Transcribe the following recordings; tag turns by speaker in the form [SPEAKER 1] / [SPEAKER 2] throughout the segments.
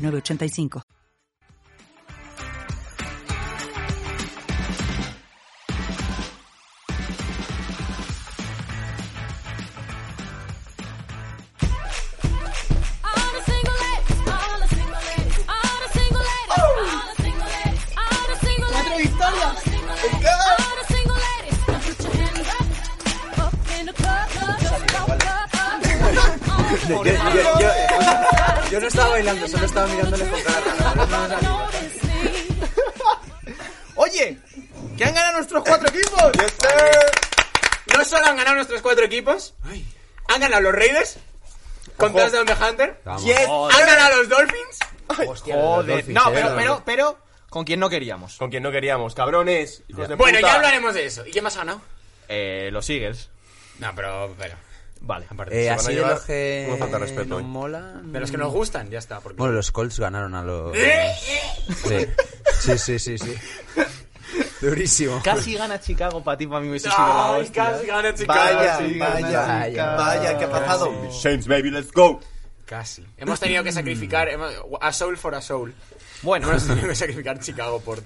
[SPEAKER 1] 985.
[SPEAKER 2] Cuatro victorias en cada-
[SPEAKER 3] Yo, yo- yo- yo no estaba bailando, solo estaba mirándoles con cara rara.
[SPEAKER 2] Oye, que han ganado nuestros cuatro equipos.
[SPEAKER 3] No solo han ganado nuestros cuatro equipos, han ganado los Raiders con Touchdown de Hunter,
[SPEAKER 2] Yes.
[SPEAKER 3] han ganado los Dolphins.
[SPEAKER 2] Joder. No, pero, pero, pero, con quien no queríamos.
[SPEAKER 4] Con quien no queríamos, cabrones. hijos de
[SPEAKER 3] Bueno,
[SPEAKER 4] puta.
[SPEAKER 3] ya hablaremos de eso. ¿Y quién más ha ganado?
[SPEAKER 2] Eh, los Eagles.
[SPEAKER 3] No, pero. pero
[SPEAKER 2] Vale.
[SPEAKER 3] aparte.
[SPEAKER 5] Eh,
[SPEAKER 4] van a
[SPEAKER 5] así de
[SPEAKER 4] llevar
[SPEAKER 5] los que
[SPEAKER 4] una falta de respeto
[SPEAKER 5] nos mm.
[SPEAKER 4] hoy.
[SPEAKER 5] molan.
[SPEAKER 3] pero los que ¿Eh? nos gustan, ya está. Porque...
[SPEAKER 5] Bueno, los Colts ganaron a los. Sí, sí, sí, sí. sí. Durísimo.
[SPEAKER 2] Casi gana Chicago para ti, para mí hubiese sido la
[SPEAKER 3] Ay,
[SPEAKER 2] hostia.
[SPEAKER 3] casi gana Chicago.
[SPEAKER 6] Vaya,
[SPEAKER 3] sí, gana
[SPEAKER 6] vaya,
[SPEAKER 5] Vaya.
[SPEAKER 6] vaya, ¿qué ha pasado?
[SPEAKER 4] Shames, baby, let's go.
[SPEAKER 3] Casi. Hemos tenido que sacrificar hemos- a Soul for a Soul.
[SPEAKER 2] Bueno,
[SPEAKER 3] Hemos tenido que sacrificar Chicago por.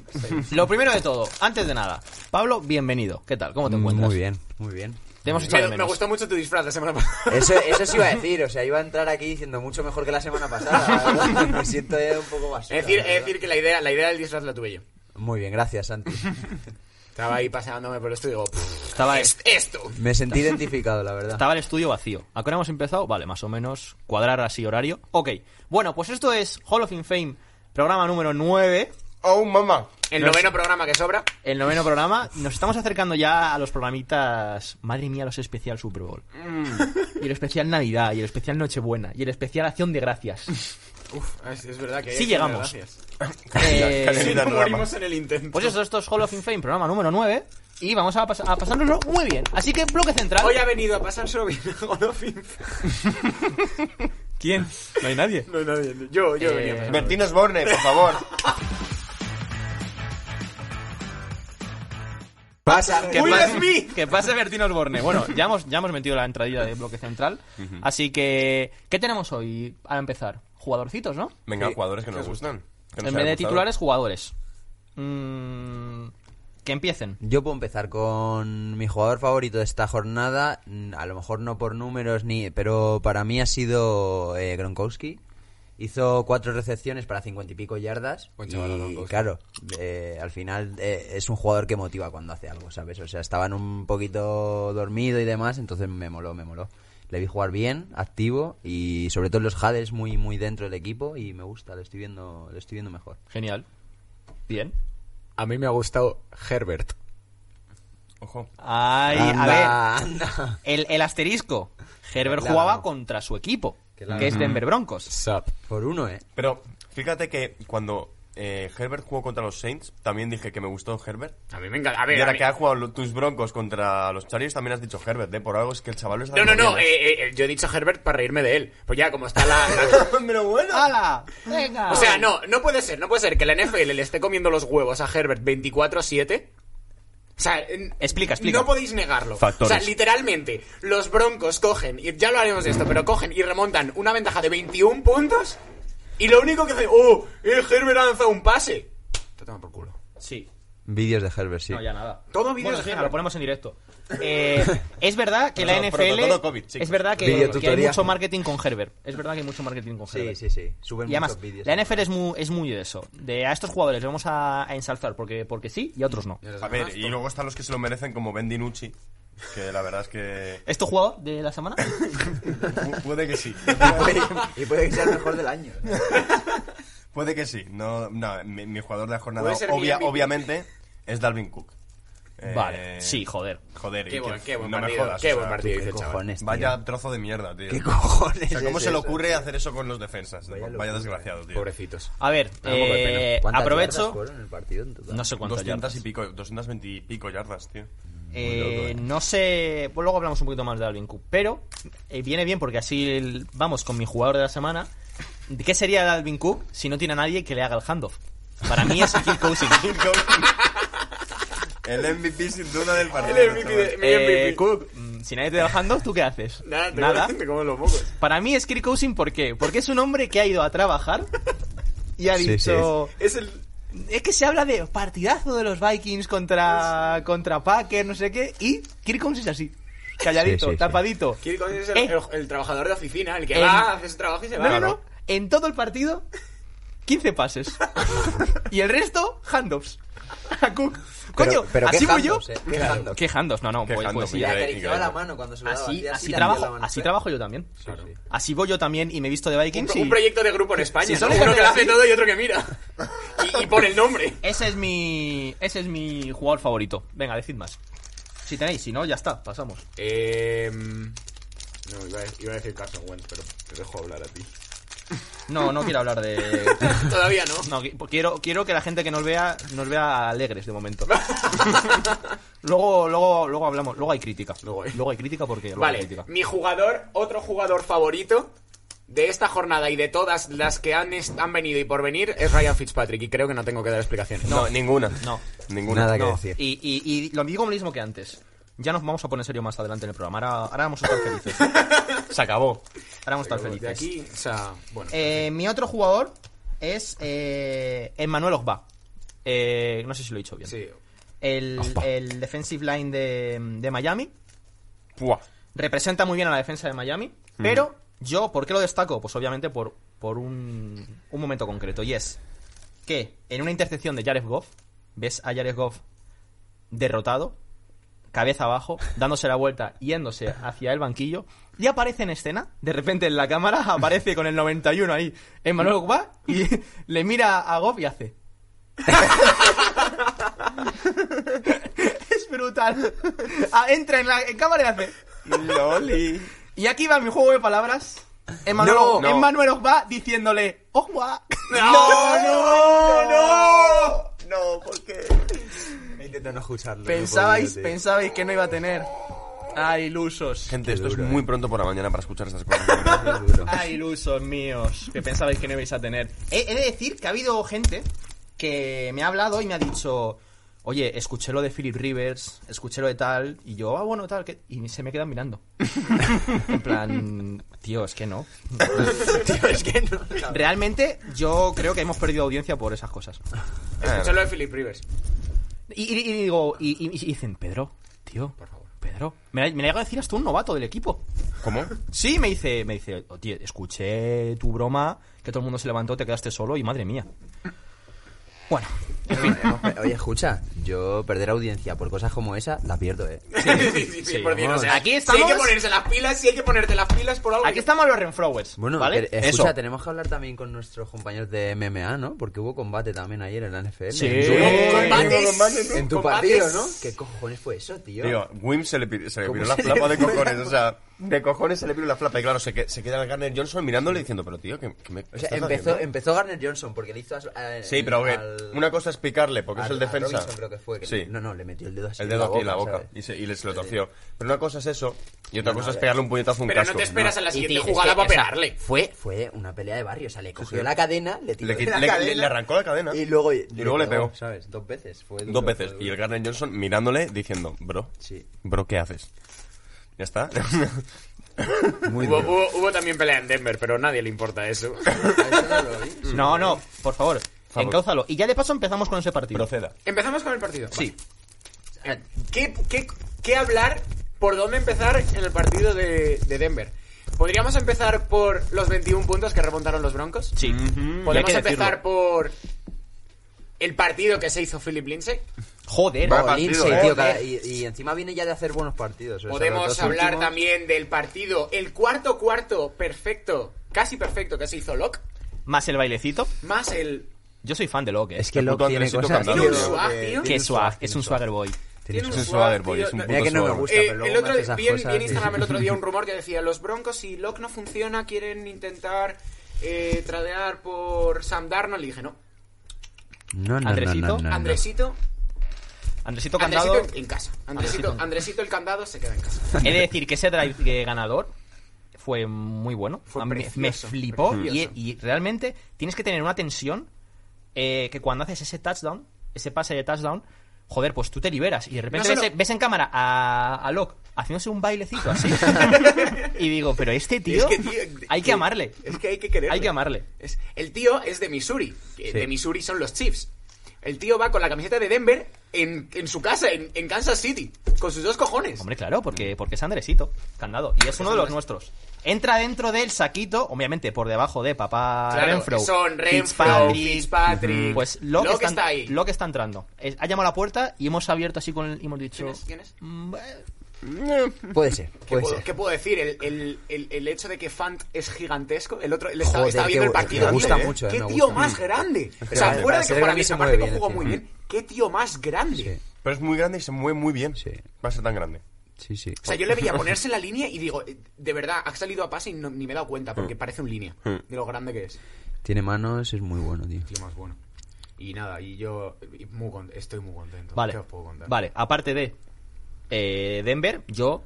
[SPEAKER 2] lo primero de todo, antes de nada, Pablo, bienvenido. ¿Qué tal? ¿Cómo te encuentras?
[SPEAKER 5] Muy bien, muy bien.
[SPEAKER 2] Te hemos echado
[SPEAKER 3] Me,
[SPEAKER 2] de
[SPEAKER 3] me
[SPEAKER 2] menos.
[SPEAKER 3] gustó mucho tu disfraz la semana pasada.
[SPEAKER 5] Eso, eso sí iba a decir, o sea, iba a entrar aquí diciendo mucho mejor que la semana pasada. la verdad. Me siento ya un poco basura.
[SPEAKER 3] Es decir,
[SPEAKER 5] la
[SPEAKER 3] es
[SPEAKER 5] verdad.
[SPEAKER 3] decir que la idea, la idea del disfraz la tuve yo.
[SPEAKER 5] Muy bien, gracias, Santi.
[SPEAKER 3] Estaba ahí paseándome por esto y digo, "Pff,
[SPEAKER 2] Estaba,
[SPEAKER 3] es- esto.
[SPEAKER 5] Me sentí identificado, la verdad.
[SPEAKER 2] Estaba el estudio vacío. ¿A qué hora hemos empezado? Vale, más o menos. Cuadrar así horario. Ok. Bueno, pues esto es Hall of Fame, programa número 9.
[SPEAKER 4] Oh, mamá.
[SPEAKER 3] El
[SPEAKER 2] No es-
[SPEAKER 3] noveno programa que sobra.
[SPEAKER 2] El noveno programa. Nos estamos acercando ya a los programitas. Madre mía, los especial Super Bowl. Y el especial Navidad. Y el especial Nochebuena. Y el especial Acción de Gracias.
[SPEAKER 3] Uf, es, es verdad que hay
[SPEAKER 2] Sí
[SPEAKER 3] que
[SPEAKER 2] llegamos.
[SPEAKER 3] tener gracias.
[SPEAKER 2] Eh,
[SPEAKER 4] casi
[SPEAKER 3] Sí,
[SPEAKER 4] Mira,
[SPEAKER 3] morimos
[SPEAKER 4] programa.
[SPEAKER 3] en el intento.
[SPEAKER 2] pues eso, esto es Hall of Fame, programa número 9. Y vamos a, pas- a pasárnoslo muy bien. Así que bloque central.
[SPEAKER 3] Hoy ha venido a pasar solo bien a God of Info.
[SPEAKER 2] ¿Quién? No hay nadie.
[SPEAKER 3] No, nadie. no. Yo, yo
[SPEAKER 2] Eh,
[SPEAKER 3] venía a pasar.
[SPEAKER 4] Bertinos Borne, por favor.
[SPEAKER 5] Pasa,
[SPEAKER 2] Que
[SPEAKER 3] ¡Will
[SPEAKER 2] pase-
[SPEAKER 3] Smith!
[SPEAKER 2] Que pase Bertino Osborne. Bueno, ya hemos, ya hemos metido la entradilla de bloque central. Así que, ¿qué tenemos hoy al empezar? Jugadorcitos, ¿no?
[SPEAKER 4] Venga,
[SPEAKER 3] Sí.
[SPEAKER 4] jugadores que nos gustan. que nos
[SPEAKER 2] en vez
[SPEAKER 4] hayan
[SPEAKER 2] de
[SPEAKER 4] gustado.
[SPEAKER 2] titulares, jugadores. Mm, que empiecen.
[SPEAKER 5] Yo puedo empezar con mi jugador favorito de esta jornada, mm, a lo mejor no por números ni, pero para mí ha sido eh, Gronkowski. Hizo cuatro recepciones para cincuenta y pico yardas.
[SPEAKER 3] Buen chaval,
[SPEAKER 5] y,
[SPEAKER 3] Gronkowski.
[SPEAKER 5] claro, eh, al final eh, es un jugador que motiva cuando hace algo, ¿sabes? O sea, estaban un poquito dormido y demás, entonces me moló, me moló. Le vi jugar bien, activo y sobre todo en los jades muy muy dentro del equipo y me gusta, le estoy viendo, le estoy viendo mejor.
[SPEAKER 2] Genial. Bien.
[SPEAKER 3] A mí me ha gustado Herbert.
[SPEAKER 4] Ojo.
[SPEAKER 2] Ay, a ver.
[SPEAKER 5] Anda, anda.
[SPEAKER 2] El, el asterisco. Herbert
[SPEAKER 5] Claro.
[SPEAKER 2] jugaba contra su equipo,
[SPEAKER 5] Claro.
[SPEAKER 2] que es Denver Broncos.
[SPEAKER 3] Sup.
[SPEAKER 5] Por uno, eh.
[SPEAKER 4] Pero fíjate que cuando eh, Herbert jugó contra los Saints, también dije que me gustó Herbert.
[SPEAKER 3] A mí me encanta. A ver,
[SPEAKER 4] Y
[SPEAKER 3] a
[SPEAKER 4] ahora
[SPEAKER 3] mí-
[SPEAKER 4] que ha jugado lo- tus broncos contra los Chargers, también has dicho Herbert, ¿eh? Por algo es que el chaval lo está
[SPEAKER 3] No, no,
[SPEAKER 4] haciendo
[SPEAKER 3] no.
[SPEAKER 4] bien, ¿eh?
[SPEAKER 3] eh, eh, eh, yo he dicho Herbert para reírme de él. Pues ya, como está la- la
[SPEAKER 4] Pero bueno.
[SPEAKER 3] Ah.
[SPEAKER 2] ¡Hala! ¡Venga!
[SPEAKER 3] O sea, no, no puede ser, no puede ser que la NFL le esté comiendo los huevos a Herbert 24-7. O sea, n-
[SPEAKER 2] Explica, explica.
[SPEAKER 3] No podéis negarlo.
[SPEAKER 4] Factores.
[SPEAKER 3] O sea, literalmente, los Broncos cogen, y ya lo haremos de esto, pero cogen y remontan una ventaja de 21 puntos. Y lo único que hace, oh, eh, Herbert ha lanzado un pase. Te toma por culo.
[SPEAKER 2] Sí.
[SPEAKER 5] Vídeos de Herbert, sí.
[SPEAKER 2] No, ya nada.
[SPEAKER 3] Todo vídeo
[SPEAKER 2] Bueno,
[SPEAKER 3] de
[SPEAKER 2] sí,
[SPEAKER 3] Herbert.
[SPEAKER 2] lo ponemos en directo. Eh, es verdad que la
[SPEAKER 4] Todo
[SPEAKER 2] NFL.
[SPEAKER 4] protocolo COVID, chicos.
[SPEAKER 2] es verdad que,
[SPEAKER 5] Videotutorial.
[SPEAKER 2] que hay mucho marketing con Herbert. Es verdad que hay mucho marketing con
[SPEAKER 5] Sí,
[SPEAKER 2] Herbert.
[SPEAKER 5] sí, sí. Suben
[SPEAKER 2] Y además,
[SPEAKER 5] muchos vídeos.
[SPEAKER 2] la NFL es muy, es muy de eso. De a estos jugadores los vamos a, a ensalzar porque, porque sí y a otros no.
[SPEAKER 4] A ver, y luego están los que se lo merecen, como Ben DiNucci, que la verdad es que...
[SPEAKER 2] ¿Es tu jugador de la semana?
[SPEAKER 4] pu- Puede que sí.
[SPEAKER 5] y puede que sea el mejor del año.
[SPEAKER 4] Puede que sí. No, no, mi, mi jugador de la jornada,
[SPEAKER 3] Puede ser mi
[SPEAKER 4] obvia-
[SPEAKER 3] MVP.
[SPEAKER 4] obviamente, es Dalvin Cook. Eh,
[SPEAKER 5] Eh.
[SPEAKER 2] Vale, sí, joder.
[SPEAKER 4] Joder, y
[SPEAKER 3] Qué
[SPEAKER 4] que-
[SPEAKER 3] buen, qué buen
[SPEAKER 4] no me
[SPEAKER 3] partido.
[SPEAKER 4] jodas,
[SPEAKER 3] qué
[SPEAKER 4] o
[SPEAKER 3] buen
[SPEAKER 4] sea,
[SPEAKER 3] partido,
[SPEAKER 5] Tú,
[SPEAKER 3] dice
[SPEAKER 5] ¿Qué
[SPEAKER 3] el chaval.
[SPEAKER 5] cojones, tío?
[SPEAKER 4] Vaya trozo de mierda, tío.
[SPEAKER 5] ¿Qué cojones?
[SPEAKER 4] O sea, ¿cómo
[SPEAKER 5] es
[SPEAKER 4] se le
[SPEAKER 5] eso?
[SPEAKER 4] ocurre hacer eso con los defensas? Vaya, desgraciado, tío.
[SPEAKER 3] Pobrecitos.
[SPEAKER 2] A ver,
[SPEAKER 5] Ah,
[SPEAKER 3] da un poco de
[SPEAKER 2] eh,
[SPEAKER 5] ¿Cuántas yardas
[SPEAKER 2] aprovecho.
[SPEAKER 5] fueron en el partido en total?
[SPEAKER 2] No sé cuántas
[SPEAKER 4] 200
[SPEAKER 2] yardas.
[SPEAKER 4] y pico, 220 y pico yardas, tío.
[SPEAKER 2] Eh, no sé. pues luego hablamos un poquito más de Dalvin Cook. Pero eh, viene bien porque así el- vamos con mi jugador de la semana. ¿De ¿Qué sería Dalvin Cook si no tiene a nadie que le haga el handoff? Para mí es Kirk Cousins.
[SPEAKER 4] El MVP sin duda del partido.
[SPEAKER 3] El MVP de-
[SPEAKER 4] chaval.
[SPEAKER 3] mi
[SPEAKER 2] Eh,
[SPEAKER 3] MVP.
[SPEAKER 2] Cook, mm, si nadie te da el handoff, ¿tú qué haces?
[SPEAKER 3] Nada, te te como los mocos.
[SPEAKER 2] Para mí es Kirk Cousins, ¿por qué? Porque es un hombre que ha ido a trabajar y ha
[SPEAKER 5] Sí,
[SPEAKER 2] dicho...
[SPEAKER 3] Es el.
[SPEAKER 2] Es que se habla de partidazo de los Vikings contra, contra Packers, no sé qué, y Kirk Cousins es así. Calladito,
[SPEAKER 5] Sí, sí, sí.
[SPEAKER 2] tapadito.
[SPEAKER 3] Kirk Cousins es el,
[SPEAKER 2] Eh.
[SPEAKER 3] el- el trabajador de oficina, el que
[SPEAKER 2] Eh.
[SPEAKER 3] va, hace su trabajo y se
[SPEAKER 2] No,
[SPEAKER 3] va.
[SPEAKER 2] no, no. En todo el partido, 15 pases. y el resto, handoffs. A Cook. Coño,
[SPEAKER 5] Pero- pero
[SPEAKER 2] así
[SPEAKER 5] qué
[SPEAKER 2] voy yo.
[SPEAKER 5] handoffs, eh, qué handoffs.
[SPEAKER 2] ¿Qué handoffs? No, no,
[SPEAKER 4] Qué
[SPEAKER 2] pues,
[SPEAKER 4] handoffs,
[SPEAKER 2] pues,
[SPEAKER 5] Le
[SPEAKER 2] sí.
[SPEAKER 4] mira.
[SPEAKER 5] acariciaba
[SPEAKER 4] Increíble.
[SPEAKER 5] la mano cuando se lo daba,
[SPEAKER 2] Así,
[SPEAKER 5] tío,
[SPEAKER 2] así
[SPEAKER 5] le hacía la
[SPEAKER 2] trabajo,
[SPEAKER 5] mano.
[SPEAKER 2] así trabajo yo también.
[SPEAKER 5] Claro.
[SPEAKER 2] Así voy yo también y me he visto de
[SPEAKER 3] Un,
[SPEAKER 2] Vikings
[SPEAKER 3] pro-
[SPEAKER 2] y...
[SPEAKER 3] un proyecto de grupo en España.
[SPEAKER 2] Si
[SPEAKER 3] ¿no?
[SPEAKER 2] solo
[SPEAKER 3] Uno que lo
[SPEAKER 2] juegas
[SPEAKER 3] hace
[SPEAKER 2] así.
[SPEAKER 3] todo y otro que mira. Y, y pone el nombre.
[SPEAKER 2] Ese es mi. Ese es mi jugador favorito. Venga, decid más. Si tenéis, si no, ya está, pasamos.
[SPEAKER 3] Eh, no, iba a, iba a decir Carson Wentz, pero te dejo hablar a ti.
[SPEAKER 2] No, no quiero hablar de.
[SPEAKER 3] Todavía no.
[SPEAKER 2] No, qui- quiero, quiero que la gente que nos vea nos vea alegres de momento. luego, luego, luego hablamos. Luego hay crítica.
[SPEAKER 3] Luego hay-
[SPEAKER 2] crítica porque. luego hay
[SPEAKER 3] Vale,
[SPEAKER 2] crítica.
[SPEAKER 3] mi jugador, otro jugador favorito de esta jornada y de todas las que han, est- han venido y por venir es Ryan Fitzpatrick y creo que no tengo que dar explicaciones.
[SPEAKER 4] No, ninguna.
[SPEAKER 2] no.
[SPEAKER 4] Ninguna.
[SPEAKER 5] Nada que
[SPEAKER 4] No.
[SPEAKER 5] decir.
[SPEAKER 2] Y, y, y lo digo lo mismo que antes. Ya nos vamos a poner serio más adelante en el programa. Ahora, ahora vamos a estar felices. Se acabó. Ahora vamos a estar
[SPEAKER 3] Pero de
[SPEAKER 2] felices.
[SPEAKER 3] aquí, o sea, bueno.
[SPEAKER 2] Eh, mi otro jugador es eh, Emmanuel Ogba. Eh, no sé si lo he dicho bien.
[SPEAKER 3] sí.
[SPEAKER 2] El, el defensive line de, de Miami.
[SPEAKER 4] Buah.
[SPEAKER 2] Representa muy bien a la defensa de Miami. Pero yo, ¿por qué lo destaco? Pues obviamente por, por un, un momento concreto. Y es que en una intercepción de Jared Goff, ves a Jared Goff derrotado, cabeza abajo, dándose la vuelta, yéndose hacia el banquillo. Y aparece en escena, de repente en la cámara aparece con el 91 ahí, Emmanuel Ogba, y le mira a Goff y hace. es brutal. Ah, entra en la en cámara y hace.
[SPEAKER 4] Loli.
[SPEAKER 2] Y aquí va mi juego de palabras. Emmanuel,
[SPEAKER 4] No, no.
[SPEAKER 2] Emmanuel Ogba diciéndole ¡Ogba!
[SPEAKER 4] ¡Oh,
[SPEAKER 3] ¡No, ¡Oh, no, no!
[SPEAKER 5] No, porque... Intento no escucharlo.
[SPEAKER 2] Pensabais,
[SPEAKER 5] no he podido, tío.
[SPEAKER 2] pensabais que no iba a tener. Ay, ilusos.
[SPEAKER 4] Gente, esto es
[SPEAKER 5] eh.
[SPEAKER 4] muy pronto por la mañana para escuchar estas cosas.
[SPEAKER 5] Qué duro.
[SPEAKER 2] Ay, ilusos míos. Que pensabais que no ibais a tener. He, he de decir que ha habido gente que me ha hablado y me ha dicho. Oye, escuché lo de Philip Rivers, escuché lo de tal, y yo, ah, bueno, tal, que... y se me quedan mirando. en plan, tío, es que no.
[SPEAKER 5] Tío, es que no...
[SPEAKER 2] Realmente, yo creo que hemos perdido audiencia por esas cosas.
[SPEAKER 3] Escúchalo de Philip Rivers.
[SPEAKER 2] Y, y- y digo, y, y- y dicen, Pedro, tío, por favor, Pedro. Me, la- me la llega a decir hasta un novato del equipo.
[SPEAKER 4] Eh, ¿Cómo?
[SPEAKER 2] Sí, me dice, me dice, "Oh, tío, escuché tu broma, que todo el mundo se levantó, te quedaste solo y madre mía. Bueno, en fin.
[SPEAKER 5] Oye, escucha, yo perder audiencia por cosas como esa, la pierdo, eh.
[SPEAKER 3] Sí, sí, sí, sí,
[SPEAKER 2] sí,
[SPEAKER 3] por Dios,
[SPEAKER 2] vamos.
[SPEAKER 3] o sea,
[SPEAKER 2] Aquí
[SPEAKER 3] Si hay
[SPEAKER 2] estamos.
[SPEAKER 3] que ponerse las pilas, si hay que ponerte las pilas por algo.
[SPEAKER 2] Aquí
[SPEAKER 3] que-
[SPEAKER 2] estamos los Renfrowers.
[SPEAKER 5] Bueno,
[SPEAKER 2] ¿vale?
[SPEAKER 5] eh, escucha,
[SPEAKER 2] Eso.
[SPEAKER 5] tenemos que hablar también con nuestros compañeros de MMA, ¿no? Porque hubo combate también ayer en la NFL.
[SPEAKER 2] Sí.
[SPEAKER 5] En tu-
[SPEAKER 3] Combates,
[SPEAKER 5] En tu
[SPEAKER 3] combates.
[SPEAKER 5] partido, ¿no? ¿Qué cojones fue eso, tío?
[SPEAKER 4] Tío, Wim se le, pi- se le
[SPEAKER 5] ¿Cómo
[SPEAKER 4] piró la
[SPEAKER 5] se le
[SPEAKER 4] flapa de
[SPEAKER 5] fue la
[SPEAKER 4] cojones, o sea, de cojones se le piró la flapa. Y claro, se, que- se queda el Garner Johnson mirándole y diciendo, pero tío, que, me...
[SPEAKER 5] o sea,
[SPEAKER 4] estás
[SPEAKER 5] empezó,
[SPEAKER 4] haciendo?".
[SPEAKER 5] empezó Garner Johnson porque le hizo... as- a-
[SPEAKER 4] Sí, pero a ver,
[SPEAKER 5] al-
[SPEAKER 4] una cosa es picarle, porque es
[SPEAKER 5] al-
[SPEAKER 4] el
[SPEAKER 5] al
[SPEAKER 4] defensa.
[SPEAKER 5] Robinson creo que fue. que
[SPEAKER 4] sí.
[SPEAKER 5] le- no, no, le metió el dedo así
[SPEAKER 4] el dedo aquí en la boca
[SPEAKER 5] ¿sabes?
[SPEAKER 4] y, se, y le- se lo torció. Pero una cosa es eso y otra
[SPEAKER 5] No, no,
[SPEAKER 4] cosa es
[SPEAKER 5] ya.
[SPEAKER 4] pegarle un puñetazo a un
[SPEAKER 3] Pero
[SPEAKER 4] casco.
[SPEAKER 3] no te esperas a la
[SPEAKER 5] Y, tío,
[SPEAKER 3] siguiente
[SPEAKER 5] es
[SPEAKER 3] jugada
[SPEAKER 5] que,
[SPEAKER 3] para
[SPEAKER 5] o sea,
[SPEAKER 3] pegarle.
[SPEAKER 5] Fue, fue una pelea de barrio, o sea, le cogió
[SPEAKER 4] sí.
[SPEAKER 5] la cadena, le tiró
[SPEAKER 4] Le
[SPEAKER 5] de
[SPEAKER 4] quit-
[SPEAKER 5] la
[SPEAKER 4] le-
[SPEAKER 5] cadena,
[SPEAKER 4] le arrancó la cadena.
[SPEAKER 5] y luego,
[SPEAKER 4] Y luego le pegó.
[SPEAKER 5] ¿sabes? Dos veces. Fue duro,
[SPEAKER 4] Dos veces.
[SPEAKER 5] fue
[SPEAKER 4] Y
[SPEAKER 5] duro.
[SPEAKER 4] el Garner Johnson mirándole diciendo, bro,
[SPEAKER 5] Sí.
[SPEAKER 4] bro, ¿qué haces? Ya está.
[SPEAKER 5] Muy
[SPEAKER 3] Hubo,
[SPEAKER 5] duro.
[SPEAKER 3] hubo- hubo también pelea en Denver, pero a nadie le importa eso.
[SPEAKER 5] Eso no lo vi.
[SPEAKER 2] No, no, por favor,
[SPEAKER 4] Favor.
[SPEAKER 2] encáuzalo. Y ya de paso empezamos con ese partido.
[SPEAKER 4] Proceda.
[SPEAKER 3] Empezamos con el partido.
[SPEAKER 2] Sí.
[SPEAKER 3] Vale. ¿Qué, qué, qué hablar? ¿Por dónde empezar en el partido de, de Denver? ¿Podríamos empezar por los 21 puntos que remontaron los Broncos?
[SPEAKER 2] Sí. Y hay
[SPEAKER 3] ¿Podemos
[SPEAKER 2] que
[SPEAKER 3] empezar
[SPEAKER 2] decirlo.
[SPEAKER 3] por el partido que se hizo Philip Lindsay?
[SPEAKER 2] Joder.
[SPEAKER 5] Bueno,
[SPEAKER 4] partido,
[SPEAKER 5] Lindsay,
[SPEAKER 4] eh.
[SPEAKER 5] tío, cada- y, y encima viene ya de hacer buenos partidos. o sea, los
[SPEAKER 3] Podemos
[SPEAKER 5] dos
[SPEAKER 3] hablar
[SPEAKER 5] últimos-
[SPEAKER 3] también del partido, el cuarto cuarto perfecto, casi perfecto que se hizo Locke,
[SPEAKER 2] Más el bailecito.
[SPEAKER 3] más el...
[SPEAKER 2] Yo soy fan de Locke. eh.
[SPEAKER 5] Es que
[SPEAKER 4] El
[SPEAKER 5] Locke
[SPEAKER 4] puto
[SPEAKER 5] tiene
[SPEAKER 4] Andresito
[SPEAKER 5] cosas.
[SPEAKER 4] cantando,
[SPEAKER 5] tío,
[SPEAKER 3] tío.
[SPEAKER 5] que-
[SPEAKER 3] Qué
[SPEAKER 5] tiene
[SPEAKER 2] Qué swag,
[SPEAKER 5] tiene
[SPEAKER 2] es un swagger boy.
[SPEAKER 5] Tiene
[SPEAKER 4] un
[SPEAKER 5] su-
[SPEAKER 4] Es
[SPEAKER 3] swag,
[SPEAKER 4] Swagger Boy,
[SPEAKER 3] tío.
[SPEAKER 4] es un
[SPEAKER 3] No-
[SPEAKER 5] Mira que no me
[SPEAKER 4] puto
[SPEAKER 5] gusta,
[SPEAKER 3] Eh,
[SPEAKER 5] pero luego
[SPEAKER 3] el otro,
[SPEAKER 5] me hace esas
[SPEAKER 3] vi, en,
[SPEAKER 5] cosas
[SPEAKER 3] vi en
[SPEAKER 5] y-
[SPEAKER 3] Instagram el otro día un rumor que decía, los Broncos si Locke no funciona quieren intentar eh, tradear por Sam Darnold. Y dije, no,
[SPEAKER 5] No, no, no,
[SPEAKER 2] Andresito,
[SPEAKER 5] no, no, no.
[SPEAKER 3] Andresito,
[SPEAKER 2] Andresito Candado.
[SPEAKER 3] Andresito en, en casa. Andresito,
[SPEAKER 2] Andresito.
[SPEAKER 3] Andresito el candado se queda en casa.
[SPEAKER 2] He de decir que ese drive de ganador fue muy bueno.
[SPEAKER 3] Fue
[SPEAKER 2] A mí me- me
[SPEAKER 3] precioso,
[SPEAKER 2] flipó. Y,
[SPEAKER 3] precioso.
[SPEAKER 2] y realmente tienes que tener una tensión eh, que cuando haces ese touchdown, ese pase de touchdown, joder, pues tú te liberas. Y de repente
[SPEAKER 3] No
[SPEAKER 2] ves,
[SPEAKER 3] solo-
[SPEAKER 2] ves en cámara a, a Locke haciéndose un bailecito así. y digo, pero este tío,
[SPEAKER 3] Es que, tío,
[SPEAKER 2] hay que amarle.
[SPEAKER 3] Es que hay que quererle.
[SPEAKER 2] Hay que amarle.
[SPEAKER 3] Es- el tío es de Missouri. que
[SPEAKER 5] Sí.
[SPEAKER 3] De Missouri son los Chiefs. El tío va con la camiseta de Denver en, en su casa, en, en Kansas City. Con sus dos cojones.
[SPEAKER 2] Hombre, claro, porque, porque es Andresito, candado. Y es uno de los nuestros. Entra dentro del saquito, obviamente por debajo de papá
[SPEAKER 3] Claro,
[SPEAKER 2] Renfro.
[SPEAKER 3] son Renfro,
[SPEAKER 2] Fitzpatrick.
[SPEAKER 3] Fitzpatrick.
[SPEAKER 2] Pues
[SPEAKER 3] Locke,
[SPEAKER 2] Locke,
[SPEAKER 3] está, ahí.
[SPEAKER 2] Locke está entrando. Es- ha llamado a la puerta y hemos abierto así con el, y hemos dicho.
[SPEAKER 3] ¿Quién es? ¿Quién es?
[SPEAKER 5] pues
[SPEAKER 2] "Mm, eh,
[SPEAKER 5] Puede ser,
[SPEAKER 3] ¿Qué,
[SPEAKER 5] puede
[SPEAKER 3] puedo,
[SPEAKER 5] ser.
[SPEAKER 3] qué puedo decir? El, el, el- el hecho de que Fant es gigantesco. El otro, él está,
[SPEAKER 5] Joder,
[SPEAKER 3] está viendo
[SPEAKER 5] qué
[SPEAKER 3] el
[SPEAKER 5] bu-
[SPEAKER 3] partido.
[SPEAKER 5] me gusta
[SPEAKER 3] tío,
[SPEAKER 5] mucho, eh,
[SPEAKER 3] ¿Qué
[SPEAKER 5] me
[SPEAKER 3] tío
[SPEAKER 5] gusta.
[SPEAKER 3] más grande? O
[SPEAKER 5] Pero
[SPEAKER 3] sea, fuera
[SPEAKER 5] para- para
[SPEAKER 3] de que
[SPEAKER 5] ser
[SPEAKER 3] fuera
[SPEAKER 5] grande
[SPEAKER 3] bien,
[SPEAKER 5] se
[SPEAKER 3] aparte
[SPEAKER 5] mueve
[SPEAKER 3] que
[SPEAKER 5] bien,
[SPEAKER 3] jugó muy
[SPEAKER 5] encima.
[SPEAKER 3] bien. ¿Qué tío más grande?
[SPEAKER 5] Sí.
[SPEAKER 4] Pero es muy grande y se mueve muy bien.
[SPEAKER 5] Sí.
[SPEAKER 4] Va a ser tan grande.
[SPEAKER 5] Sí, sí.
[SPEAKER 3] O sea, yo le veía ponerse en la línea y digo, eh, de verdad, ha salido a pase y no- ni me he dado cuenta
[SPEAKER 5] Mm.
[SPEAKER 3] porque parece un línea de lo grande que es.
[SPEAKER 5] Tiene manos, es muy bueno, tío.
[SPEAKER 3] Tío, más bueno. Y nada, y yo y muy con- estoy muy contento.
[SPEAKER 2] Vale.
[SPEAKER 3] ¿Qué os puedo contar?
[SPEAKER 2] Vale, aparte de eh, Denver, yo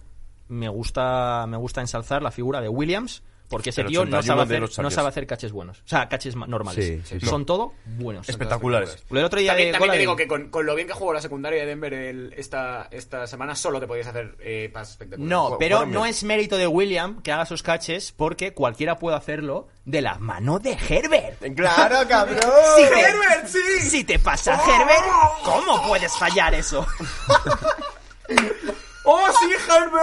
[SPEAKER 2] me gusta, me gusta ensalzar la figura de Williams. Porque ese
[SPEAKER 4] El
[SPEAKER 2] tío no
[SPEAKER 4] 81
[SPEAKER 2] sabe,
[SPEAKER 4] de
[SPEAKER 2] hacer, no
[SPEAKER 4] los Chargers.
[SPEAKER 2] sabe hacer caches buenos. O sea, caches ma- normales.
[SPEAKER 5] Sí, sí, sí.
[SPEAKER 2] Son todo buenos.
[SPEAKER 4] Espectaculares.
[SPEAKER 2] Lo del otro día
[SPEAKER 3] También,
[SPEAKER 2] de
[SPEAKER 3] también
[SPEAKER 2] Gola
[SPEAKER 3] te digo
[SPEAKER 2] de-
[SPEAKER 3] que con, con lo bien que jugó la secundaria de Denver el- esta, esta semana, solo te podías hacer eh, pases espectaculares.
[SPEAKER 2] No,
[SPEAKER 4] Bueno,
[SPEAKER 2] pero
[SPEAKER 4] bueno,
[SPEAKER 2] no
[SPEAKER 4] mira.
[SPEAKER 2] es mérito de William que haga sus caches porque cualquiera puede hacerlo de la mano de Herbert.
[SPEAKER 4] ¡Claro, cabrón!
[SPEAKER 2] Si te, Si te pasa Herbert, ¿cómo puedes fallar eso?
[SPEAKER 3] ¡Oh, sí, Herbert!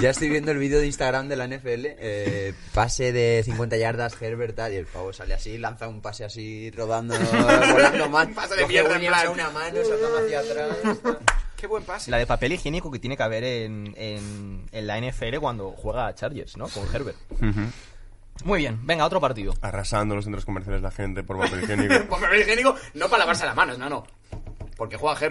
[SPEAKER 5] Ya estoy viendo el vídeo de Instagram de la NFL. eh, pase de 50 yardas, Herbert, tal, y el pavo sale así, lanza un pase así, rodando, volando más.
[SPEAKER 3] Un pase de mierda, en plan.
[SPEAKER 5] una mano, se toma hacia atrás.
[SPEAKER 3] ¡Qué buen pase!
[SPEAKER 2] La de papel higiénico que tiene que haber en, en- en la NFL cuando juega a Chargers, ¿no? Con Herbert. Muy bien, venga, otro partido.
[SPEAKER 3] Pues
[SPEAKER 5] eh.
[SPEAKER 4] Mm, Eh, Pues
[SPEAKER 3] Ah,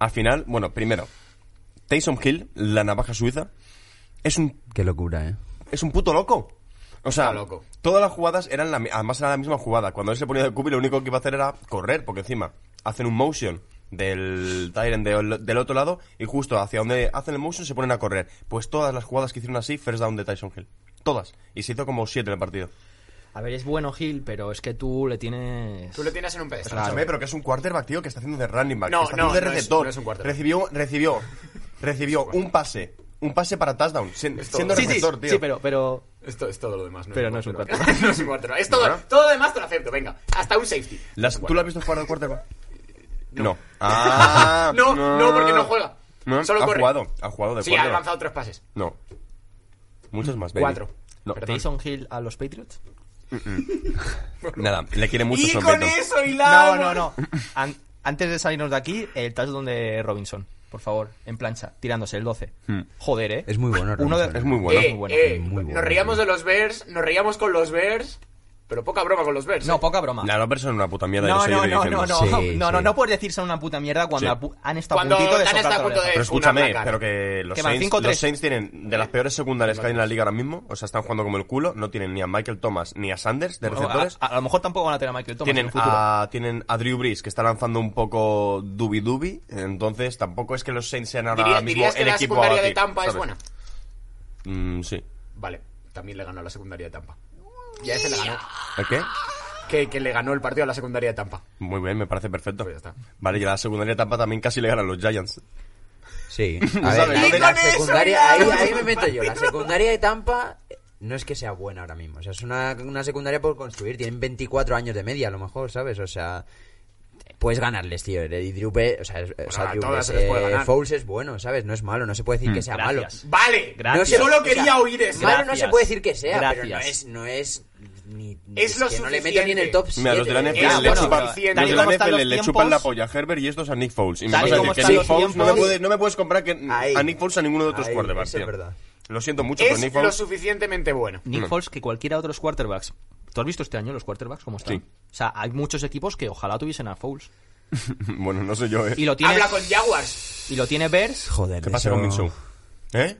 [SPEAKER 4] Ah.
[SPEAKER 3] Eh, ¿eh? Es lo suficiente. Ah, bueno, pero tal y
[SPEAKER 2] eh. Eh, Pues como están los tiempos-
[SPEAKER 5] eh, ni, que no le meto ni en el top ¿eh? 7.
[SPEAKER 4] Hmm. eh. Mm, Mira, los de la NFL le, chupan, los de la NFL le chupan la polla a Herbert y estos a Nick Foles. Y me
[SPEAKER 2] Tal y
[SPEAKER 4] vas a
[SPEAKER 2] como
[SPEAKER 4] decir que
[SPEAKER 2] están
[SPEAKER 4] Nick
[SPEAKER 2] los
[SPEAKER 4] Foles no me,
[SPEAKER 2] tiempos-
[SPEAKER 4] puede- no me puedes comprar que,
[SPEAKER 5] Ahí.
[SPEAKER 4] a Nick Foles a ninguno de otros
[SPEAKER 5] Ahí,
[SPEAKER 4] quarterbacks.
[SPEAKER 5] eso es
[SPEAKER 4] tío.
[SPEAKER 5] verdad.
[SPEAKER 4] Lo siento mucho, pero Nick
[SPEAKER 3] Es lo
[SPEAKER 4] Foles.
[SPEAKER 3] suficientemente bueno.
[SPEAKER 2] Nick
[SPEAKER 4] Mm.
[SPEAKER 2] Foles que cualquiera de otros quarterbacks. ¿Tú has visto este año los quarterbacks cómo están?
[SPEAKER 4] Sí.
[SPEAKER 2] O sea, hay muchos equipos que ojalá tuviesen a Foles.
[SPEAKER 4] bueno, no sé yo, ¿eh?
[SPEAKER 2] Y lo tiene,
[SPEAKER 3] Habla con Jaguars.
[SPEAKER 2] y lo tiene Bears.
[SPEAKER 5] Joder,
[SPEAKER 4] ¿Qué pasa
[SPEAKER 5] eso-
[SPEAKER 4] con Minshew? ¿Eh?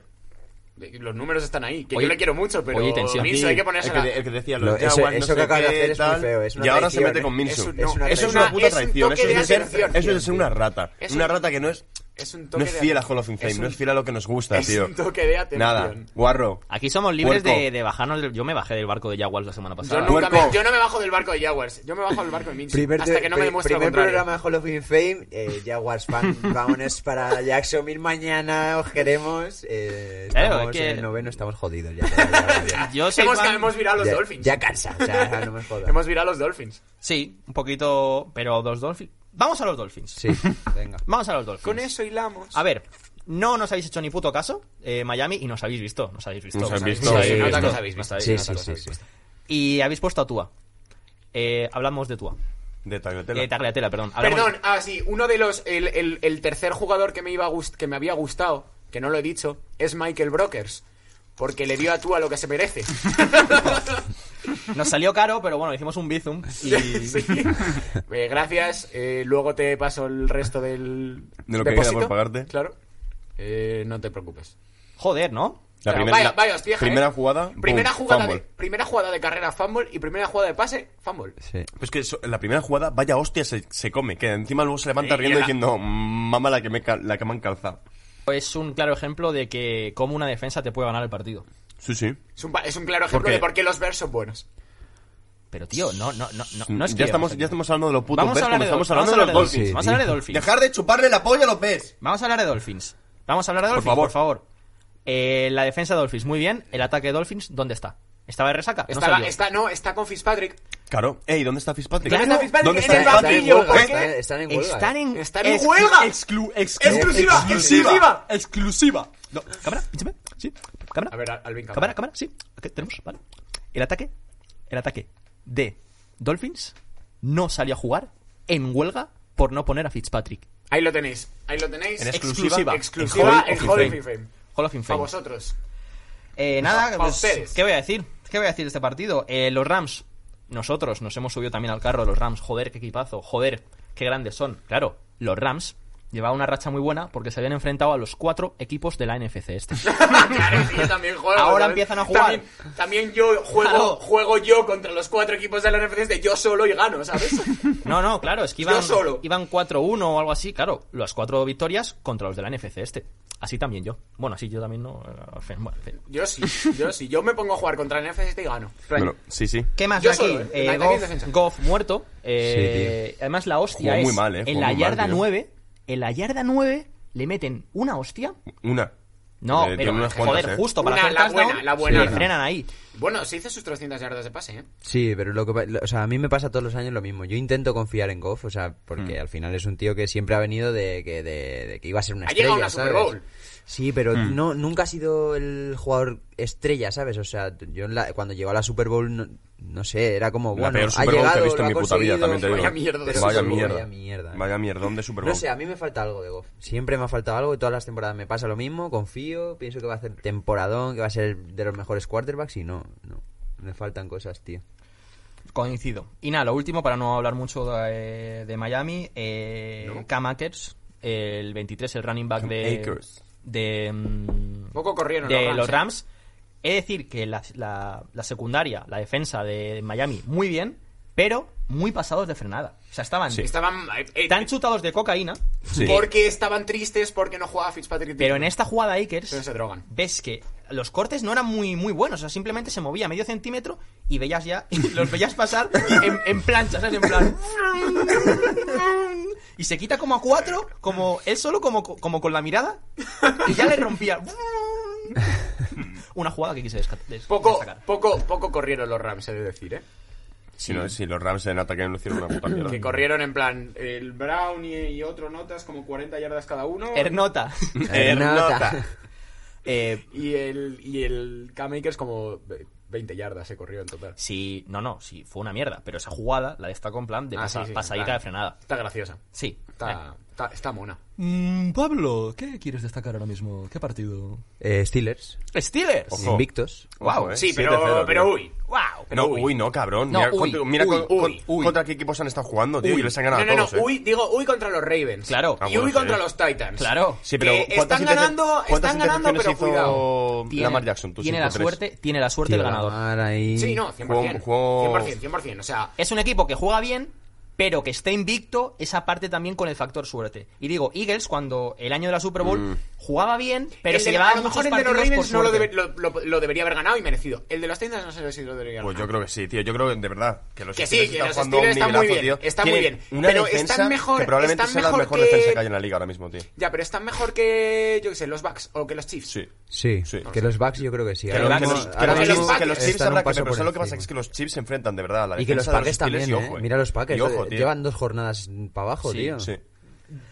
[SPEAKER 3] Los números están ahí. Que
[SPEAKER 2] Oye,
[SPEAKER 3] yo le quiero mucho, pero
[SPEAKER 2] oye, tensión.
[SPEAKER 3] Minso hay que ponerse
[SPEAKER 4] el que, el que decía
[SPEAKER 5] Lo-
[SPEAKER 4] los
[SPEAKER 5] eso-
[SPEAKER 4] Jaguars, no
[SPEAKER 5] eso que
[SPEAKER 4] sé
[SPEAKER 5] acaba de
[SPEAKER 4] qué,
[SPEAKER 5] hacer es
[SPEAKER 4] tal,
[SPEAKER 5] muy feo, es una
[SPEAKER 4] y ahora se
[SPEAKER 5] traición,
[SPEAKER 4] mete
[SPEAKER 5] ¿eh?
[SPEAKER 4] con
[SPEAKER 3] Es
[SPEAKER 4] Minshew.
[SPEAKER 3] un- no,
[SPEAKER 4] eso
[SPEAKER 5] es
[SPEAKER 4] es
[SPEAKER 5] una-
[SPEAKER 4] una puta
[SPEAKER 3] es un
[SPEAKER 4] traición.
[SPEAKER 3] toque
[SPEAKER 4] Eso
[SPEAKER 3] de
[SPEAKER 4] es ser,
[SPEAKER 3] atención,
[SPEAKER 4] eso es de
[SPEAKER 5] tío.
[SPEAKER 4] ser una rata.
[SPEAKER 3] Es
[SPEAKER 4] una
[SPEAKER 3] un-
[SPEAKER 4] rata que no es,
[SPEAKER 3] Es un toque
[SPEAKER 4] no es
[SPEAKER 3] de
[SPEAKER 4] fiel a
[SPEAKER 3] atención.
[SPEAKER 4] Hall of Fame,
[SPEAKER 3] Es un-
[SPEAKER 4] no es fiel a lo que nos gusta,
[SPEAKER 3] es
[SPEAKER 4] tío.
[SPEAKER 3] un toque de atención.
[SPEAKER 4] Nada, guarro.
[SPEAKER 2] Aquí somos libres
[SPEAKER 4] Puerco.
[SPEAKER 2] de, de bajarnos. del- Yo me bajé del barco de Jaguars la semana
[SPEAKER 3] Yo,
[SPEAKER 2] pasada.
[SPEAKER 3] nunca
[SPEAKER 4] Ah. Puerco.
[SPEAKER 3] me, yo no me bajo del barco de Jaguars. Yo me bajo del barco de Minso.
[SPEAKER 5] Primer,
[SPEAKER 3] Hasta que no me
[SPEAKER 5] pri-
[SPEAKER 3] demuestre lo
[SPEAKER 5] primer
[SPEAKER 3] contrario.
[SPEAKER 5] programa de Hall of Fame, eh, Jaguars fan, vámonos para Jacksonville mañana, os queremos. eh,
[SPEAKER 2] Claro,
[SPEAKER 5] estamos
[SPEAKER 2] es que-
[SPEAKER 5] en el noveno, estamos jodidos ya. ya, ya,
[SPEAKER 2] Yo soy
[SPEAKER 3] hemos,
[SPEAKER 2] fan-
[SPEAKER 3] hemos virado a los
[SPEAKER 5] ya,
[SPEAKER 3] Dolphins.
[SPEAKER 5] ya cansa, o sea, no me jodas.
[SPEAKER 3] Hemos virado a los Dolphins.
[SPEAKER 2] Sí, un poquito. Pero dos Dolphins. Vamos a los Dolphins.
[SPEAKER 5] Sí, venga.
[SPEAKER 2] Vamos a los Dolphins.
[SPEAKER 3] Con eso hilamos.
[SPEAKER 2] A ver, no nos habéis hecho ni puto caso, eh, Miami, y nos habéis visto. Nos habéis visto.
[SPEAKER 4] Nos habéis
[SPEAKER 2] Nos
[SPEAKER 4] visto,
[SPEAKER 2] habéis
[SPEAKER 4] sí,
[SPEAKER 2] visto,
[SPEAKER 4] nota que
[SPEAKER 3] os habéis
[SPEAKER 2] nos
[SPEAKER 3] visto.
[SPEAKER 2] habéis
[SPEAKER 5] Sí,
[SPEAKER 2] visto,
[SPEAKER 5] sí,
[SPEAKER 2] nos
[SPEAKER 5] sí,
[SPEAKER 2] habéis
[SPEAKER 5] sí.
[SPEAKER 2] visto. Y habéis puesto a Tua. Eh, hablamos de Tua.
[SPEAKER 4] De Tagliatella.
[SPEAKER 2] Eh, De Tagliatella, perdón. Hablamos-
[SPEAKER 3] Perdón, ah, sí, uno de los. El, el- el tercer jugador que me, iba a gust- que me había gustado, que no lo he dicho, es Michael Brokers. Porque le dio a Tua lo que se merece.
[SPEAKER 2] Nos salió caro, pero bueno, hicimos un bizum. Y...
[SPEAKER 3] Sí. Eh, gracias. eh, luego te paso el resto del.
[SPEAKER 4] De lo que
[SPEAKER 3] depósito.
[SPEAKER 4] queda por pagarte.
[SPEAKER 3] Claro. Eh, no te preocupes.
[SPEAKER 2] Joder, ¿no?
[SPEAKER 4] La
[SPEAKER 3] Claro,
[SPEAKER 4] primera,
[SPEAKER 3] vaya-
[SPEAKER 4] la
[SPEAKER 3] vaya hostia, ¿eh?
[SPEAKER 4] primera jugada.
[SPEAKER 3] Primera,
[SPEAKER 4] boom,
[SPEAKER 3] jugada de,
[SPEAKER 4] fumble.
[SPEAKER 3] primera jugada de carrera, fumble. Y primera jugada de pase, fumble.
[SPEAKER 5] Sí.
[SPEAKER 4] Pues que eso- la primera jugada, vaya hostia, se, se come. Que encima luego se levanta
[SPEAKER 3] Sí,
[SPEAKER 4] riendo
[SPEAKER 3] y la-
[SPEAKER 4] diciendo, mamá, la que me, ca- la que me han calzado.
[SPEAKER 2] Es un claro ejemplo de que cómo una defensa te puede ganar el partido.
[SPEAKER 4] Sí, sí.
[SPEAKER 3] Es un, pa- es un claro ejemplo
[SPEAKER 4] qué?
[SPEAKER 3] de por qué los Bears son buenos.
[SPEAKER 2] Pero tío, no, no, no, no, no es
[SPEAKER 4] ya,
[SPEAKER 2] que-
[SPEAKER 4] estamos, ya estamos hablando de los putos
[SPEAKER 2] Vamos a
[SPEAKER 4] Bears,
[SPEAKER 2] hablar
[SPEAKER 4] como
[SPEAKER 2] de
[SPEAKER 4] estamos
[SPEAKER 2] Dolphins.
[SPEAKER 4] hablando de los Dolphins.
[SPEAKER 2] Vamos a hablar de Dolphins.
[SPEAKER 4] Dejar de chuparle la polla a los Bears.
[SPEAKER 2] Vamos a hablar de Dolphins. Vamos a hablar de
[SPEAKER 4] Por
[SPEAKER 2] Dolphins, por favor.
[SPEAKER 4] favor.
[SPEAKER 2] Eh, la defensa de Dolphins, muy bien. El ataque de Dolphins, ¿dónde está? ¿Estaba de resaca? No
[SPEAKER 3] Estaba-
[SPEAKER 2] salió.
[SPEAKER 3] está, no, está con Fitzpatrick.
[SPEAKER 4] Claro. Ey, ¿dónde está Fitzpatrick?
[SPEAKER 3] ¿Dónde está Fitzpatrick?
[SPEAKER 4] ¿Dónde
[SPEAKER 3] En
[SPEAKER 4] está
[SPEAKER 3] el
[SPEAKER 5] Están en
[SPEAKER 4] Fitzpatrick?
[SPEAKER 3] banquillo,
[SPEAKER 5] huelga,
[SPEAKER 3] ¿por
[SPEAKER 5] están-
[SPEAKER 3] qué?
[SPEAKER 5] están en huelga.
[SPEAKER 2] Están en,
[SPEAKER 3] Están ¿eh? en
[SPEAKER 2] exclu-
[SPEAKER 3] huelga.
[SPEAKER 2] exclu- exclu-
[SPEAKER 3] Exclusiva, exclusiva.
[SPEAKER 2] Exclusiva. No, cámara, pinchame, sí, cámara.
[SPEAKER 3] A ver, Al- Alvin
[SPEAKER 2] cámara,
[SPEAKER 3] Cámara.
[SPEAKER 2] cámara, sí. Ok, tenemos, vale. El ataque, el ataque de Dolphins no salió a jugar en huelga por no poner a Fitzpatrick.
[SPEAKER 3] Ahí lo tenéis. Ahí lo tenéis.
[SPEAKER 4] En
[SPEAKER 2] Exclusiva.
[SPEAKER 4] exclusiva.
[SPEAKER 3] Exclusiva
[SPEAKER 4] en
[SPEAKER 3] en Hall of
[SPEAKER 4] Fame.
[SPEAKER 3] Fame.
[SPEAKER 2] Hall of Fame.
[SPEAKER 3] A vosotros.
[SPEAKER 2] Eh, nada,
[SPEAKER 3] Pa'
[SPEAKER 2] pues,
[SPEAKER 3] ustedes.
[SPEAKER 2] ¿qué voy a decir? ¿Qué voy a decir de este partido? Eh, los Rams, nosotros nos hemos subido también al carro de los Rams. Joder, qué equipazo, joder, qué grandes son. Claro, los Rams llevaban una racha muy buena porque se habían enfrentado a los cuatro equipos de la NFC este.
[SPEAKER 3] claro, sí, yo también juego.
[SPEAKER 2] Ahora
[SPEAKER 3] ¿sabes?
[SPEAKER 2] empiezan a jugar.
[SPEAKER 3] También, también yo juego,
[SPEAKER 2] Claro.
[SPEAKER 3] juego yo contra los cuatro equipos de la NFC de este, yo solo y gano, ¿sabes?
[SPEAKER 2] No, no, claro, es que iban,
[SPEAKER 3] Yo solo.
[SPEAKER 2] iban 4-1 o algo así, claro, las cuatro victorias contra los de la NFC este. Así también yo. Bueno, así yo también no. eh, en fin, bueno, en fin.
[SPEAKER 3] Yo sí, yo sí. Yo me pongo a jugar contra el NFC este y gano.
[SPEAKER 4] Bueno, sí, sí.
[SPEAKER 2] ¿Qué más
[SPEAKER 3] Yo
[SPEAKER 2] de aquí?
[SPEAKER 3] solo, eh,
[SPEAKER 2] Eh,
[SPEAKER 3] de aquí en defensa.
[SPEAKER 2] Goff, Goff muerto. Eh, además, la hostia
[SPEAKER 4] Jugó
[SPEAKER 2] es.
[SPEAKER 4] muy mal, eh,
[SPEAKER 2] en
[SPEAKER 4] jugó
[SPEAKER 2] la
[SPEAKER 4] muy mal,
[SPEAKER 2] yarda
[SPEAKER 4] tío.
[SPEAKER 2] 9, en la yarda 9, le meten una hostia.
[SPEAKER 4] Una.
[SPEAKER 2] No,
[SPEAKER 4] Eh,
[SPEAKER 2] pero
[SPEAKER 4] tiene unas
[SPEAKER 2] joder,
[SPEAKER 4] cuantas, eh.
[SPEAKER 2] justo para
[SPEAKER 3] Una,
[SPEAKER 2] hacer
[SPEAKER 3] la
[SPEAKER 2] touchdown,
[SPEAKER 3] buena, la buena.
[SPEAKER 2] le frenan ahí.
[SPEAKER 3] Bueno, se hizo sus 300 yardas de pase, ¿eh?
[SPEAKER 5] Sí, pero lo que, pa- lo- o sea, a mí me pasa todos los años lo mismo. Yo intento confiar en Goff, o sea, porque
[SPEAKER 4] Hmm.
[SPEAKER 5] al final es un tío que siempre ha venido de que, de, de que iba a ser una
[SPEAKER 3] Ha
[SPEAKER 5] estrella,
[SPEAKER 3] llegado a una
[SPEAKER 5] ¿sabes?
[SPEAKER 3] Super Bowl.
[SPEAKER 5] Sí, pero
[SPEAKER 4] Hmm.
[SPEAKER 5] no nunca ha sido el jugador estrella, ¿sabes? O sea, yo en la- cuando llegó a la Super Bowl no, no sé, era como
[SPEAKER 4] La
[SPEAKER 5] bueno,
[SPEAKER 4] peor
[SPEAKER 5] ha
[SPEAKER 4] Super Bowl que
[SPEAKER 5] llegado,
[SPEAKER 4] he visto en
[SPEAKER 5] lo
[SPEAKER 4] mi
[SPEAKER 5] ha
[SPEAKER 4] puta vida, también te
[SPEAKER 5] conseguido,
[SPEAKER 4] digo.
[SPEAKER 3] Vaya mierda de
[SPEAKER 5] pero
[SPEAKER 4] Vaya
[SPEAKER 5] Super Bowl,
[SPEAKER 4] mierda.
[SPEAKER 5] vaya mierda.
[SPEAKER 4] Vaya mierdón de Super Bowl.
[SPEAKER 5] No sé, a mí me falta algo de Goff. Siempre me ha faltado algo y todas las temporadas me pasa lo mismo. Confío, pienso que va a hacer temporadón, que va a ser de los mejores quarterbacks y no, no. Me faltan cosas, tío.
[SPEAKER 2] Coincido. Y nada, lo último, para no hablar mucho de, de Miami, eh, Cam Akers, el 23, el running back
[SPEAKER 4] Cam
[SPEAKER 2] de.
[SPEAKER 4] Akers.
[SPEAKER 2] De. mm,
[SPEAKER 3] Poco corrieron
[SPEAKER 2] de
[SPEAKER 3] los Rams,
[SPEAKER 2] los
[SPEAKER 3] ¿eh?
[SPEAKER 2] Rams. He de decir que la, la- la secundaria, la defensa de Miami, muy bien, pero muy pasados de frenada. O sea, estaban
[SPEAKER 4] Sí.
[SPEAKER 3] Estaban. eh, eh,
[SPEAKER 2] tan chutados de cocaína,
[SPEAKER 4] Sí.
[SPEAKER 3] Porque estaban tristes porque no jugaba Fitzpatrick.
[SPEAKER 2] pero en esta jugada Akers.
[SPEAKER 3] Pero se drogan.
[SPEAKER 2] ves que los cortes no eran muy, muy buenos, o sea, simplemente se movía medio centímetro y veías ya, los veías pasar en, en plancha, ¿sabes? En plan. Y se quita como a cuatro, como él solo, como, como con la mirada, y ya le rompía. Una jugada que quise desca- des-
[SPEAKER 3] Poco,
[SPEAKER 2] destacar.
[SPEAKER 3] poco, poco corrieron los Rams, he de decir, ¿eh?
[SPEAKER 4] Si, no, si los Rams en ataque no hicieron una puta mierda.
[SPEAKER 3] Que corrieron en plan. El Brown y, y otro notas como 40 yardas cada uno.
[SPEAKER 2] Ernota.
[SPEAKER 4] Ernota.
[SPEAKER 5] Ernota.
[SPEAKER 2] Eh,
[SPEAKER 3] Y el, y el K-Makers como eh, 20 yardas se corrió en total.
[SPEAKER 2] Sí, no, no, sí, fue una mierda. Pero esa jugada la destacó en plan de
[SPEAKER 3] Ah,
[SPEAKER 2] pasa-
[SPEAKER 3] sí, sí,
[SPEAKER 2] pasadita
[SPEAKER 3] claro.
[SPEAKER 2] de frenada. Eh.
[SPEAKER 3] Está graciosa.
[SPEAKER 2] Sí.
[SPEAKER 3] Está, está, está mona.
[SPEAKER 6] Pablo, ¿qué quieres destacar ahora mismo? ¿Qué partido?
[SPEAKER 5] Eh, Steelers,
[SPEAKER 2] Eh. ¡Steelers!
[SPEAKER 4] Ojo.
[SPEAKER 5] invictos.
[SPEAKER 4] Ojo,
[SPEAKER 3] Wow,
[SPEAKER 4] eh,
[SPEAKER 3] sí,
[SPEAKER 4] 7-0,
[SPEAKER 3] pero,
[SPEAKER 4] tío.
[SPEAKER 3] pero uy.
[SPEAKER 2] ¡Wow!
[SPEAKER 4] No, uy. no, cabrón.
[SPEAKER 2] No,
[SPEAKER 4] mira
[SPEAKER 2] uy,
[SPEAKER 4] contra, mira
[SPEAKER 2] uy,
[SPEAKER 4] con- con-
[SPEAKER 2] uy, uy.
[SPEAKER 4] contra qué equipos han estado jugando, tío.
[SPEAKER 2] Uy.
[SPEAKER 4] Y les han
[SPEAKER 3] No,
[SPEAKER 4] ganado
[SPEAKER 3] no, no,
[SPEAKER 4] a todos, eh.
[SPEAKER 3] uy, digo, uy contra los Ravens.
[SPEAKER 2] Claro.
[SPEAKER 4] Ah,
[SPEAKER 3] Y
[SPEAKER 4] bueno,
[SPEAKER 3] uy
[SPEAKER 4] sí.
[SPEAKER 3] contra los Titans.
[SPEAKER 2] Claro.
[SPEAKER 4] Sí, pero
[SPEAKER 3] que
[SPEAKER 4] ¿cuántas
[SPEAKER 3] Eh, están
[SPEAKER 4] intercep-
[SPEAKER 3] ganando-
[SPEAKER 4] ¿cuántas
[SPEAKER 3] están ganando,
[SPEAKER 4] intercepciones
[SPEAKER 3] pero cuidado.
[SPEAKER 4] hizo Lamar Jackson? Tú,
[SPEAKER 2] tiene
[SPEAKER 4] cinco,
[SPEAKER 2] la
[SPEAKER 4] tres.
[SPEAKER 2] suerte, tiene la suerte
[SPEAKER 5] Tío,
[SPEAKER 2] del ganador.
[SPEAKER 5] Lamar ahí.
[SPEAKER 3] Sí, no, 100%.
[SPEAKER 4] Juego- juego-
[SPEAKER 3] 100%, 100%. O sea,
[SPEAKER 2] Es un equipo que juega bien, pero que está invicto, esa parte también con el factor suerte. Y digo, Eagles, cuando el año de la Super
[SPEAKER 5] Mm.
[SPEAKER 2] Bowl, jugaba bien, pero
[SPEAKER 3] el
[SPEAKER 2] se
[SPEAKER 3] de-
[SPEAKER 2] llevaba
[SPEAKER 3] a lo
[SPEAKER 2] muchos
[SPEAKER 3] mejor el de los
[SPEAKER 2] partidos por
[SPEAKER 3] Ravens no lo,
[SPEAKER 2] suerte.
[SPEAKER 3] debe- lo- lo- lo debería haber ganado y merecido. El de los Titans no sé si lo debería haber
[SPEAKER 4] Pues
[SPEAKER 3] ganado.
[SPEAKER 4] yo creo que sí, tío. Yo creo que de verdad que los
[SPEAKER 3] Que sí,
[SPEAKER 4] Steelers
[SPEAKER 3] que los
[SPEAKER 4] jugando a un
[SPEAKER 3] Steelers están muy
[SPEAKER 4] nivelazo,
[SPEAKER 3] bien,
[SPEAKER 4] tío.
[SPEAKER 3] están muy
[SPEAKER 4] Tienen
[SPEAKER 3] bien,
[SPEAKER 4] Una
[SPEAKER 3] pero
[SPEAKER 4] defensa
[SPEAKER 3] están mejor-
[SPEAKER 4] que probablemente
[SPEAKER 3] están
[SPEAKER 4] sea la
[SPEAKER 3] mejor
[SPEAKER 4] mejor
[SPEAKER 3] que-
[SPEAKER 4] defensa que hay en la liga ahora mismo, tío.
[SPEAKER 3] Ya, pero están mejor que, yo qué sé, los Bucks o que los Chiefs.
[SPEAKER 4] Sí.
[SPEAKER 5] Sí,
[SPEAKER 4] Sí.
[SPEAKER 5] que los Bucks yo creo que sí.
[SPEAKER 4] Que,
[SPEAKER 5] Ahora
[SPEAKER 4] los- que
[SPEAKER 5] mismo-
[SPEAKER 4] los, que
[SPEAKER 5] ahora
[SPEAKER 4] los
[SPEAKER 5] mismo
[SPEAKER 4] Chiefs, que los Chiefs
[SPEAKER 5] están un
[SPEAKER 4] habrá que
[SPEAKER 5] paso
[SPEAKER 4] pero
[SPEAKER 5] por
[SPEAKER 4] solo lo que pasa
[SPEAKER 5] encima.
[SPEAKER 4] es que los Chiefs se enfrentan de verdad a la
[SPEAKER 5] Y que los
[SPEAKER 4] defensa de
[SPEAKER 5] Packers
[SPEAKER 4] Steelers
[SPEAKER 5] también,
[SPEAKER 4] y
[SPEAKER 5] ¿eh?
[SPEAKER 4] ojo, eh.
[SPEAKER 5] Mira los Packers,
[SPEAKER 4] Y ojo, tío.
[SPEAKER 5] llevan dos jornadas para abajo,
[SPEAKER 2] Sí,
[SPEAKER 5] tío.
[SPEAKER 4] Sí.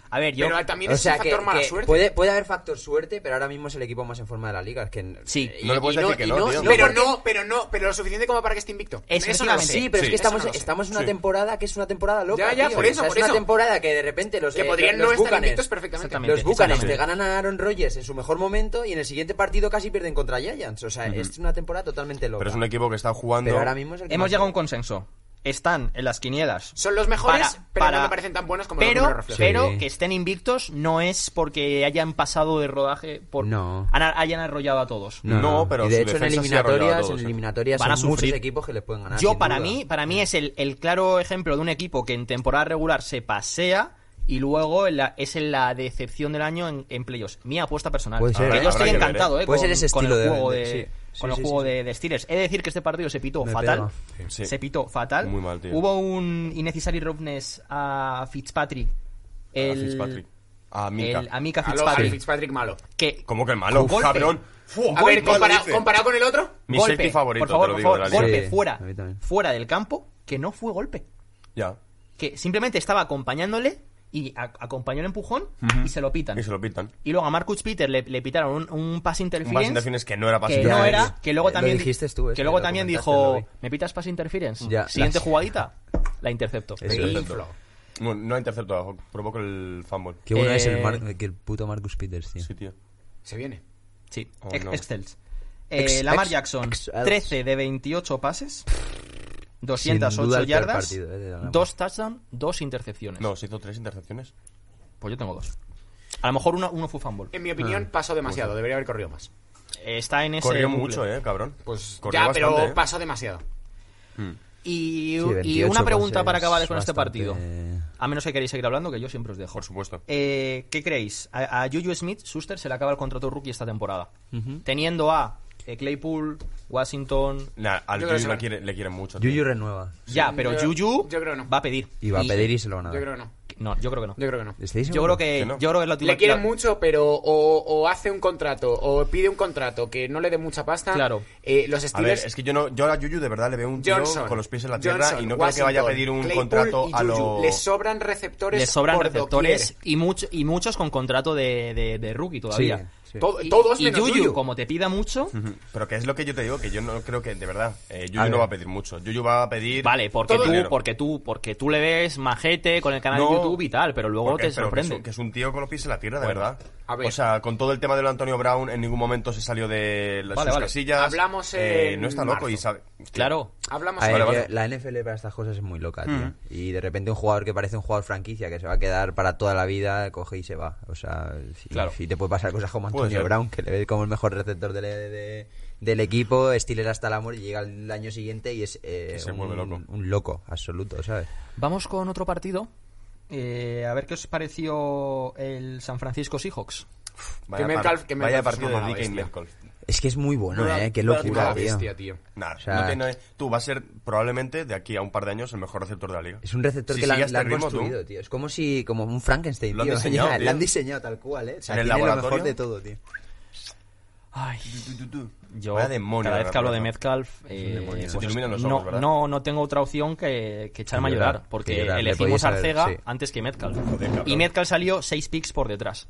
[SPEAKER 2] A ver, yo...
[SPEAKER 3] Pero también
[SPEAKER 5] O
[SPEAKER 3] es
[SPEAKER 5] sea,
[SPEAKER 3] un factor
[SPEAKER 5] que,
[SPEAKER 3] mala
[SPEAKER 5] que
[SPEAKER 3] Eh, suerte.
[SPEAKER 5] puede, puede haber factor suerte, pero ahora mismo es el equipo más en forma de la liga. Es que
[SPEAKER 2] Sí.
[SPEAKER 5] y-
[SPEAKER 4] No le puedes
[SPEAKER 5] y
[SPEAKER 4] decir que
[SPEAKER 5] y
[SPEAKER 4] no, tío.
[SPEAKER 3] Pero
[SPEAKER 5] porque-
[SPEAKER 3] no, pero no, pero lo suficiente como para que esté invicto.
[SPEAKER 2] Es-
[SPEAKER 3] Eso no lo sé.
[SPEAKER 2] efectivamente.
[SPEAKER 5] Sí, pero es
[SPEAKER 4] Sí.
[SPEAKER 5] que estamos,
[SPEAKER 3] Eso no lo sé.
[SPEAKER 5] estamos en una
[SPEAKER 4] Sí.
[SPEAKER 5] temporada que es una temporada loca.
[SPEAKER 3] Ya, ya,
[SPEAKER 5] tío.
[SPEAKER 3] por eso,
[SPEAKER 5] O sea,
[SPEAKER 3] por
[SPEAKER 5] es
[SPEAKER 3] eso.
[SPEAKER 5] una temporada que de repente los.
[SPEAKER 3] Que
[SPEAKER 5] eh,
[SPEAKER 3] podrían
[SPEAKER 5] los
[SPEAKER 3] no estar
[SPEAKER 5] Buccaneers-
[SPEAKER 3] invictos perfectamente.
[SPEAKER 2] Exactamente.
[SPEAKER 5] Los Bucanes
[SPEAKER 2] exactamente.
[SPEAKER 5] te ganan a Aaron Rodgers en su mejor momento y en el siguiente partido casi pierden contra Giants. O sea, es una temporada totalmente loca.
[SPEAKER 4] Pero es un equipo que está jugando.
[SPEAKER 5] Pero ahora mismo es el que
[SPEAKER 2] Hemos
[SPEAKER 5] más-
[SPEAKER 2] llegado a un consenso. Están en las quinielas.
[SPEAKER 3] Son los mejores,
[SPEAKER 2] Para-
[SPEAKER 3] pero
[SPEAKER 2] para-
[SPEAKER 3] no me parecen tan buenos como
[SPEAKER 2] pero,
[SPEAKER 3] los números reflejan.
[SPEAKER 2] pero
[SPEAKER 5] Sí.
[SPEAKER 2] que estén invictos no es porque hayan pasado de rodaje, por
[SPEAKER 5] No.
[SPEAKER 2] han- hayan arrollado a todos.
[SPEAKER 4] No, pero
[SPEAKER 5] y de
[SPEAKER 4] su
[SPEAKER 5] hecho en
[SPEAKER 4] defensa sí ha arrollado a
[SPEAKER 5] eliminatorias,
[SPEAKER 4] todos,
[SPEAKER 5] en
[SPEAKER 4] ¿eh?
[SPEAKER 5] eliminatorias
[SPEAKER 2] Van a
[SPEAKER 5] hay muchos
[SPEAKER 2] sufrir.
[SPEAKER 5] equipos que les pueden ganar.
[SPEAKER 2] Yo
[SPEAKER 5] sin
[SPEAKER 2] para
[SPEAKER 5] duda.
[SPEAKER 2] mí, para mí es el, el claro ejemplo de un equipo que en temporada regular se pasea y luego en la- es en la decepción del año en, en playoffs. Mi apuesta personal.
[SPEAKER 5] Puede ser,
[SPEAKER 2] Que yo
[SPEAKER 5] ¿eh?
[SPEAKER 4] Habrá
[SPEAKER 2] estoy
[SPEAKER 4] que ver,
[SPEAKER 2] encantado,
[SPEAKER 5] ¿eh?
[SPEAKER 2] eh,
[SPEAKER 5] Puede
[SPEAKER 2] con,
[SPEAKER 5] ser ese
[SPEAKER 2] con el
[SPEAKER 5] estilo de-
[SPEAKER 2] juego de,
[SPEAKER 5] de- sí.
[SPEAKER 2] con
[SPEAKER 5] Sí, sí,
[SPEAKER 2] el juego
[SPEAKER 5] sí,
[SPEAKER 2] de, de Steelers. He de decir que este partido se pitó
[SPEAKER 5] Me
[SPEAKER 2] fatal.
[SPEAKER 5] pega.
[SPEAKER 4] Sí.
[SPEAKER 2] Se pitó fatal.
[SPEAKER 4] Muy mal, tío.
[SPEAKER 2] Hubo un innecessary roughness a Fitzpatrick.
[SPEAKER 4] A
[SPEAKER 2] El,
[SPEAKER 4] Fitzpatrick. A Milka.
[SPEAKER 2] el- a Mika
[SPEAKER 3] A lo- al
[SPEAKER 2] Fitzpatrick.
[SPEAKER 3] Fitzpatrick malo.
[SPEAKER 2] Que
[SPEAKER 4] ¿Cómo que malo?
[SPEAKER 2] Golpe.
[SPEAKER 4] Cabrón.
[SPEAKER 3] A ver, compara-
[SPEAKER 4] dice.
[SPEAKER 3] comparado con el otro,
[SPEAKER 4] Mi
[SPEAKER 2] golpe,
[SPEAKER 4] safety favorito,
[SPEAKER 2] por favor,
[SPEAKER 4] te lo
[SPEAKER 2] por
[SPEAKER 4] digo, de
[SPEAKER 2] favor,
[SPEAKER 4] la liga.
[SPEAKER 2] golpe
[SPEAKER 5] Sí,
[SPEAKER 2] fuera,
[SPEAKER 5] a mí también.
[SPEAKER 2] fuera del campo, que no fue golpe.
[SPEAKER 4] Ya.
[SPEAKER 2] que simplemente estaba acompañándole y a- acompañó el empujón y se lo pitan.
[SPEAKER 4] Y se lo pitan.
[SPEAKER 2] Y luego a Marcus Peter le, le pitaron un, un pass
[SPEAKER 4] Un
[SPEAKER 2] interference.
[SPEAKER 4] pass interference que no era pass
[SPEAKER 2] que no
[SPEAKER 4] interference.
[SPEAKER 2] era, que luego
[SPEAKER 5] Eh, Lo
[SPEAKER 2] también di-
[SPEAKER 5] dijiste tú,
[SPEAKER 2] que
[SPEAKER 5] ese,
[SPEAKER 2] luego
[SPEAKER 5] lo
[SPEAKER 2] también
[SPEAKER 5] comentaste,
[SPEAKER 2] dijo,
[SPEAKER 5] lo vi.
[SPEAKER 2] "Me pitas pass interference."
[SPEAKER 5] Ya,
[SPEAKER 2] Siguiente
[SPEAKER 5] las-
[SPEAKER 2] jugadita, la intercepto.
[SPEAKER 5] Eso
[SPEAKER 2] Sí.
[SPEAKER 5] es.
[SPEAKER 4] Intercepto. Bueno, no ha interceptado, provoca el fumble.
[SPEAKER 5] Qué bueno es el,
[SPEAKER 2] Eh,
[SPEAKER 5] Mar- que el puto Marcus Peters, tío.
[SPEAKER 4] Sí, tío.
[SPEAKER 3] se viene.
[SPEAKER 2] Sí,
[SPEAKER 4] Oh,
[SPEAKER 2] ex-
[SPEAKER 4] no.
[SPEAKER 2] Excels. Eh,
[SPEAKER 5] Ex-
[SPEAKER 2] Lamar
[SPEAKER 5] ex-
[SPEAKER 2] Jackson,
[SPEAKER 5] Excels.
[SPEAKER 2] 13 de 28 pases,
[SPEAKER 5] Sin duda
[SPEAKER 2] 208
[SPEAKER 5] el peor
[SPEAKER 2] yardas,
[SPEAKER 5] partido, eh, de Lamar.
[SPEAKER 2] dos touchdowns, dos intercepciones.
[SPEAKER 4] No, se hizo tres intercepciones.
[SPEAKER 2] Pues yo tengo dos. A lo mejor uno, uno fue fumble.
[SPEAKER 4] Em,
[SPEAKER 3] En mi opinión,
[SPEAKER 4] Ah,
[SPEAKER 3] pasó demasiado. Debería haber corrido más.
[SPEAKER 2] Eh, Está en ese
[SPEAKER 4] Corrió
[SPEAKER 2] bucle.
[SPEAKER 4] mucho, eh, cabrón.
[SPEAKER 3] Pues
[SPEAKER 4] Corrió
[SPEAKER 3] ya,
[SPEAKER 4] bastante,
[SPEAKER 3] pero
[SPEAKER 4] eh.
[SPEAKER 3] pasó demasiado.
[SPEAKER 2] Y,
[SPEAKER 5] Sí,
[SPEAKER 2] y
[SPEAKER 5] 28
[SPEAKER 2] una pregunta
[SPEAKER 5] pases,
[SPEAKER 2] para acabar con este
[SPEAKER 5] bastante-
[SPEAKER 2] partido. A menos que queréis seguir hablando, que yo siempre os dejo.
[SPEAKER 4] Por supuesto.
[SPEAKER 2] Eh, ¿Qué creéis? A, a Juju Smith, Schuster se le acaba el contrato rookie esta temporada. Teniendo a eh, Claypool, Washington.
[SPEAKER 4] Nah, al
[SPEAKER 3] Yo creo que
[SPEAKER 4] Juju
[SPEAKER 3] se
[SPEAKER 4] le
[SPEAKER 3] va.
[SPEAKER 4] quiere- le quieren mucho. tío.
[SPEAKER 5] Yuyu renueva.
[SPEAKER 2] Ya, pero
[SPEAKER 3] yo-
[SPEAKER 2] Juju
[SPEAKER 3] yo creo no.
[SPEAKER 2] va a pedir.
[SPEAKER 5] Y va a pedir y se lo van a
[SPEAKER 4] Ah.
[SPEAKER 3] Yo
[SPEAKER 5] dar.
[SPEAKER 3] creo que no.
[SPEAKER 2] No, yo creo que no.
[SPEAKER 3] Yo creo que no.
[SPEAKER 5] ¿Estáis
[SPEAKER 2] Yo creo
[SPEAKER 5] seguros?
[SPEAKER 2] que,
[SPEAKER 4] Que no.
[SPEAKER 2] yo creo que la-
[SPEAKER 3] Le quieren
[SPEAKER 2] la-
[SPEAKER 3] mucho, pero o, o hace un contrato o pide un contrato que no le dé mucha pasta.
[SPEAKER 2] Claro.
[SPEAKER 3] Eh, los
[SPEAKER 4] A ver,
[SPEAKER 3] Steelers.
[SPEAKER 4] es que yo no, yo a Juju de verdad le veo un tío
[SPEAKER 3] Johnson,
[SPEAKER 4] con los pies en la tierra
[SPEAKER 3] Johnson,
[SPEAKER 4] y no creo que
[SPEAKER 3] Washington,
[SPEAKER 4] vaya a pedir un
[SPEAKER 3] Claypool
[SPEAKER 4] contrato
[SPEAKER 3] y
[SPEAKER 4] a
[SPEAKER 3] Juju.
[SPEAKER 4] lo.
[SPEAKER 3] Le sobran receptores.
[SPEAKER 2] Le sobran
[SPEAKER 3] por
[SPEAKER 2] receptores
[SPEAKER 3] doquier.
[SPEAKER 2] y, mucho, y muchos con contrato de, de- de rookie todavía.
[SPEAKER 5] Sí.
[SPEAKER 3] To-
[SPEAKER 2] Y-
[SPEAKER 3] todos
[SPEAKER 2] y
[SPEAKER 3] menos
[SPEAKER 2] Juju,
[SPEAKER 3] Juju.
[SPEAKER 2] como te pida mucho,
[SPEAKER 4] Pero que es lo que yo te digo, que yo no creo que, de verdad, eh, Juju
[SPEAKER 5] A
[SPEAKER 4] no
[SPEAKER 5] ver.
[SPEAKER 4] va a pedir mucho. Juju va a pedir.
[SPEAKER 2] Vale, porque
[SPEAKER 4] todo
[SPEAKER 2] tú,
[SPEAKER 4] dinero.
[SPEAKER 2] porque tú, porque tú le ves majete con el canal
[SPEAKER 4] No,
[SPEAKER 2] de YouTube y tal, pero luego
[SPEAKER 4] Porque-
[SPEAKER 2] te
[SPEAKER 4] pero que es un-
[SPEAKER 2] sorprende.
[SPEAKER 4] Que es, un tío con los pies en la tierra, de verdad.
[SPEAKER 3] a ver.
[SPEAKER 4] O sea, con todo el tema de lo Antonio Brown, en ningún momento se salió de las
[SPEAKER 2] Vale,
[SPEAKER 4] sus
[SPEAKER 2] vale.
[SPEAKER 4] casillas.
[SPEAKER 3] Hablamos
[SPEAKER 4] Eh,
[SPEAKER 3] en
[SPEAKER 4] no está loco
[SPEAKER 3] marzo.
[SPEAKER 4] y sabe. Hostia.
[SPEAKER 2] Claro.
[SPEAKER 3] Hablamos
[SPEAKER 5] A
[SPEAKER 4] Vale,
[SPEAKER 5] ver,
[SPEAKER 4] vale.
[SPEAKER 5] yo- La NFL para estas cosas es muy loca, tío.
[SPEAKER 4] Mm.
[SPEAKER 5] Y de repente un jugador que parece un jugador franquicia que se va a quedar para toda la vida, coge y se va. O sea, si,
[SPEAKER 2] Claro.
[SPEAKER 5] si te puede pasar cosas como
[SPEAKER 4] Puede
[SPEAKER 5] Antonio
[SPEAKER 4] ser.
[SPEAKER 5] Brown, que le ve como el mejor receptor del, de- del equipo, Steeler hasta el amor y llega el año siguiente y es eh,
[SPEAKER 4] Que se
[SPEAKER 5] un,
[SPEAKER 4] vuelve loco.
[SPEAKER 5] un loco absoluto, ¿sabes?
[SPEAKER 2] Vamos con otro partido. Eh, a ver qué os pareció el San Francisco Seahawks.
[SPEAKER 4] Vaya,
[SPEAKER 3] Que
[SPEAKER 4] par-
[SPEAKER 3] Metcalf- que
[SPEAKER 4] vaya
[SPEAKER 3] Metcalf
[SPEAKER 4] partido
[SPEAKER 3] es una
[SPEAKER 4] de Dick
[SPEAKER 3] bestia.
[SPEAKER 4] Metcalf.
[SPEAKER 5] Es que es muy bueno,
[SPEAKER 4] Una-
[SPEAKER 5] ¿eh? Qué
[SPEAKER 4] una
[SPEAKER 5] locura,
[SPEAKER 4] puta
[SPEAKER 5] tío.
[SPEAKER 3] bestia, tío.
[SPEAKER 4] Nada,
[SPEAKER 5] O sea-
[SPEAKER 4] no tiene- tú vas a ser probablemente de aquí a un par de años el mejor receptor de la liga.
[SPEAKER 5] Es un receptor
[SPEAKER 4] Si
[SPEAKER 5] que la,
[SPEAKER 4] sigue
[SPEAKER 5] han-
[SPEAKER 4] este
[SPEAKER 5] la han
[SPEAKER 4] ritmo, tú,
[SPEAKER 5] construido, tío. Es como si, como un Frankenstein,
[SPEAKER 4] Lo han
[SPEAKER 5] tío.
[SPEAKER 4] diseñado,
[SPEAKER 5] Ya,
[SPEAKER 4] tío.
[SPEAKER 5] Lo han diseñado tal cual, ¿eh? O sea,
[SPEAKER 4] En el
[SPEAKER 5] tiene lo mejor
[SPEAKER 4] laboratorio.
[SPEAKER 5] de todo, tío.
[SPEAKER 2] Ay,
[SPEAKER 4] Tu, tu, tu.
[SPEAKER 2] yo
[SPEAKER 4] Vaya demonio.
[SPEAKER 2] cada
[SPEAKER 4] la
[SPEAKER 2] vez que hablo de
[SPEAKER 4] raza.
[SPEAKER 2] Metcalf, eh,
[SPEAKER 4] demonio.
[SPEAKER 2] pues
[SPEAKER 4] Se te iluminan los ojos,
[SPEAKER 2] no,
[SPEAKER 4] ¿verdad?
[SPEAKER 2] no, no tengo otra opción que, que echarme a
[SPEAKER 5] Llorar,
[SPEAKER 2] llorar, porque
[SPEAKER 5] que llorar, le
[SPEAKER 2] elegimos
[SPEAKER 5] podías
[SPEAKER 2] a
[SPEAKER 5] haber-
[SPEAKER 2] Arcega
[SPEAKER 5] sí.
[SPEAKER 2] antes que Metcalf.
[SPEAKER 4] Joder, cabrón. Mm.
[SPEAKER 2] y Metcalf salió seis picks por detrás.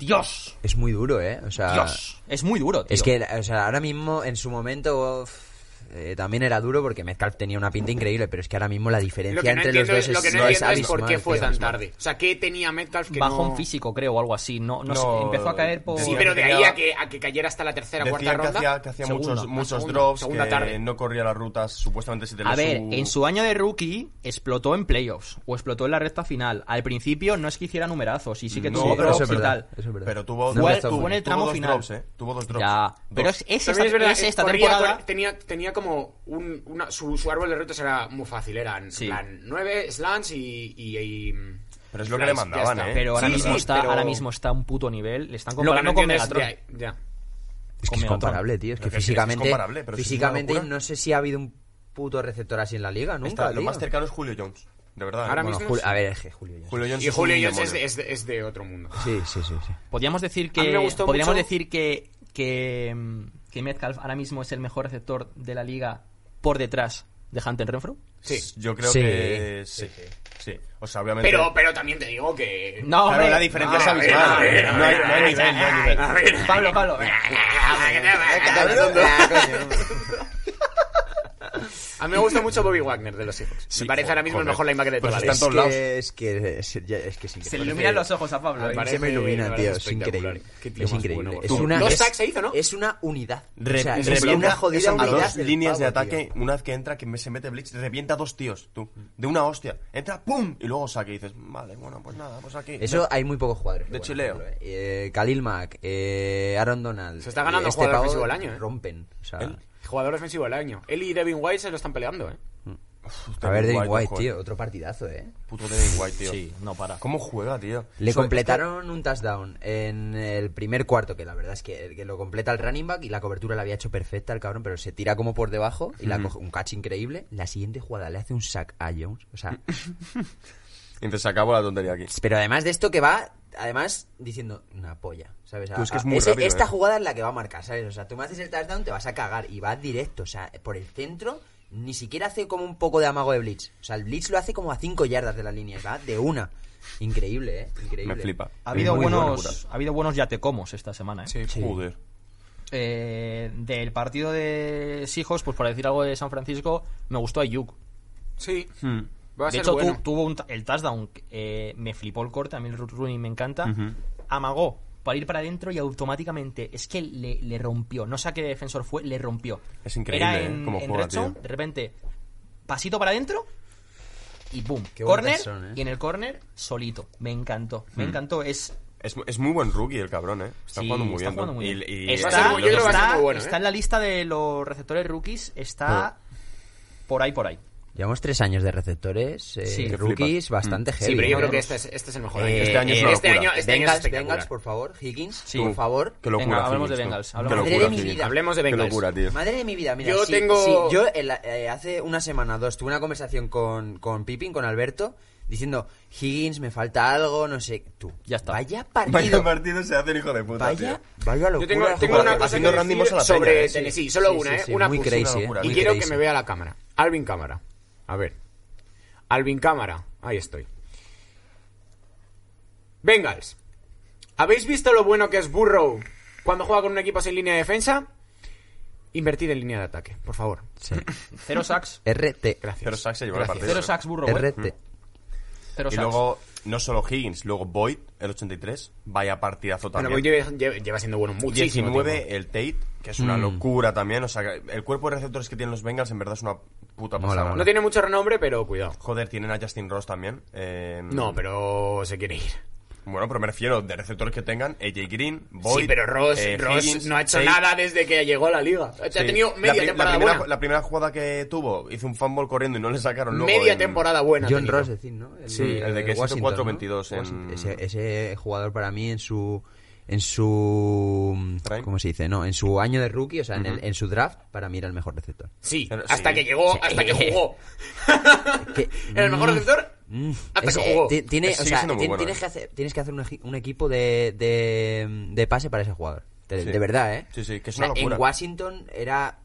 [SPEAKER 2] Dios.
[SPEAKER 5] Es muy duro, ¿eh? O
[SPEAKER 4] Ah.
[SPEAKER 5] sea,
[SPEAKER 2] Dios. Es muy duro, tío.
[SPEAKER 5] Es que, o sea, ahora mismo, en su momento, uf, eh, también era duro porque Metcalf tenía una pinta increíble, pero es que ahora mismo la diferencia
[SPEAKER 3] Lo que no
[SPEAKER 5] entre los
[SPEAKER 3] entiendo
[SPEAKER 5] dos
[SPEAKER 3] es,
[SPEAKER 5] es,
[SPEAKER 3] lo que no
[SPEAKER 5] es
[SPEAKER 3] entiendo es por
[SPEAKER 5] abismal,
[SPEAKER 3] qué fue
[SPEAKER 5] tío,
[SPEAKER 3] tan
[SPEAKER 5] abismal.
[SPEAKER 3] tarde. O sea, ¿qué tenía Metcalf que
[SPEAKER 2] Bajón
[SPEAKER 3] no...
[SPEAKER 2] físico, creo, o algo así. No, no, sé.
[SPEAKER 4] No,
[SPEAKER 2] Empezó a caer por.
[SPEAKER 3] Sí,
[SPEAKER 4] Decían
[SPEAKER 3] pero
[SPEAKER 4] que
[SPEAKER 3] de ahí
[SPEAKER 4] tenía-
[SPEAKER 3] a que, a que cayera hasta la tercera o cuarta
[SPEAKER 4] Decían que
[SPEAKER 3] ronda.
[SPEAKER 4] hacía, que hacía
[SPEAKER 2] Segunda,
[SPEAKER 4] muchos,
[SPEAKER 2] la
[SPEAKER 4] muchos
[SPEAKER 3] segunda,
[SPEAKER 4] drops,
[SPEAKER 3] segunda
[SPEAKER 4] que
[SPEAKER 3] tarde.
[SPEAKER 4] no corría las rutas, supuestamente si te
[SPEAKER 2] A
[SPEAKER 4] lees
[SPEAKER 2] ver,
[SPEAKER 4] su-
[SPEAKER 2] en su año de rookie explotó en playoffs o explotó en la recta final. Al principio no es que hiciera numerazos y sí
[SPEAKER 3] Mm,
[SPEAKER 2] que
[SPEAKER 4] No,
[SPEAKER 2] tuvo
[SPEAKER 4] pero
[SPEAKER 5] eso
[SPEAKER 2] drops y
[SPEAKER 5] es verdad.
[SPEAKER 2] tal.
[SPEAKER 5] Eso es verdad.
[SPEAKER 4] Pero tuvo,
[SPEAKER 5] No,
[SPEAKER 2] Fue-
[SPEAKER 5] está
[SPEAKER 2] tuvo
[SPEAKER 5] muy
[SPEAKER 2] en el
[SPEAKER 5] bien.
[SPEAKER 2] tramo
[SPEAKER 4] tuvo dos
[SPEAKER 2] final.
[SPEAKER 4] drops, eh. Tuvo dos drops.
[SPEAKER 2] Ya,
[SPEAKER 4] Dos.
[SPEAKER 2] pero es, es esta,
[SPEAKER 3] También es verdad,
[SPEAKER 2] es
[SPEAKER 3] que
[SPEAKER 2] esta
[SPEAKER 3] corría, este-
[SPEAKER 2] temporada.
[SPEAKER 3] cor- tenía, tenía como un, una- su, su árbol de retos era muy fácil, eran
[SPEAKER 2] Sí.
[SPEAKER 3] plan 9 slants y, y, y-
[SPEAKER 4] Pero es lo que le
[SPEAKER 3] flies, ya
[SPEAKER 4] mandaban,
[SPEAKER 3] está.
[SPEAKER 4] ¿eh.
[SPEAKER 2] Pero ahora,
[SPEAKER 3] Sí,
[SPEAKER 2] mismo
[SPEAKER 3] sí,
[SPEAKER 2] está,
[SPEAKER 3] pero
[SPEAKER 2] ahora mismo está a un puto nivel. Le están
[SPEAKER 3] Lo que
[SPEAKER 2] comparando
[SPEAKER 3] no
[SPEAKER 2] con
[SPEAKER 3] entiendo es
[SPEAKER 2] Megatron.
[SPEAKER 3] de- ya.
[SPEAKER 5] Es que es
[SPEAKER 2] Con Megatron.
[SPEAKER 5] comparable, tío. Es que
[SPEAKER 4] Pero que sí, es que es
[SPEAKER 5] físicamente,
[SPEAKER 4] comparable, pero sí es una
[SPEAKER 5] físicamente
[SPEAKER 4] locura.
[SPEAKER 5] no sé si ha habido un puto receptor así en la liga, nunca.
[SPEAKER 4] Está- lo
[SPEAKER 5] tío.
[SPEAKER 4] más cercano es Julio Jones, de verdad. ¿eh?
[SPEAKER 3] Ahora
[SPEAKER 5] Bueno,
[SPEAKER 3] mismo
[SPEAKER 5] Jul-
[SPEAKER 3] sí.
[SPEAKER 5] a ver, es que Julio Jones.
[SPEAKER 4] Julio Jones
[SPEAKER 3] Y
[SPEAKER 4] es
[SPEAKER 3] Julio
[SPEAKER 4] un
[SPEAKER 3] Jones es
[SPEAKER 4] demonio.
[SPEAKER 3] de, es de- es de otro mundo.
[SPEAKER 5] Sí, sí, sí, sí.
[SPEAKER 2] Podríamos decir
[SPEAKER 3] A mí
[SPEAKER 2] que.
[SPEAKER 3] me gustó
[SPEAKER 2] podríamos
[SPEAKER 3] mucho-
[SPEAKER 2] decir que. Que, mm, que Metcalf ahora mismo es el mejor receptor de la liga por detrás de Hunter Renfro.
[SPEAKER 3] Sí.
[SPEAKER 4] Yo creo
[SPEAKER 5] Sí.
[SPEAKER 4] que sí. Sí. O sea, obviamente.
[SPEAKER 3] Pero, pero también te digo que...
[SPEAKER 2] No,
[SPEAKER 4] Claro,
[SPEAKER 2] hombre. Ah,
[SPEAKER 4] la diferencia
[SPEAKER 2] No,
[SPEAKER 4] es
[SPEAKER 3] a ver, a ver,
[SPEAKER 4] abismal.
[SPEAKER 3] a
[SPEAKER 4] No hay
[SPEAKER 3] ver,
[SPEAKER 4] no hay
[SPEAKER 3] a ver,
[SPEAKER 4] nivel, no hay
[SPEAKER 3] a
[SPEAKER 4] nivel.
[SPEAKER 3] ver.
[SPEAKER 2] Pablo, Pablo.
[SPEAKER 3] Ah, A mí me gusta mucho Bobby Wagner de los Seahawks.
[SPEAKER 4] Sí,
[SPEAKER 3] me parece ahora mismo el
[SPEAKER 4] joder.
[SPEAKER 3] mejor linebacker de
[SPEAKER 4] Pues
[SPEAKER 3] toda la liga.
[SPEAKER 4] está en todos lados.
[SPEAKER 5] Es que es, ya- es que es increíble.
[SPEAKER 2] Se le iluminan los ojos a Pablo.
[SPEAKER 3] Me
[SPEAKER 2] ¿eh?
[SPEAKER 3] parece-
[SPEAKER 5] se me ilumina,
[SPEAKER 3] me
[SPEAKER 5] tío.
[SPEAKER 3] parece
[SPEAKER 5] Es increíble.
[SPEAKER 3] espectacular. Qué tío
[SPEAKER 5] Es
[SPEAKER 3] más
[SPEAKER 5] increíble.
[SPEAKER 3] bueno,
[SPEAKER 5] es,
[SPEAKER 3] por
[SPEAKER 5] una,
[SPEAKER 3] favor. Dos
[SPEAKER 5] es-
[SPEAKER 3] sacks se hizo, ¿no?
[SPEAKER 5] Es una unidad.
[SPEAKER 4] Re-
[SPEAKER 5] o sea, es
[SPEAKER 4] revienta
[SPEAKER 5] una jodida
[SPEAKER 4] esas
[SPEAKER 5] unidad.
[SPEAKER 4] dos
[SPEAKER 5] del
[SPEAKER 4] líneas
[SPEAKER 5] pavo,
[SPEAKER 4] de ataque.
[SPEAKER 5] tío.
[SPEAKER 4] Una vez que entra, que me- se mete Blitz, revienta dos tíos, tú. De una hostia. Entra, ¡pum! Y luego saque y dices, vale, bueno, pues nada, pues aquí.
[SPEAKER 5] Eso hay muy pocos jugadores.
[SPEAKER 4] De
[SPEAKER 5] bueno,
[SPEAKER 4] chileo.
[SPEAKER 5] por ejemplo, ¿eh? Eh, Khalil Mack, eh, Aaron Donald.
[SPEAKER 3] Se está ganando
[SPEAKER 5] eh,
[SPEAKER 3] jugador
[SPEAKER 5] pavo
[SPEAKER 3] ofensivo del año, ¿eh?
[SPEAKER 5] Rompen. O sea,
[SPEAKER 4] ¿El?
[SPEAKER 3] Jugador defensivo del año. Él y Devin White se lo están peleando, ¿eh?
[SPEAKER 5] a ver, Devin White,
[SPEAKER 4] joder.
[SPEAKER 5] tío. Otro partidazo, ¿eh?
[SPEAKER 4] Puto Devin White, tío.
[SPEAKER 2] Sí, no para.
[SPEAKER 4] ¿Cómo juega, tío?
[SPEAKER 5] Le
[SPEAKER 4] Eso-
[SPEAKER 5] completaron un touchdown en el primer cuarto, que la verdad es que, que lo completa el running back y la cobertura la había hecho perfecta el cabrón, pero se tira como por debajo y la coge un catch increíble. La siguiente jugada le hace un sack a Jones. O sea,
[SPEAKER 4] Entonces se acabó la tontería aquí.
[SPEAKER 5] pero además de esto que va, además diciendo una polla, ¿sabes?
[SPEAKER 4] Tú, es que
[SPEAKER 5] A-
[SPEAKER 4] es muy
[SPEAKER 5] ese-
[SPEAKER 4] rápido,
[SPEAKER 5] esta
[SPEAKER 4] eh.
[SPEAKER 5] jugada es la que va a marcar, ¿sabes? O sea, tú me haces el touchdown, te vas a cagar y vas directo, o sea, por el centro. Ni siquiera hace como un poco de amago de Blitz. O sea, el Blitz lo hace como a 5 yardas de la línea, va de una. Increíble, ¿eh? Increíble.
[SPEAKER 4] Me flipa.
[SPEAKER 2] Ha habido,
[SPEAKER 4] Muy
[SPEAKER 2] buenos,
[SPEAKER 4] buena locura.
[SPEAKER 2] ha habido buenos yatecomos esta semana. ¿eh?
[SPEAKER 4] Joder.
[SPEAKER 2] Eh, del partido de Seahawks, pues para decir algo de San Francisco, me gustó Ayuk.
[SPEAKER 3] Sí.
[SPEAKER 4] Hmm.
[SPEAKER 3] Va a
[SPEAKER 2] De
[SPEAKER 3] ser
[SPEAKER 2] hecho, tu-
[SPEAKER 3] bueno.
[SPEAKER 2] tuvo un, ta- el touchdown. eh, me flipó el corte, a mí el route running me encanta.
[SPEAKER 4] Ujú.
[SPEAKER 2] Amagó para ir para adentro y automáticamente es que le, le rompió. No sé a qué defensor fue, le rompió.
[SPEAKER 4] Es increíble,
[SPEAKER 2] Era
[SPEAKER 4] ¿eh?
[SPEAKER 2] en,
[SPEAKER 4] cómo
[SPEAKER 2] en
[SPEAKER 4] juega,
[SPEAKER 2] red zone,
[SPEAKER 4] tío.
[SPEAKER 2] de repente, pasito para adentro y boom.
[SPEAKER 5] Qué buen
[SPEAKER 2] corner
[SPEAKER 5] touch zone, ¿eh?
[SPEAKER 2] y en el corner solito. Me encantó, me encantó. Es
[SPEAKER 4] Es, es muy buen rookie el cabrón, ¿eh? Está
[SPEAKER 2] Sí,
[SPEAKER 4] jugando muy
[SPEAKER 2] está
[SPEAKER 4] bien.
[SPEAKER 2] jugando muy
[SPEAKER 4] Y-
[SPEAKER 2] bien.
[SPEAKER 4] y-
[SPEAKER 3] Va a ser
[SPEAKER 2] Está,
[SPEAKER 3] muy- yo creo que va a ser
[SPEAKER 2] está-
[SPEAKER 3] muy bueno,
[SPEAKER 2] está
[SPEAKER 3] ¿eh?
[SPEAKER 2] en la lista de los receptores rookies, está por ahí, por ahí.
[SPEAKER 5] Llevamos tres años de receptores, eh,
[SPEAKER 2] Sí. Que
[SPEAKER 5] rookies,
[SPEAKER 4] flipas.
[SPEAKER 5] bastante heavy.
[SPEAKER 3] Sí, pero yo
[SPEAKER 5] ¿no?
[SPEAKER 3] creo que este es, este es el mejor
[SPEAKER 5] Eh,
[SPEAKER 3] año.
[SPEAKER 5] este año es
[SPEAKER 4] una
[SPEAKER 3] este
[SPEAKER 4] locura.
[SPEAKER 3] año, este año es
[SPEAKER 5] Bengals,
[SPEAKER 3] espectacular.
[SPEAKER 5] Bengals, por favor, Higgins,
[SPEAKER 2] Sí.
[SPEAKER 5] por favor.
[SPEAKER 4] Qué locura.
[SPEAKER 2] Venga, hablemos
[SPEAKER 4] Higgins,
[SPEAKER 2] de
[SPEAKER 4] tú.
[SPEAKER 2] Bengals,
[SPEAKER 4] Qué
[SPEAKER 2] hablemos
[SPEAKER 5] de
[SPEAKER 4] locura,
[SPEAKER 5] Bengals.
[SPEAKER 4] Higgins.
[SPEAKER 5] Madre de mi
[SPEAKER 3] Hablemos de
[SPEAKER 4] Qué
[SPEAKER 3] Bengals.
[SPEAKER 4] locura, tío.
[SPEAKER 5] Madre de mi vida, mira,
[SPEAKER 3] Yo
[SPEAKER 5] sí,
[SPEAKER 3] tengo-
[SPEAKER 5] sí, yo el- eh, hace una semana o dos tuve una conversación con, con Pippin, con Alberto, diciendo, Higgins, me falta algo, no sé, tú,
[SPEAKER 2] Ya está.
[SPEAKER 5] vaya
[SPEAKER 4] Vaya
[SPEAKER 5] partido, vaya,
[SPEAKER 4] partido se hace el hijo de puta,
[SPEAKER 5] vaya,
[SPEAKER 4] tío.
[SPEAKER 5] locura.
[SPEAKER 3] Yo tengo,
[SPEAKER 5] de
[SPEAKER 3] tengo
[SPEAKER 5] jugador.
[SPEAKER 3] una cosa
[SPEAKER 4] Haciendo
[SPEAKER 3] que
[SPEAKER 4] Randy
[SPEAKER 3] decir
[SPEAKER 4] Moss a la
[SPEAKER 3] sobre
[SPEAKER 4] peña, ¿eh?
[SPEAKER 3] Tennessee. Solo
[SPEAKER 5] Sí,
[SPEAKER 3] una,
[SPEAKER 5] sí,
[SPEAKER 3] ¿eh?
[SPEAKER 5] sí,
[SPEAKER 3] una
[SPEAKER 5] muy
[SPEAKER 3] puse.
[SPEAKER 5] crazy,
[SPEAKER 4] una
[SPEAKER 5] eh,
[SPEAKER 4] locura.
[SPEAKER 5] muy
[SPEAKER 3] Y quiero que
[SPEAKER 5] crazy.
[SPEAKER 3] me vea la cámara. Alvin Cámara. A ver. Alvin Cámara. Ahí estoy. Bengals. ¿Habéis visto lo bueno que es Burrow cuando juega con un equipo sin línea de defensa? Invertid en línea de ataque, por favor.
[SPEAKER 5] Sí.
[SPEAKER 2] Cero sacks.
[SPEAKER 5] RT,
[SPEAKER 3] Gracias.
[SPEAKER 4] Cero sacks se llevó el
[SPEAKER 3] Gracias.
[SPEAKER 4] partido.
[SPEAKER 2] Cero sacks, burro. ¿eh?
[SPEAKER 5] RT.
[SPEAKER 2] Cero
[SPEAKER 4] Y
[SPEAKER 2] sacks.
[SPEAKER 4] luego, no solo Higgins, luego Boyd, el 83. Vaya partidazo
[SPEAKER 3] Bueno,
[SPEAKER 4] también.
[SPEAKER 3] Boyd lleva, lleva- lleva siendo bueno muchísimo.
[SPEAKER 4] 19,
[SPEAKER 3] tiempo.
[SPEAKER 4] el Tate, que es una locura también. O sea, que el cuerpo de receptores que tienen los Bengals en verdad es una puta
[SPEAKER 5] Mola,
[SPEAKER 4] pasada.
[SPEAKER 5] mola.
[SPEAKER 3] No tiene mucho renombre, pero cuidado.
[SPEAKER 4] Joder, tienen a Justin Ross también. eh,
[SPEAKER 3] No, pero se quiere ir.
[SPEAKER 4] Bueno, pero me refiero de receptores que tengan AJ Green, Boyd.
[SPEAKER 3] sí, pero Ross,
[SPEAKER 4] eh,
[SPEAKER 3] Ross
[SPEAKER 4] Higgins,
[SPEAKER 3] no ha hecho
[SPEAKER 4] Tate.
[SPEAKER 3] nada desde que llegó a la liga. O sea,
[SPEAKER 4] Sí.
[SPEAKER 3] Ha tenido media
[SPEAKER 4] la, pri- la
[SPEAKER 3] temporada
[SPEAKER 4] primera,
[SPEAKER 3] buena.
[SPEAKER 4] la primera jugada que tuvo hizo un fumble corriendo y no le sacaron luego.
[SPEAKER 3] media
[SPEAKER 4] en-
[SPEAKER 3] temporada buena. ha
[SPEAKER 5] John
[SPEAKER 3] tenido.
[SPEAKER 5] Ross, decir, ¿no? El,
[SPEAKER 4] Sí, el de que es
[SPEAKER 5] Washington,
[SPEAKER 4] 4'22 en-
[SPEAKER 5] Washington. Ese, ese jugador para mí en su... En su...
[SPEAKER 4] Prime.
[SPEAKER 5] ¿Cómo se dice? No, en su año de rookie, o sea, en, el- en su draft, para mí era el mejor receptor.
[SPEAKER 3] Sí,
[SPEAKER 4] Pero-
[SPEAKER 3] hasta
[SPEAKER 4] sí.
[SPEAKER 3] que llegó, hasta que jugó.
[SPEAKER 5] Que-
[SPEAKER 3] Era el mejor
[SPEAKER 5] mm,
[SPEAKER 3] receptor
[SPEAKER 5] mm,
[SPEAKER 3] hasta
[SPEAKER 5] es-
[SPEAKER 3] que
[SPEAKER 5] eh,
[SPEAKER 3] jugó.
[SPEAKER 5] ti- tiene- o
[SPEAKER 4] Sigue
[SPEAKER 5] sea,
[SPEAKER 4] siendo muy
[SPEAKER 5] ti-
[SPEAKER 4] bueno,
[SPEAKER 5] tienes,
[SPEAKER 4] eh.
[SPEAKER 5] que hacer, tienes que hacer un, eji- un equipo de, de, de pase para ese jugador. De,
[SPEAKER 4] Sí.
[SPEAKER 5] de verdad, ¿eh?
[SPEAKER 4] Sí, sí, que es
[SPEAKER 5] O sea,
[SPEAKER 4] una locura.
[SPEAKER 5] En Washington era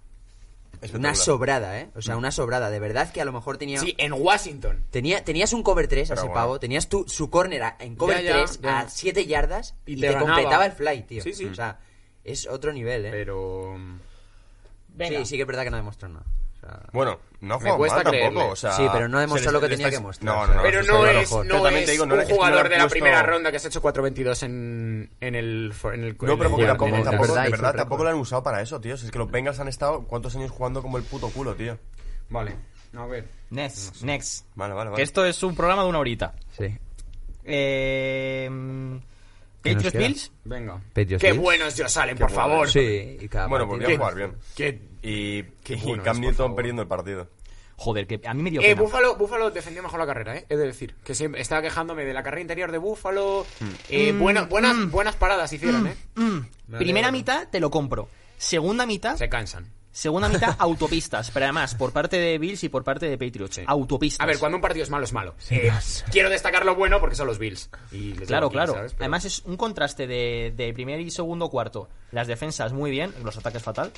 [SPEAKER 5] Una sobrada, ¿eh? O
[SPEAKER 4] Mm.
[SPEAKER 5] sea, una sobrada. De verdad que a lo mejor tenía...
[SPEAKER 3] Sí, en Washington.
[SPEAKER 5] Tenía, tenías un cover 3 a
[SPEAKER 4] Pero
[SPEAKER 5] ese
[SPEAKER 4] bueno.
[SPEAKER 5] pavo, tenías tu, su corner a- en cover
[SPEAKER 3] Ya, ya,
[SPEAKER 5] 3
[SPEAKER 3] ya.
[SPEAKER 5] a 7 yardas y,
[SPEAKER 3] Y
[SPEAKER 5] te,
[SPEAKER 3] te ganaba.
[SPEAKER 5] completaba el fly, tío.
[SPEAKER 3] Sí, sí.
[SPEAKER 5] O sea, es otro nivel, ¿eh?
[SPEAKER 3] Pero. Venga.
[SPEAKER 5] Sí, sí que es verdad que no demostró nada. O sea,
[SPEAKER 4] Bueno, no
[SPEAKER 3] Me
[SPEAKER 4] jugó
[SPEAKER 3] cuesta
[SPEAKER 4] mal tampoco,
[SPEAKER 3] creerle.
[SPEAKER 4] o sea...
[SPEAKER 5] Sí, pero no
[SPEAKER 4] se
[SPEAKER 5] demostró
[SPEAKER 4] le-
[SPEAKER 5] lo que
[SPEAKER 4] le
[SPEAKER 5] tenía
[SPEAKER 4] estáis-
[SPEAKER 5] que mostrar,
[SPEAKER 4] No,
[SPEAKER 5] o sea,
[SPEAKER 4] no,
[SPEAKER 5] Pero
[SPEAKER 3] Pero
[SPEAKER 5] eso
[SPEAKER 3] no
[SPEAKER 5] está
[SPEAKER 3] es,
[SPEAKER 5] mejor.
[SPEAKER 4] Pero
[SPEAKER 3] no
[SPEAKER 4] también
[SPEAKER 3] es
[SPEAKER 4] te digo, no
[SPEAKER 3] un
[SPEAKER 4] le- es que no
[SPEAKER 3] jugador
[SPEAKER 4] le han
[SPEAKER 3] de la
[SPEAKER 4] puesto-
[SPEAKER 3] primera ronda que se ha hecho 4.22 en, en el... for- En el
[SPEAKER 4] No, pero
[SPEAKER 5] Le
[SPEAKER 4] porque
[SPEAKER 5] llegan
[SPEAKER 4] tampoco,
[SPEAKER 5] menos,
[SPEAKER 4] tampoco-
[SPEAKER 5] de verdad,
[SPEAKER 4] de
[SPEAKER 5] hizo
[SPEAKER 4] verdad,
[SPEAKER 5] récord.
[SPEAKER 4] tampoco lo han usado para eso, tío. Si es que los Bengals han estado cuántos años jugando como el puto culo, tío.
[SPEAKER 3] Vale. A ver.
[SPEAKER 2] Next, next.
[SPEAKER 4] Vale, vale,
[SPEAKER 2] Que
[SPEAKER 4] vale.
[SPEAKER 2] esto es un programa de una horita.
[SPEAKER 5] sí.
[SPEAKER 2] Eh, mm, Patriots
[SPEAKER 5] queda?
[SPEAKER 2] Bills.
[SPEAKER 3] Venga.
[SPEAKER 5] Patriots
[SPEAKER 3] Qué
[SPEAKER 5] Bills.
[SPEAKER 3] buenos Dios salen, por
[SPEAKER 4] buenos.
[SPEAKER 3] favor.
[SPEAKER 5] Sí, y cada
[SPEAKER 4] Bueno,
[SPEAKER 5] partido-
[SPEAKER 4] volvió a jugar bien.
[SPEAKER 3] Qué-
[SPEAKER 4] Y, y
[SPEAKER 3] bueno es,
[SPEAKER 4] Cam
[SPEAKER 3] por
[SPEAKER 4] Newton
[SPEAKER 3] favor.
[SPEAKER 4] perdiendo el partido.
[SPEAKER 2] Joder, que a mí me dio
[SPEAKER 3] Eh,
[SPEAKER 2] pena.
[SPEAKER 3] Búfalo, Búfalo defendió mejor la carrera, ¿eh? Es de decir, que siempre estaba quejándome de la carrera interior de Búfalo. Eh, buena- buenas, buenas paradas hicieron, ¿eh?
[SPEAKER 2] Mm, primera mitad te lo compro. Segunda mitad,
[SPEAKER 3] Se cansan.
[SPEAKER 2] segunda mitad autopistas, pero además por parte de Bills y por parte de Patriots,
[SPEAKER 3] Sí.
[SPEAKER 2] autopistas.
[SPEAKER 3] A ver, cuando un partido es malo, es malo. Eh, quiero destacar lo bueno porque son los Bills. Y les tengo
[SPEAKER 2] Claro,
[SPEAKER 3] aquí,
[SPEAKER 2] claro.
[SPEAKER 3] ¿sabes? Pero-
[SPEAKER 2] Además es un contraste de, de primer y segundo cuarto. Las defensas muy bien, los ataques fatal.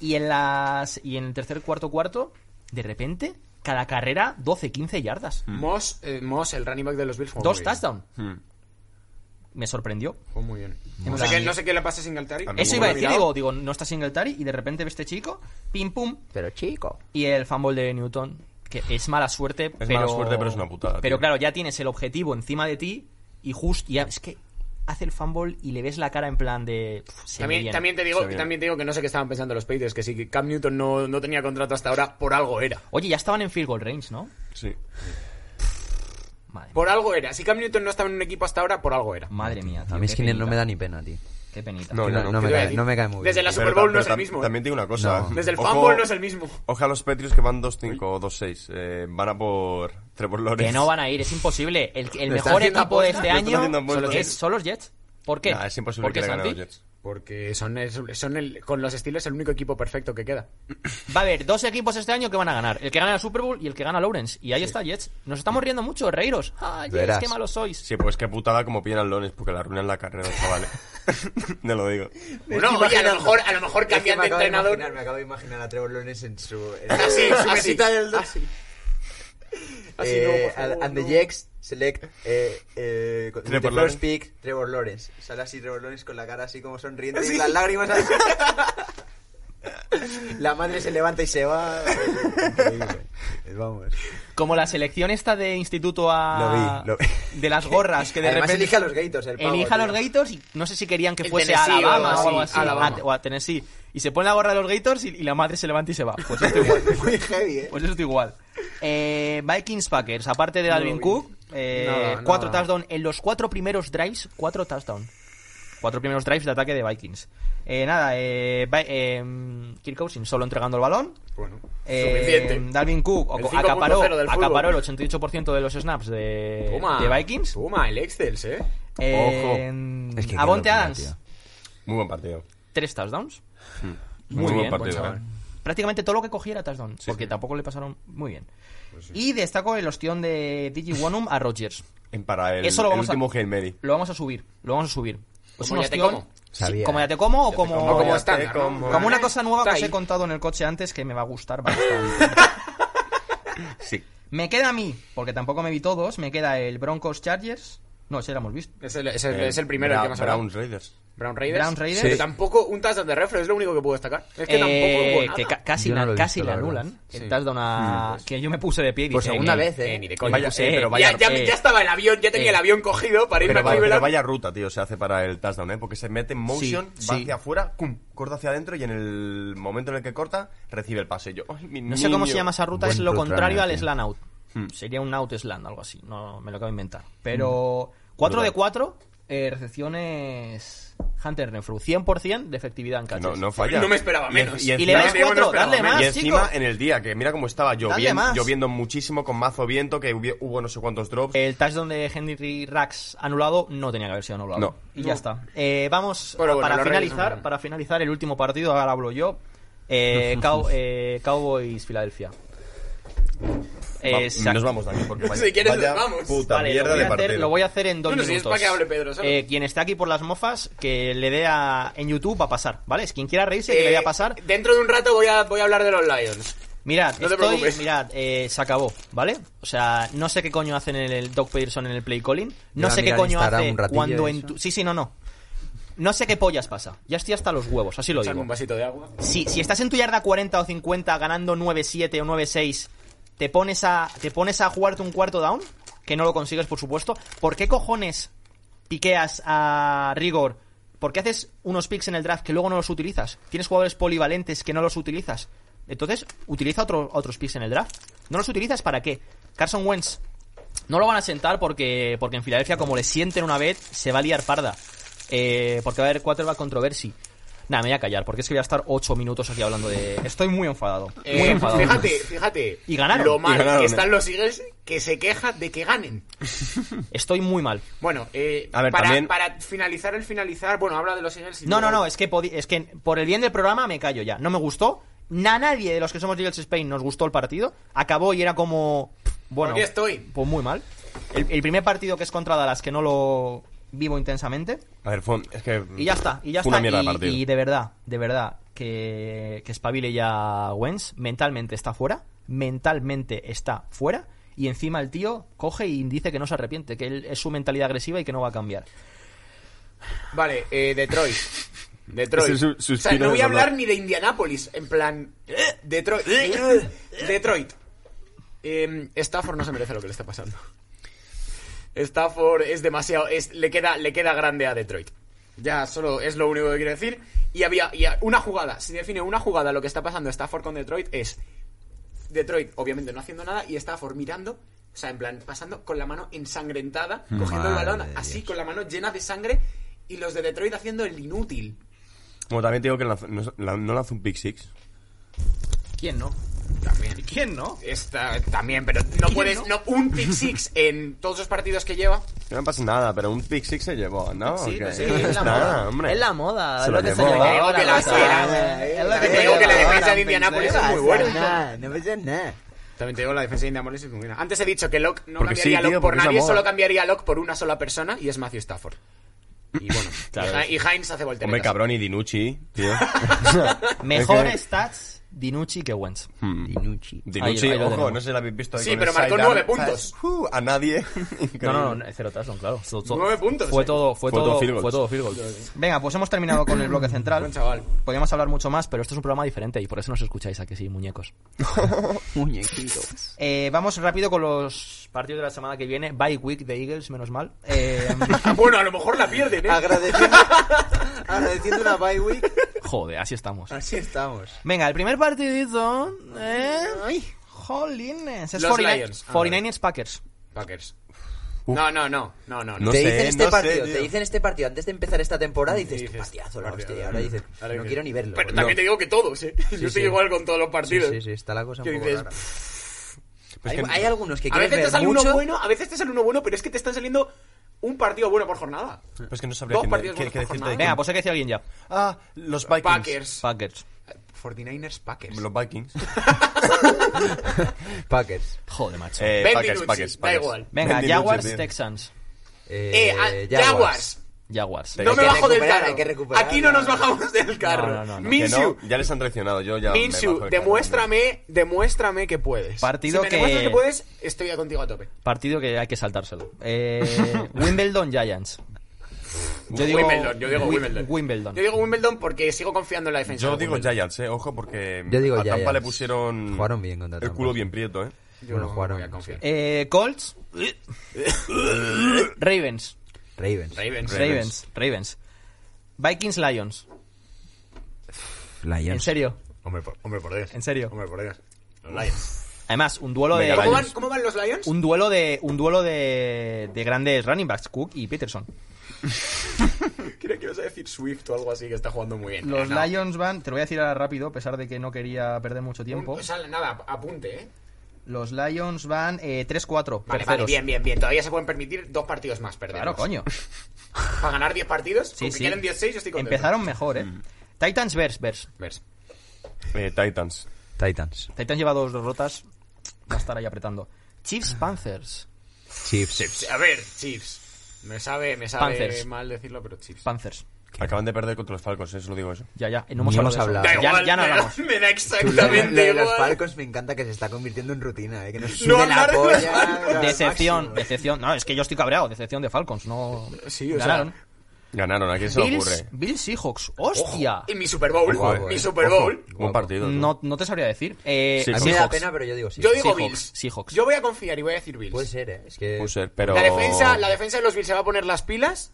[SPEAKER 2] Y en las y en el tercer cuarto cuarto, de repente, cada carrera 12, 15 yardas.
[SPEAKER 4] Mm.
[SPEAKER 3] Moss, eh, Moss, el running back de los Bills, jugó
[SPEAKER 2] Dos
[SPEAKER 3] muy bien.
[SPEAKER 2] touchdowns.
[SPEAKER 3] Hmm.
[SPEAKER 2] Me sorprendió.
[SPEAKER 3] Jugó muy bien.
[SPEAKER 2] En
[SPEAKER 3] No sé,
[SPEAKER 2] plan-
[SPEAKER 3] qué, no sé qué le pasa a Singletary.
[SPEAKER 4] A mí
[SPEAKER 2] Eso
[SPEAKER 4] me
[SPEAKER 2] iba a
[SPEAKER 4] hubiera
[SPEAKER 2] decir, digo, digo, no está Singletary y de repente ve este chico, pim pum,
[SPEAKER 5] Pero chico.
[SPEAKER 2] y el fumble de Newton, que es mala suerte, pero...
[SPEAKER 4] mala suerte, pero es una putada,
[SPEAKER 2] Pero
[SPEAKER 4] tío.
[SPEAKER 2] claro, ya tienes el objetivo encima de ti y justo... Y es que hace el fumble y le ves la cara en plan de... "Pf, se me
[SPEAKER 3] También,
[SPEAKER 2] viene".
[SPEAKER 3] también, te
[SPEAKER 4] Se
[SPEAKER 3] digo,
[SPEAKER 4] viene.
[SPEAKER 3] también te digo que no sé qué estaban pensando los Patriots, que si Cam Newton no, no tenía contrato hasta ahora, por algo era.
[SPEAKER 2] Oye, ya estaban en field goal range, ¿no?
[SPEAKER 4] Sí.
[SPEAKER 2] Madre,
[SPEAKER 3] Por algo era. Si Cam Newton no estaba en un equipo hasta ahora, por algo era.
[SPEAKER 2] madre mía. tío,
[SPEAKER 5] A mí
[SPEAKER 2] qué
[SPEAKER 5] Skinner no
[SPEAKER 2] penita,
[SPEAKER 5] me da ni pena, tío.
[SPEAKER 2] Qué penita.
[SPEAKER 4] No,
[SPEAKER 5] Que
[SPEAKER 4] no,
[SPEAKER 5] No,
[SPEAKER 4] no.
[SPEAKER 5] no
[SPEAKER 3] ¿Qué te
[SPEAKER 5] me
[SPEAKER 3] voy a
[SPEAKER 5] cae,
[SPEAKER 3] decir?
[SPEAKER 5] no me cae muy
[SPEAKER 3] Desde
[SPEAKER 5] bien.
[SPEAKER 3] la
[SPEAKER 4] Pero
[SPEAKER 3] Super
[SPEAKER 4] ta-
[SPEAKER 3] Bowl no
[SPEAKER 4] pero
[SPEAKER 3] es el
[SPEAKER 4] tam-
[SPEAKER 3] mismo. ¿eh?
[SPEAKER 4] También te digo una cosa.
[SPEAKER 5] No.
[SPEAKER 3] Desde el
[SPEAKER 4] Ojo-
[SPEAKER 3] fumble no es el mismo.
[SPEAKER 4] Ojalá los Patriots que van 2-5 2-6. eh, van a por Trevor Lawrence.
[SPEAKER 2] Que no van a ir, es imposible. El, el
[SPEAKER 4] Lo está
[SPEAKER 2] mejor
[SPEAKER 4] haciendo
[SPEAKER 2] equipo de
[SPEAKER 4] apuesta.
[SPEAKER 2] este
[SPEAKER 4] Lo está
[SPEAKER 2] año
[SPEAKER 4] haciendo
[SPEAKER 2] son los,
[SPEAKER 4] apuesta.
[SPEAKER 2] es- son los Jets. ¿Por qué?
[SPEAKER 4] Nah, es imposible
[SPEAKER 2] Porque
[SPEAKER 4] que le ganen a los
[SPEAKER 2] Santi
[SPEAKER 4] Jets.
[SPEAKER 3] Porque son, el- son el, con los Steelers el único equipo perfecto que queda.
[SPEAKER 2] Va a haber dos equipos este año que van a ganar. El que gana la Super Bowl y el que gana Lawrence. Y ahí está Jets. Nos estamos riendo mucho, reíros. Ah, Jets,
[SPEAKER 5] Verás.
[SPEAKER 2] qué malos sois.
[SPEAKER 4] Sí, pues qué putada como pillan al Lawrence porque le arruinan la carrera, chavales. Te lo digo.
[SPEAKER 3] Bueno, oye, a lo mejor, a lo mejor cambian de entrenador.
[SPEAKER 5] me acabo de imaginar a Trevor Lawrence en su...
[SPEAKER 3] Así, su mesita
[SPEAKER 5] del
[SPEAKER 3] Así. Así
[SPEAKER 5] Eh,
[SPEAKER 3] no, por favor,
[SPEAKER 5] and the
[SPEAKER 3] no.
[SPEAKER 5] Jacks select eh, eh, con-
[SPEAKER 4] Trevor
[SPEAKER 5] with the
[SPEAKER 4] Lawrence.
[SPEAKER 5] first pick Trevor Lawrence. Sale así Trevor Lawrence con la cara así como sonriente y las lágrimas así. la madre se levanta y se va. Increíble. Vamos.
[SPEAKER 2] Como la selección esta de instituto a...
[SPEAKER 5] Lo vi, lo
[SPEAKER 2] De las gorras que de
[SPEAKER 5] Además
[SPEAKER 2] repente...
[SPEAKER 5] elige a los gaitos el pavo.
[SPEAKER 2] Elija a los
[SPEAKER 5] tío.
[SPEAKER 2] Gators y no sé si querían que
[SPEAKER 3] El
[SPEAKER 2] fuese a
[SPEAKER 3] Tennessee o
[SPEAKER 2] Alabama
[SPEAKER 3] algo
[SPEAKER 2] o algo
[SPEAKER 3] así,
[SPEAKER 2] así.
[SPEAKER 3] Alabama.
[SPEAKER 2] A- o a Tennessee. Y se pone la gorra de los Gators y, y la madre se levanta y se va. Pues esto igual.
[SPEAKER 5] Muy heavy, eh.
[SPEAKER 2] Pues eso está igual. Eh, Vikings Packers, aparte de Dalvin
[SPEAKER 3] vi.
[SPEAKER 2] Cook, eh,
[SPEAKER 3] Nada,
[SPEAKER 2] cuatro
[SPEAKER 3] nada.
[SPEAKER 2] touchdowns en los cuatro primeros drives, cuatro touchdowns. Cuatro primeros drives de ataque de Vikings. Eh, nada, eh, Vi- eh, Kirk Cousins solo entregando el balón.
[SPEAKER 3] Bueno,
[SPEAKER 2] Eh,
[SPEAKER 3] suficiente.
[SPEAKER 2] Dalvin Cook
[SPEAKER 3] El
[SPEAKER 2] o-
[SPEAKER 3] 5.0
[SPEAKER 2] acaparó,
[SPEAKER 3] del fútbol.
[SPEAKER 2] acaparó el 88% de los snaps de,
[SPEAKER 3] Toma,
[SPEAKER 2] de Vikings.
[SPEAKER 3] Toma, el Excels, ¿eh?
[SPEAKER 2] Eh,
[SPEAKER 5] Es que qué
[SPEAKER 2] Avonte
[SPEAKER 5] locura,
[SPEAKER 2] Adams,
[SPEAKER 5] tío.
[SPEAKER 4] Muy buen partido.
[SPEAKER 2] tres touchdowns.
[SPEAKER 4] Muy,
[SPEAKER 2] Muy
[SPEAKER 4] buen
[SPEAKER 2] bien,
[SPEAKER 4] partido.
[SPEAKER 3] buen chaval.
[SPEAKER 4] ¿eh?
[SPEAKER 2] prácticamente todo lo que cogiera touchdown, porque tampoco le pasaron muy bien.
[SPEAKER 5] Pues
[SPEAKER 2] Y destaco el ostión de DJ Wonum a Rodgers.
[SPEAKER 4] En- Para el,
[SPEAKER 2] Eso lo
[SPEAKER 4] el
[SPEAKER 2] vamos
[SPEAKER 4] último
[SPEAKER 2] a
[SPEAKER 4] Hail Mary.
[SPEAKER 2] Lo vamos a subir, lo vamos a subir. Es
[SPEAKER 3] Pues Como
[SPEAKER 2] un
[SPEAKER 3] ya te
[SPEAKER 2] ostión-
[SPEAKER 3] como.
[SPEAKER 2] sí,
[SPEAKER 5] Sabía. ¿eh?
[SPEAKER 2] como ya te como o como, este,
[SPEAKER 3] O como
[SPEAKER 4] ya
[SPEAKER 3] está.
[SPEAKER 4] te como.
[SPEAKER 2] como una cosa nueva que
[SPEAKER 3] Está
[SPEAKER 2] os he
[SPEAKER 3] ahí.
[SPEAKER 2] contado en el coche antes que me va a gustar bastante.
[SPEAKER 4] Sí.
[SPEAKER 2] me queda a mí, porque tampoco me vi todos, me queda el Broncos Chargers. No, ese lo hemos visto.
[SPEAKER 3] Es el, es el- es el primero
[SPEAKER 4] Eh, Bra-
[SPEAKER 3] el que más hablado.
[SPEAKER 4] Browns Raiders.
[SPEAKER 3] Brown Raiders.
[SPEAKER 2] Eh, Brown Raiders.
[SPEAKER 3] Pero tampoco un touchdown de reflex, es lo único que puedo destacar. Es que
[SPEAKER 2] Eh,
[SPEAKER 3] tampoco hubo nada.
[SPEAKER 2] que ca- casi
[SPEAKER 5] Yo no
[SPEAKER 2] la,
[SPEAKER 5] lo he
[SPEAKER 2] casi
[SPEAKER 5] visto,
[SPEAKER 2] la
[SPEAKER 5] la verdad.
[SPEAKER 2] anulan. El touchdown a- que yo me puse de pie y
[SPEAKER 5] Por
[SPEAKER 2] dije,
[SPEAKER 5] segunda
[SPEAKER 2] "Ni-
[SPEAKER 5] vez, eh.
[SPEAKER 2] ni de coña".
[SPEAKER 4] Vaya-
[SPEAKER 2] Puse,
[SPEAKER 4] eh, pero
[SPEAKER 2] Pues "Eh,
[SPEAKER 4] vaya-
[SPEAKER 3] ya, ya,
[SPEAKER 2] eh".
[SPEAKER 3] ya estaba el avión, ya tenía
[SPEAKER 2] eh.
[SPEAKER 3] el avión cogido para irme
[SPEAKER 4] Pero,
[SPEAKER 3] a
[SPEAKER 4] va- pero
[SPEAKER 3] Cleveland.
[SPEAKER 4] vaya ruta, tío, se hace para el touchdown, ¿eh? Porque se mete en motion,
[SPEAKER 2] Sí,
[SPEAKER 4] va
[SPEAKER 2] sí.
[SPEAKER 4] hacia afuera, cum, corta hacia adentro y en el momento en el que corta, recibe el pase. Yo, ay, mi
[SPEAKER 2] No sé cómo
[SPEAKER 4] niño.
[SPEAKER 2] se llama esa ruta,
[SPEAKER 5] Buen
[SPEAKER 2] es lo
[SPEAKER 5] roadrunner,
[SPEAKER 2] contrario al
[SPEAKER 5] tío.
[SPEAKER 2] slant out. Sería un out slant, algo así. No me lo acabo de inventar. Pero 4 de
[SPEAKER 4] Brutal.
[SPEAKER 2] 4 eh, recepciones Hunter Renfrew. 100% de efectividad en
[SPEAKER 4] Que
[SPEAKER 2] catches.
[SPEAKER 4] No, no falla.
[SPEAKER 3] No me esperaba
[SPEAKER 4] Y-
[SPEAKER 3] menos.
[SPEAKER 4] Y,
[SPEAKER 2] Y le
[SPEAKER 4] encima-
[SPEAKER 2] dais cuatro,
[SPEAKER 3] esperaba
[SPEAKER 2] darle
[SPEAKER 3] menos.
[SPEAKER 2] más,
[SPEAKER 4] y encima
[SPEAKER 2] chico.
[SPEAKER 4] en el día, que mira cómo estaba
[SPEAKER 2] Dale
[SPEAKER 4] lloviendo,
[SPEAKER 2] más.
[SPEAKER 4] lloviendo muchísimo, con mazo viento, que hubo, hubo no sé cuántos drops.
[SPEAKER 2] El touchdown de Henry Rax anulado no tenía que haber sido anulado.
[SPEAKER 4] No.
[SPEAKER 2] Y ya está. Eh, vamos
[SPEAKER 3] Pero bueno,
[SPEAKER 2] para
[SPEAKER 3] los Reyes no
[SPEAKER 2] finalizar,
[SPEAKER 3] ganan.
[SPEAKER 2] para finalizar el último partido, ahora hablo yo. Eh, Cow- eh, Cowboys Filadelfia. Eh, sa-
[SPEAKER 4] nos vamos de aquí porque vaya,
[SPEAKER 3] Si quieres,
[SPEAKER 4] vaya
[SPEAKER 3] nos vamos.
[SPEAKER 4] puta
[SPEAKER 2] Vale,
[SPEAKER 4] mierda
[SPEAKER 2] lo voy,
[SPEAKER 4] de
[SPEAKER 2] a
[SPEAKER 4] partido.
[SPEAKER 2] hacer, lo voy a hacer en dos
[SPEAKER 3] Bueno, sí, es
[SPEAKER 2] minutos.
[SPEAKER 3] para que hable Pedro, ¿sabes?
[SPEAKER 2] Eh, quien esté aquí por las mofas, que le dé a... en YouTube va a pasar, ¿vale? Es quien quiera reírse, que le dé a
[SPEAKER 3] Eh,
[SPEAKER 2] pasar.
[SPEAKER 3] Dentro de un rato voy a, voy a hablar de los Lions.
[SPEAKER 2] Mirad,
[SPEAKER 3] No te
[SPEAKER 2] estoy-
[SPEAKER 3] preocupes.
[SPEAKER 2] mirad, eh, se acabó, ¿vale? O sea, no sé qué coño hacen en el Doc Peterson en el Play Calling. No
[SPEAKER 5] Ya,
[SPEAKER 2] sé qué
[SPEAKER 5] mira,
[SPEAKER 2] coño
[SPEAKER 5] Instagram
[SPEAKER 2] hace
[SPEAKER 5] un ratillo
[SPEAKER 2] cuando
[SPEAKER 5] de
[SPEAKER 2] en
[SPEAKER 5] eso.
[SPEAKER 2] tu... Sí, sí, no, no. No sé qué pollas pasa. Ya estoy hasta los huevos, así lo
[SPEAKER 3] Echarme
[SPEAKER 2] digo.
[SPEAKER 3] un vasito de agua.
[SPEAKER 2] Si, si estás en tu yarda 40 o 50 ganando 9-7 o 9-6, te pones a te pones a jugarte un cuarto down, que no lo consigues, por supuesto. ¿Por qué cojones piqueas a rigor? ¿Por qué haces unos picks en el draft que luego no los utilizas? Tienes jugadores polivalentes que no los utilizas. Entonces, utiliza otro- otros picks en el draft. ¿No los utilizas para qué? Carson Wentz no lo van a sentar porque, porque en Filadelfia, como le sienten una vez, se va a liar parda. Eh, porque va a haber quarterback controversy. Nada, me voy a callar, porque es que voy a estar 8 minutos aquí hablando de. Estoy muy enfadado. Muy
[SPEAKER 3] Eh,
[SPEAKER 2] enfadado.
[SPEAKER 3] fíjate, fíjate.
[SPEAKER 2] Y ganaron.
[SPEAKER 3] Lo mal
[SPEAKER 4] Y ganaron,
[SPEAKER 3] que
[SPEAKER 4] eh.
[SPEAKER 3] están los Eagles que se queja de que ganen.
[SPEAKER 2] Estoy muy mal.
[SPEAKER 3] Bueno, eh,
[SPEAKER 4] A ver,
[SPEAKER 3] para,
[SPEAKER 4] también-
[SPEAKER 3] para finalizar el finalizar, bueno, habla de los Eagles. y
[SPEAKER 2] No, no,
[SPEAKER 3] luego-
[SPEAKER 2] no, es que, podi- es que por el bien del programa me callo ya. No me gustó. Na- A nadie de los que somos Eagles Spain nos gustó el partido. Acabó y era como. Bueno,
[SPEAKER 3] Aquí estoy.
[SPEAKER 2] Pues muy mal. El, el primer partido que es contra Dallas, que no lo vivo intensamente.
[SPEAKER 4] A ver, fue, es que
[SPEAKER 2] Y ya está, y ya
[SPEAKER 4] fue
[SPEAKER 2] está.
[SPEAKER 4] una mierda
[SPEAKER 2] y,
[SPEAKER 4] de partido.
[SPEAKER 2] y de verdad, de verdad, que, que espabile ya Wentz. Mentalmente está fuera. Mentalmente está fuera. Y encima el tío coge y dice que no se arrepiente, que él- es su mentalidad agresiva y que no va a cambiar.
[SPEAKER 3] Vale, eh, Detroit. Detroit.
[SPEAKER 4] Ese su-
[SPEAKER 3] o sea,
[SPEAKER 4] suspiro
[SPEAKER 3] no voy a
[SPEAKER 4] de dolor.
[SPEAKER 3] hablar ni de Indianápolis. En plan, eh, Detroit. eh, Detroit. Eh, Stafford no se merece lo que le está pasando. Stafford es demasiado. Es, le, queda, le queda grande a Detroit. Ya, solo es lo único que quiero decir. Y había y a- una jugada. Si define una jugada, lo que está pasando Stafford con Detroit es. Detroit, obviamente, no haciendo nada. Y Stafford mirando. O sea, en plan, pasando con la mano ensangrentada, cogiendo el
[SPEAKER 5] Madre
[SPEAKER 3] balón,
[SPEAKER 5] de
[SPEAKER 3] así,
[SPEAKER 5] Dios.
[SPEAKER 3] con la mano llena de sangre. Y los de Detroit haciendo el inútil.
[SPEAKER 4] Bueno, también te digo que lanzó- no, la- no lanzó un pick six.
[SPEAKER 2] ¿Quién no?
[SPEAKER 3] También.
[SPEAKER 2] ¿Quién no?
[SPEAKER 3] Esta, también, pero no puedes. No, un pick six en todos los partidos que lleva.
[SPEAKER 4] No me pasa nada, pero un pick six se llevó, ¿no?
[SPEAKER 2] Sí, pues
[SPEAKER 4] ¿O qué?
[SPEAKER 2] sí, es la
[SPEAKER 4] Nada,
[SPEAKER 2] moda.
[SPEAKER 4] hombre.
[SPEAKER 2] Es la moda.
[SPEAKER 4] Se
[SPEAKER 2] es
[SPEAKER 4] lo
[SPEAKER 2] lo que se
[SPEAKER 4] llevó.
[SPEAKER 7] eh.
[SPEAKER 2] lleva
[SPEAKER 4] Te digo
[SPEAKER 2] ahora
[SPEAKER 3] que
[SPEAKER 2] la
[SPEAKER 3] la
[SPEAKER 2] cosa.
[SPEAKER 3] fiera,
[SPEAKER 2] Es lo
[SPEAKER 3] te
[SPEAKER 2] se
[SPEAKER 3] digo que la
[SPEAKER 2] lleva ahora,
[SPEAKER 3] defensa de
[SPEAKER 2] pensé.
[SPEAKER 3] Indianápolis es muy
[SPEAKER 5] pasa
[SPEAKER 3] buena.
[SPEAKER 5] nada, no pasa nada.
[SPEAKER 3] También te digo, la defensa de Indianapolis es muy buena. Antes he dicho que Locke no
[SPEAKER 4] Porque
[SPEAKER 3] cambiaría
[SPEAKER 4] sí,
[SPEAKER 3] a Locke
[SPEAKER 4] tío,
[SPEAKER 3] por
[SPEAKER 4] porque es la
[SPEAKER 3] nadie,
[SPEAKER 4] moda.
[SPEAKER 3] solo cambiaría a Locke por una sola persona y es Matthew Stafford. Y bueno,
[SPEAKER 2] Claro.
[SPEAKER 3] y, Ha- y Hines hace volteretas.
[SPEAKER 4] Hombre, cabrón, y Dinucci, tío.
[SPEAKER 2] Mejor
[SPEAKER 4] Es que-
[SPEAKER 2] stats Dinucci que Wentz.
[SPEAKER 5] Dinucci.
[SPEAKER 4] Hmm. Dinucci,
[SPEAKER 2] Ahí- ahí lo
[SPEAKER 4] ojo,
[SPEAKER 2] tenemos.
[SPEAKER 4] no sé si lo habéis visto ahí
[SPEAKER 3] Sí,
[SPEAKER 4] con
[SPEAKER 3] pero
[SPEAKER 4] el
[SPEAKER 3] marcó
[SPEAKER 4] sidearm,
[SPEAKER 3] nueve puntos.
[SPEAKER 4] ¿sabes? Uh, a nadie.
[SPEAKER 2] No, no, no, cero touchdown, claro. So- so-
[SPEAKER 3] Nueve puntos,
[SPEAKER 2] Fue
[SPEAKER 3] eh.
[SPEAKER 2] todo, fue,
[SPEAKER 4] Fue todo
[SPEAKER 2] todo,
[SPEAKER 4] field goals.
[SPEAKER 2] fue todo field goal. Venga, pues hemos terminado con el bloque central.
[SPEAKER 3] Buen chaval.
[SPEAKER 2] Podríamos hablar mucho más, pero esto es un programa diferente y por eso nos escucháis aquí, sí, muñecos.
[SPEAKER 5] Muñequitos.
[SPEAKER 2] Eh, vamos rápido con los partidos de la semana que viene. Bye week de Eagles, menos mal. Eh,
[SPEAKER 3] Ah, bueno, a lo mejor la pierden, ¿eh?
[SPEAKER 7] Agradeciendo, agradeciendo una bye week.
[SPEAKER 2] joder, así estamos.
[SPEAKER 7] Así estamos.
[SPEAKER 2] Venga, el primer partidito. ¿eh? Jolines. Es
[SPEAKER 3] Los
[SPEAKER 2] 49
[SPEAKER 3] Lions. Ah,
[SPEAKER 2] 49ers Packers.
[SPEAKER 3] Packers. No, no, no, no, no. no.
[SPEAKER 4] No
[SPEAKER 5] te
[SPEAKER 4] sé,
[SPEAKER 5] dicen este
[SPEAKER 4] no sé,
[SPEAKER 5] partido,
[SPEAKER 4] tío.
[SPEAKER 5] te dicen este partido antes de empezar esta temporada y dices,
[SPEAKER 3] dices,
[SPEAKER 5] "Qué partidazo, la
[SPEAKER 3] partidazo".
[SPEAKER 5] hostia. Y ahora dices,
[SPEAKER 3] Ahora "Pues
[SPEAKER 5] no
[SPEAKER 3] que-
[SPEAKER 5] quiero ni verlo.
[SPEAKER 3] Pero
[SPEAKER 5] boludo".
[SPEAKER 3] también te digo que todos, ¿eh? Yo estoy
[SPEAKER 5] sí.
[SPEAKER 3] igual con todos los
[SPEAKER 5] Sí,
[SPEAKER 3] partidos.
[SPEAKER 5] sí, sí, está la cosa un
[SPEAKER 3] ¿Qué
[SPEAKER 5] poco
[SPEAKER 3] dices?
[SPEAKER 5] rara.
[SPEAKER 4] Pues
[SPEAKER 5] hay,
[SPEAKER 4] que-
[SPEAKER 5] hay algunos que
[SPEAKER 3] A
[SPEAKER 5] quieren
[SPEAKER 3] veces te
[SPEAKER 5] ver
[SPEAKER 3] sale uno
[SPEAKER 5] mucho.
[SPEAKER 3] bueno, a veces te sale uno bueno, pero es que te están saliendo un partido bueno por jornada.
[SPEAKER 4] Pues que no sabría
[SPEAKER 3] Dos
[SPEAKER 4] quién-
[SPEAKER 3] partidos
[SPEAKER 4] qué,
[SPEAKER 3] buenos
[SPEAKER 4] qué
[SPEAKER 3] por
[SPEAKER 4] decirte.
[SPEAKER 3] jornada.
[SPEAKER 4] de
[SPEAKER 2] Venga,
[SPEAKER 4] quién.
[SPEAKER 2] pues hay que decir alguien ya.
[SPEAKER 4] Ah, los Vikings.
[SPEAKER 3] Packers.
[SPEAKER 2] Packers.
[SPEAKER 3] 49ers Packers.
[SPEAKER 4] Los Vikings. Eh,
[SPEAKER 5] Packers.
[SPEAKER 2] Joder, macho.
[SPEAKER 4] Eh,
[SPEAKER 3] Ben
[SPEAKER 4] Packers,
[SPEAKER 3] Dinucci,
[SPEAKER 4] Packers,
[SPEAKER 3] da
[SPEAKER 4] Packers.
[SPEAKER 3] igual.
[SPEAKER 2] Venga,
[SPEAKER 4] Ben Dinucci,
[SPEAKER 2] Jaguars,
[SPEAKER 4] tío.
[SPEAKER 2] Texans.
[SPEAKER 3] Eh, a- Jaguars.
[SPEAKER 2] Jaguars.
[SPEAKER 4] Sí.
[SPEAKER 3] No
[SPEAKER 4] Hay
[SPEAKER 3] me
[SPEAKER 4] que
[SPEAKER 3] bajo del
[SPEAKER 5] recuperar,
[SPEAKER 3] carro.
[SPEAKER 5] hay que recuperar
[SPEAKER 3] Aquí no
[SPEAKER 5] la-
[SPEAKER 3] nos bajamos del carro.
[SPEAKER 2] no, no, no.
[SPEAKER 4] Que
[SPEAKER 3] Minshew,
[SPEAKER 4] no, ya les han traicionado. Yo ya. me
[SPEAKER 3] Minshew,
[SPEAKER 4] bajo del carro.
[SPEAKER 3] demuéstrame, demuéstrame que puedes.
[SPEAKER 2] Partido
[SPEAKER 3] si me
[SPEAKER 2] que-
[SPEAKER 3] demuestras que puedes, estoy contigo a tope.
[SPEAKER 2] Partido que hay que saltárselo. Eh, Wimbledon Giants. Yo
[SPEAKER 3] Wimbledon, yo digo
[SPEAKER 2] Wi-
[SPEAKER 3] Wimbledon.
[SPEAKER 2] Wimbledon.
[SPEAKER 3] Yo digo Wimbledon porque sigo confiando en la defensa.
[SPEAKER 4] Yo
[SPEAKER 3] de
[SPEAKER 4] digo
[SPEAKER 3] Wimbledon.
[SPEAKER 4] Giants, eh. Ojo, porque
[SPEAKER 5] Yo digo
[SPEAKER 4] a Tampa
[SPEAKER 5] Giants.
[SPEAKER 4] le pusieron.
[SPEAKER 5] Jugaron bien contra
[SPEAKER 4] El
[SPEAKER 5] Tampa.
[SPEAKER 4] culo bien prieto, eh.
[SPEAKER 3] Yo
[SPEAKER 5] bueno,
[SPEAKER 3] no
[SPEAKER 5] jugaron,
[SPEAKER 3] voy a confiar.
[SPEAKER 2] Eh, Colts. Ravens.
[SPEAKER 5] Ravens.
[SPEAKER 3] Ravens.
[SPEAKER 2] Ravens. Ravens. Vikings Lions. En
[SPEAKER 5] Lions.
[SPEAKER 2] serio.
[SPEAKER 3] Hombre, por, hombre, por Dios.
[SPEAKER 2] En serio.
[SPEAKER 3] Hombre, por Dios. Los Lions.
[SPEAKER 2] Además, un duelo
[SPEAKER 4] Venga,
[SPEAKER 2] de.
[SPEAKER 3] ¿Cómo
[SPEAKER 4] Lions.
[SPEAKER 3] van, cómo van los Lions?
[SPEAKER 2] Un duelo de. Un duelo de. de grandes running backs, Cook y Peterson.
[SPEAKER 3] Creo que ibas a decir Swift o algo así que está jugando muy bien.
[SPEAKER 2] Los
[SPEAKER 3] Eh, no.
[SPEAKER 2] Lions van. Te lo voy a decir ahora rápido, a pesar de que no quería perder mucho
[SPEAKER 3] Un-
[SPEAKER 2] tiempo.
[SPEAKER 3] O sea, nada, ap- apunte, ¿eh?
[SPEAKER 2] Los Lions van eh, 3-4.
[SPEAKER 3] Vale, vale,
[SPEAKER 2] terceros.
[SPEAKER 3] bien, bien, bien. Todavía se pueden permitir dos partidos más, perder.
[SPEAKER 2] Claro, coño.
[SPEAKER 3] Para ganar 10 partidos,
[SPEAKER 2] Sí,
[SPEAKER 3] aunque
[SPEAKER 2] sí.
[SPEAKER 3] queden 16, yo estoy contento. Mm.
[SPEAKER 2] Empezaron mejor, eh. Titans vers vers.
[SPEAKER 3] Vers.
[SPEAKER 4] Eh, Titans.
[SPEAKER 5] Titans.
[SPEAKER 2] Titans lleva dos derrotas. va a estar ahí apretando. Chiefs
[SPEAKER 3] Ah.
[SPEAKER 2] Panthers.
[SPEAKER 5] Chips.
[SPEAKER 3] A ver, Chiefs. Me sabe, me sabe
[SPEAKER 2] Panthers.
[SPEAKER 3] mal decirlo, pero Chiefs.
[SPEAKER 2] Panthers.
[SPEAKER 4] Acaban de perder contra los Falcons, eso lo digo eso.
[SPEAKER 2] Ya, ya. No
[SPEAKER 5] Ni
[SPEAKER 2] hemos
[SPEAKER 5] hemos
[SPEAKER 2] hablado. de
[SPEAKER 3] Da
[SPEAKER 2] eso.
[SPEAKER 5] hablado.
[SPEAKER 2] Ya,
[SPEAKER 3] igual,
[SPEAKER 2] ya no
[SPEAKER 3] me da-
[SPEAKER 2] hablamos.
[SPEAKER 3] me da
[SPEAKER 5] La, la-
[SPEAKER 3] exactamente
[SPEAKER 5] la de los
[SPEAKER 3] igual.
[SPEAKER 5] Falcons me encanta que se está convirtiendo en rutina, ¿eh? que nos sube
[SPEAKER 3] No
[SPEAKER 5] la
[SPEAKER 3] hablar de los
[SPEAKER 5] polla.
[SPEAKER 2] Decepción, decepción. No, es que yo estoy cabreado. Decepción de Falcons. No.
[SPEAKER 3] Sí, o sea,
[SPEAKER 2] Ganaron.
[SPEAKER 4] Ganaron, ¿a quién se le
[SPEAKER 2] Bills,
[SPEAKER 4] ocurre?
[SPEAKER 2] Bills Seahawks. ¡Hostia!
[SPEAKER 3] Y mi Super Bowl,
[SPEAKER 4] Guapo,
[SPEAKER 3] mi
[SPEAKER 4] eh.
[SPEAKER 3] Super
[SPEAKER 4] Ojo,
[SPEAKER 3] Bowl.
[SPEAKER 4] Buen partido. tú.
[SPEAKER 2] No, no te sabría decir. Eh,
[SPEAKER 4] Sí,
[SPEAKER 5] A mí me da
[SPEAKER 2] Seahawks.
[SPEAKER 5] pena, pero yo digo sí.
[SPEAKER 3] Yo digo
[SPEAKER 2] Seahawks,
[SPEAKER 3] Bills.
[SPEAKER 2] Seahawks.
[SPEAKER 3] Yo voy a confiar y voy a decir Bills.
[SPEAKER 5] Puede ser, ¿eh? Es que...
[SPEAKER 4] Puede ser, pero.
[SPEAKER 3] La defensa, la defensa de los Bills se va a poner las pilas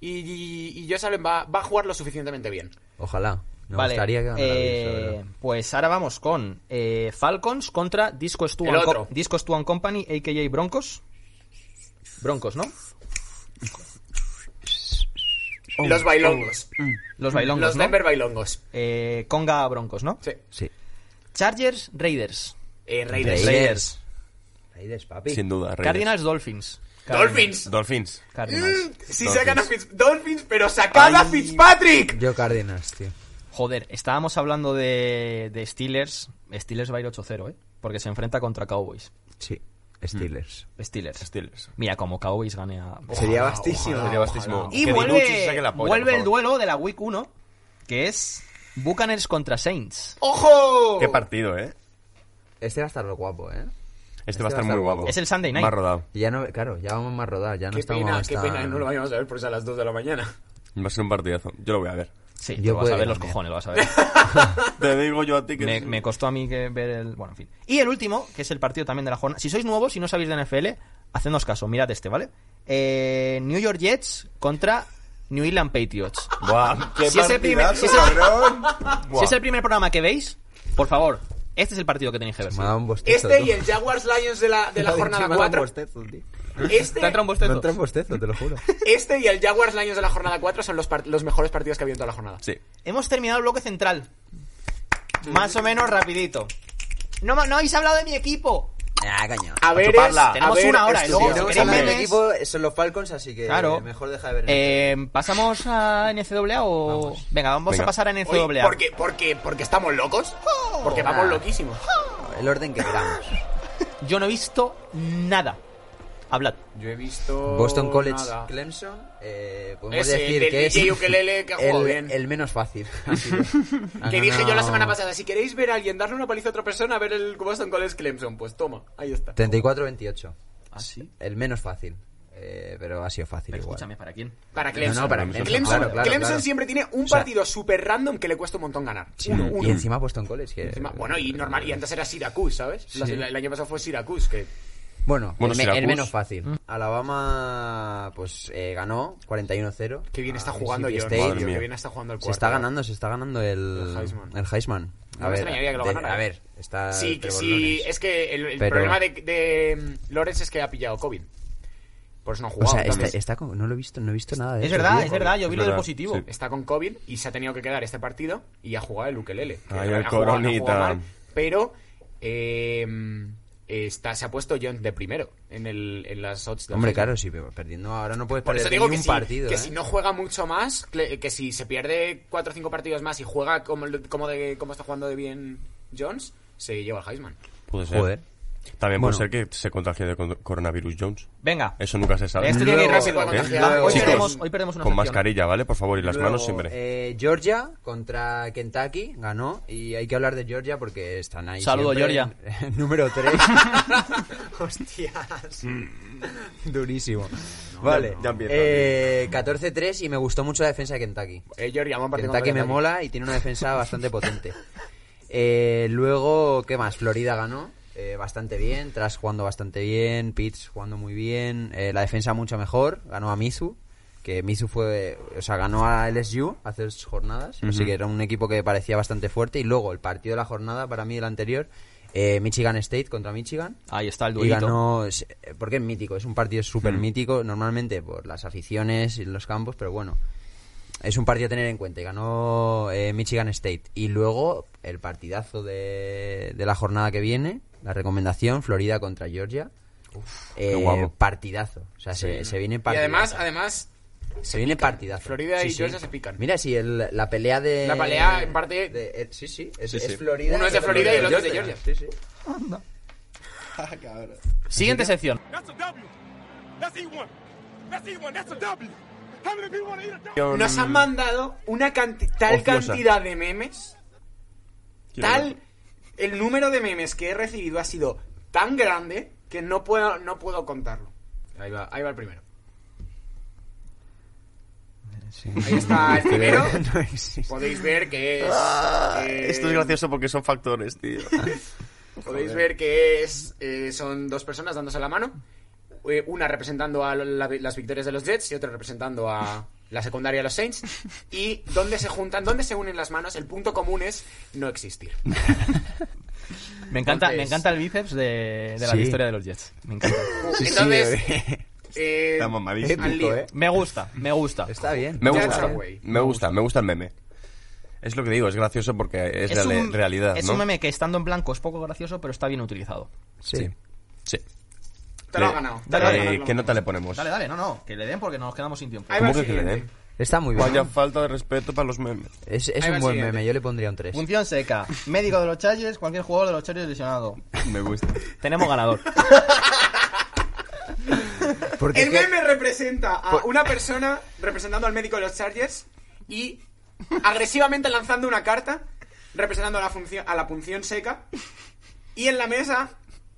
[SPEAKER 3] y, y, y Josh Allen va, va a jugar lo suficientemente bien.
[SPEAKER 5] Ojalá. Me
[SPEAKER 2] vale.
[SPEAKER 5] gustaría que ganara
[SPEAKER 2] eh,
[SPEAKER 5] Bills, la verdad.
[SPEAKER 2] pues ahora vamos con eh, Falcons contra Disco Stu
[SPEAKER 3] El
[SPEAKER 2] and
[SPEAKER 3] otro.
[SPEAKER 2] Co- Disco Stu and Company, a.k.a. Broncos. Broncos, ¿no? Oh,
[SPEAKER 3] los bailongos.
[SPEAKER 2] Los bailongos,
[SPEAKER 3] los
[SPEAKER 2] mm, ¿no?
[SPEAKER 3] Denver bailongos.
[SPEAKER 2] Eh, Conga Broncos, ¿no?
[SPEAKER 3] Sí.
[SPEAKER 5] Sí.
[SPEAKER 2] Chargers, Raiders.
[SPEAKER 3] Eh, Raiders.
[SPEAKER 5] Raiders. Raiders, papi.
[SPEAKER 4] Sin duda, Raiders.
[SPEAKER 2] Cardinals, Dolphins.
[SPEAKER 3] Dolphins. Mm,
[SPEAKER 4] Dolphins.
[SPEAKER 2] Cardinals.
[SPEAKER 3] Si sacan a Fitz- Dolphins, pero sacad a Fitzpatrick.
[SPEAKER 5] Yo Cárdenas, tío.
[SPEAKER 2] Joder, estábamos hablando de, de Steelers. Steelers va a ir 8-0, ¿eh? Porque se enfrenta contra Cowboys.
[SPEAKER 5] Sí. Steelers.
[SPEAKER 2] Steelers.
[SPEAKER 4] Steelers.
[SPEAKER 2] Mira, como Cowboys gane a...
[SPEAKER 3] Mm.
[SPEAKER 5] Sería vastísimo.
[SPEAKER 2] Ah,
[SPEAKER 4] Sería vastísimo.
[SPEAKER 2] Y
[SPEAKER 4] Que Dinucci se
[SPEAKER 2] vuelve,
[SPEAKER 4] saque la polla,
[SPEAKER 2] vuelve
[SPEAKER 4] por
[SPEAKER 2] el
[SPEAKER 4] favor.
[SPEAKER 2] duelo de la Week 1, que es Buccaneers contra Saints.
[SPEAKER 3] ¡Ojo!
[SPEAKER 4] Qué partido, ¿eh?
[SPEAKER 5] Este va a estar lo guapo, ¿eh?
[SPEAKER 4] Este, va a estar muy guapo.
[SPEAKER 2] Es el Sunday night.
[SPEAKER 4] Más rodado.
[SPEAKER 5] Y Ya no, claro, ya vamos más rodados, ya no
[SPEAKER 3] Qué
[SPEAKER 5] estamos
[SPEAKER 3] pena,
[SPEAKER 5] más
[SPEAKER 3] qué
[SPEAKER 5] tan-
[SPEAKER 3] pena. No lo vayamos a ver por es a las 2 de la mañana.
[SPEAKER 4] Va a ser un partidazo. Yo lo voy a ver.
[SPEAKER 2] Sí,
[SPEAKER 5] Yo
[SPEAKER 2] lo vas a
[SPEAKER 5] puedo
[SPEAKER 2] ver los
[SPEAKER 5] ganar.
[SPEAKER 2] cojones, lo vas a ver.
[SPEAKER 4] Te digo yo a ti que.
[SPEAKER 2] me,
[SPEAKER 4] sí.
[SPEAKER 2] me costó a mí que ver el... Bueno, en fin. Y el último, que es el partido también de la jornada. Si sois nuevos y no sabéis de NFL, hacednos caso, mirad este, ¿vale? Eh, New York Jets contra New England Patriots.
[SPEAKER 4] Buah, qué
[SPEAKER 2] Si es el primer-
[SPEAKER 4] partidazo,
[SPEAKER 2] si es el-
[SPEAKER 4] cabrón. Buah.
[SPEAKER 2] Si es el primer programa que veis, por favor, este es el partido que tenéis que ver.
[SPEAKER 5] Me ha dado un bostezo,
[SPEAKER 3] Este
[SPEAKER 5] tú.
[SPEAKER 3] y el Jaguars Lions de la, de la
[SPEAKER 5] Me ha
[SPEAKER 3] jornada
[SPEAKER 5] dado un
[SPEAKER 3] 4.
[SPEAKER 5] bostezo, tío.
[SPEAKER 3] Este,
[SPEAKER 2] ¿Te ha entrado un
[SPEAKER 5] Me
[SPEAKER 2] bostezo?
[SPEAKER 5] entra un bostezo, te lo juro.
[SPEAKER 3] este y el Jaguars Lions de la jornada 4 son los, par- los mejores partidos que ha habido en toda la jornada.
[SPEAKER 4] Sí.
[SPEAKER 2] Hemos terminado el bloque central. Más o menos rapidito. No, ma- no habéis hablado de mi equipo.
[SPEAKER 5] Ah, coño.
[SPEAKER 3] A ver,
[SPEAKER 4] chuparla.
[SPEAKER 2] Tenemos una hora, y luego
[SPEAKER 5] Si
[SPEAKER 2] si
[SPEAKER 5] no
[SPEAKER 2] queréis
[SPEAKER 5] hablar de
[SPEAKER 2] memes-
[SPEAKER 5] mi equipo eh, son los Falcons, así que
[SPEAKER 2] Claro.
[SPEAKER 5] mejor deja de ver.
[SPEAKER 2] Eh, ¿Pasamos a NCAA o...? Venga, vamos
[SPEAKER 4] Venga.
[SPEAKER 2] a pasar a NCAA.
[SPEAKER 3] porque, porque, porque estamos locos. Porque vamos loquísimos.
[SPEAKER 5] el orden que queramos.
[SPEAKER 2] Yo no he visto nada. Hablad.
[SPEAKER 3] Yo he visto.
[SPEAKER 5] Boston College
[SPEAKER 3] nada.
[SPEAKER 5] Clemson, eh, podemos
[SPEAKER 3] Ese,
[SPEAKER 5] decir
[SPEAKER 3] del
[SPEAKER 5] que es
[SPEAKER 3] DJ ukelele que ha jugado
[SPEAKER 5] el,
[SPEAKER 3] bien.
[SPEAKER 5] el menos fácil.
[SPEAKER 3] Que dije yo la semana pasada, si queréis ver a alguien darle una paliza a otra persona, a ver el Boston College Clemson, pues toma, ahí está.
[SPEAKER 5] 34-28.
[SPEAKER 2] ¿Ah, sí?
[SPEAKER 5] El menos fácil. Eh, pero ha sido fácil igual.
[SPEAKER 2] escúchame, ¿para quién?
[SPEAKER 3] Para
[SPEAKER 5] No,
[SPEAKER 3] Clemson.
[SPEAKER 5] no, para
[SPEAKER 4] Clemson,
[SPEAKER 5] Clemson.
[SPEAKER 3] Clemson,
[SPEAKER 5] claro, claro,
[SPEAKER 3] Clemson
[SPEAKER 5] claro.
[SPEAKER 3] siempre tiene un
[SPEAKER 5] O sea,
[SPEAKER 3] partido súper random que le cuesta un montón ganar.
[SPEAKER 5] sí,
[SPEAKER 3] Uno,
[SPEAKER 5] Y
[SPEAKER 3] uno.
[SPEAKER 5] encima Boston College. Que,
[SPEAKER 3] Encima- bueno, y normal, y antes era Syracuse, ¿sabes? La-
[SPEAKER 5] Eh, Sí.
[SPEAKER 3] la- el año pasado fue Syracuse, que
[SPEAKER 5] Bueno,
[SPEAKER 4] Bueno,
[SPEAKER 5] el, me-
[SPEAKER 4] Syracuse.
[SPEAKER 5] el menos fácil.
[SPEAKER 3] Mm.
[SPEAKER 5] Alabama, pues eh, ganó 41-0.
[SPEAKER 3] Qué bien
[SPEAKER 5] a
[SPEAKER 3] está jugando
[SPEAKER 5] Ah, Mississippi
[SPEAKER 3] John.
[SPEAKER 5] State.
[SPEAKER 4] Madre
[SPEAKER 3] tío,
[SPEAKER 4] mía.
[SPEAKER 3] qué bien está jugando el
[SPEAKER 5] Se
[SPEAKER 3] cuarto.
[SPEAKER 5] está ganando, se está ganando el,
[SPEAKER 3] El Heisman.
[SPEAKER 5] el Heisman.
[SPEAKER 3] No me extrañaría que lo
[SPEAKER 5] de-
[SPEAKER 3] ganara,
[SPEAKER 5] a
[SPEAKER 3] eh.
[SPEAKER 5] ver, está.
[SPEAKER 3] Sí, que
[SPEAKER 5] Trevor
[SPEAKER 3] sí.
[SPEAKER 5] Lawrence.
[SPEAKER 3] Es que el, el
[SPEAKER 5] Pero-
[SPEAKER 3] problema de, de mm, Lawrence es que ha pillado COVID. Por eso no ha
[SPEAKER 5] O
[SPEAKER 3] jugado.
[SPEAKER 5] sea, este, está,
[SPEAKER 3] entonces,
[SPEAKER 5] está con- no lo he visto, no he visto nada de
[SPEAKER 2] Es
[SPEAKER 5] eso,
[SPEAKER 2] verdad,
[SPEAKER 5] tío.
[SPEAKER 2] es verdad. Yo vi
[SPEAKER 4] Es
[SPEAKER 2] lo del
[SPEAKER 4] verdad,
[SPEAKER 2] positivo.
[SPEAKER 4] sí.
[SPEAKER 3] está con COVID y se ha tenido que quedar este partido y ha jugado el ukelele. que
[SPEAKER 4] Ay,
[SPEAKER 3] ha-
[SPEAKER 4] el
[SPEAKER 3] ha jugado- ha
[SPEAKER 4] coronita.
[SPEAKER 3] jugado mal, pero eh, está, se ha puesto John de primero en, el, en las odds. del
[SPEAKER 5] Hombre,
[SPEAKER 3] Heisman.
[SPEAKER 5] claro, sí, pero perdiendo ahora no puedes
[SPEAKER 3] Por
[SPEAKER 5] perder
[SPEAKER 3] eso digo
[SPEAKER 5] ni
[SPEAKER 3] que,
[SPEAKER 5] un
[SPEAKER 3] si,
[SPEAKER 5] partido.
[SPEAKER 3] que
[SPEAKER 5] ¿eh?
[SPEAKER 3] si no juega mucho más, que, que si se pierde cuatro o cinco partidos más y juega como, como, de, como está jugando de bien Jones, se lleva el Heisman.
[SPEAKER 4] Puede ser.
[SPEAKER 5] Joder.
[SPEAKER 4] También
[SPEAKER 5] Bueno.
[SPEAKER 4] puede ser que se contagie de con- coronavirus Jones.
[SPEAKER 2] Venga.
[SPEAKER 4] Eso nunca se sabe.
[SPEAKER 2] Esto
[SPEAKER 5] Luego-
[SPEAKER 2] tiene Este que ir
[SPEAKER 3] se puede
[SPEAKER 2] rápido.
[SPEAKER 4] ¿Eh?
[SPEAKER 3] contagiar.
[SPEAKER 5] Luego-
[SPEAKER 2] Hoy,
[SPEAKER 5] Chicos,
[SPEAKER 2] perdemos, hoy perdemos una
[SPEAKER 4] Con
[SPEAKER 2] sección, ¿eh?
[SPEAKER 4] mascarilla, ¿vale? Por favor, y las
[SPEAKER 5] Luego,
[SPEAKER 4] manos siempre.
[SPEAKER 5] eh, Georgia contra Kentucky ganó. Y hay que hablar de Georgia porque están ahí.
[SPEAKER 2] Saludo,
[SPEAKER 5] siempre
[SPEAKER 2] Georgia.
[SPEAKER 5] en- número 3. Hostias. Durísimo. vale.
[SPEAKER 4] Mm. ya empieza.
[SPEAKER 5] eh, 14-3 y me gustó mucho la defensa de Kentucky.
[SPEAKER 3] Eh, Georgia, vamos a partir
[SPEAKER 5] Kentucky me mola y tiene una defensa bastante potente. Eh, luego, ¿qué más? Florida ganó eh, bastante bien, Tras jugando bastante bien, Pitts jugando muy bien, eh, la defensa mucho mejor, ganó a Mizu, que Mizu fue, o sea, ganó a LSU hace dos jornadas, así que era un equipo que parecía bastante fuerte. Y luego, el partido de la jornada, para mí el anterior, eh, Michigan State contra Michigan.
[SPEAKER 2] Ahí está el
[SPEAKER 5] Y
[SPEAKER 2] duelito.
[SPEAKER 5] ganó, es- eh, porque es mítico, es un partido súper
[SPEAKER 3] Mm.
[SPEAKER 5] mítico, normalmente por las aficiones y los campos, pero bueno, es un partido a tener en cuenta. Y ganó eh, Michigan State. Y luego el partidazo de, de la jornada que viene, la recomendación, Florida contra Georgia. Eh,
[SPEAKER 4] qué guapo.
[SPEAKER 5] Partidazo. O sea, se, se viene
[SPEAKER 3] Y
[SPEAKER 5] partidazo.
[SPEAKER 3] además, además,
[SPEAKER 5] se viene partidazo.
[SPEAKER 3] Florida y Georgia se pican.
[SPEAKER 5] Mira, sí, el- la pelea de.
[SPEAKER 3] La pelea, en parte-
[SPEAKER 5] de- eh, sí, sí, es,
[SPEAKER 4] Sí, sí.
[SPEAKER 5] es Florida.
[SPEAKER 3] Uno es de Florida y el otro es de Georgia.
[SPEAKER 5] Sí, sí.
[SPEAKER 4] Cabrón.
[SPEAKER 2] Siguiente sección.
[SPEAKER 3] Nos han mandado una canti- tal
[SPEAKER 4] Ociosa.
[SPEAKER 3] cantidad de memes.
[SPEAKER 4] Quiero
[SPEAKER 3] Tal.
[SPEAKER 4] ver.
[SPEAKER 3] El número de memes que he recibido ha sido tan grande que no puedo, no puedo contarlo. Ahí va, ahí va el primero. Ahí está el primero.
[SPEAKER 4] No existe. Ah,
[SPEAKER 3] Podéis ver que es. eh,
[SPEAKER 4] Esto es gracioso porque son factores, tío.
[SPEAKER 3] Podéis ver que es eh, son dos personas dándose la mano. Eh, Una representando a la- las victorias de los Jets y otra representando a la secundaria de los Saints. Y donde se juntan, donde se unen las manos, el punto común es no existir.
[SPEAKER 2] Me encanta, me
[SPEAKER 3] Entonces-
[SPEAKER 2] encanta el bíceps de, de la
[SPEAKER 5] Sí.
[SPEAKER 2] victoria de los Jets. Me encanta.
[SPEAKER 3] Entonces, eh,
[SPEAKER 4] Está mamadísimo.
[SPEAKER 3] al lío.
[SPEAKER 5] Épico, ¿eh?
[SPEAKER 2] Me gusta, me gusta.
[SPEAKER 5] Está bien.
[SPEAKER 4] Me
[SPEAKER 3] Ya
[SPEAKER 4] gusta,
[SPEAKER 3] está, güey.
[SPEAKER 4] me gusta, me gusta el meme. Es lo que digo, es gracioso porque es, reale- realidad,
[SPEAKER 2] es
[SPEAKER 4] ¿no?
[SPEAKER 2] un meme que estando en blanco es poco gracioso, pero está bien utilizado.
[SPEAKER 5] Sí.
[SPEAKER 4] Sí.
[SPEAKER 3] Te lo ha
[SPEAKER 4] Eh,
[SPEAKER 3] ganado.
[SPEAKER 4] eh,
[SPEAKER 3] Te lo ha ganado.
[SPEAKER 4] ¿Qué nota le ponemos?
[SPEAKER 2] Dale, dale, no, no, que le den porque nos quedamos sin tiempo.
[SPEAKER 3] Ahí va
[SPEAKER 4] ¿Cómo
[SPEAKER 3] el
[SPEAKER 4] que, que le
[SPEAKER 3] siguiente.
[SPEAKER 4] den?
[SPEAKER 5] Está muy
[SPEAKER 4] Vaya
[SPEAKER 5] bien.
[SPEAKER 4] falta de respeto para los memes.
[SPEAKER 5] Es, es
[SPEAKER 3] Ahí va
[SPEAKER 5] un
[SPEAKER 3] el
[SPEAKER 5] buen
[SPEAKER 3] siguiente.
[SPEAKER 5] meme, yo le pondría un 3.
[SPEAKER 2] Función seca. Médico de los Chargers, cualquier jugador de los Chargers lesionado.
[SPEAKER 4] Me gusta.
[SPEAKER 2] Tenemos ganador.
[SPEAKER 5] Porque
[SPEAKER 3] El
[SPEAKER 5] es que-
[SPEAKER 3] meme representa a una persona representando al médico de los Chargers y agresivamente lanzando una carta representando a la, función, a la punción seca y en la mesa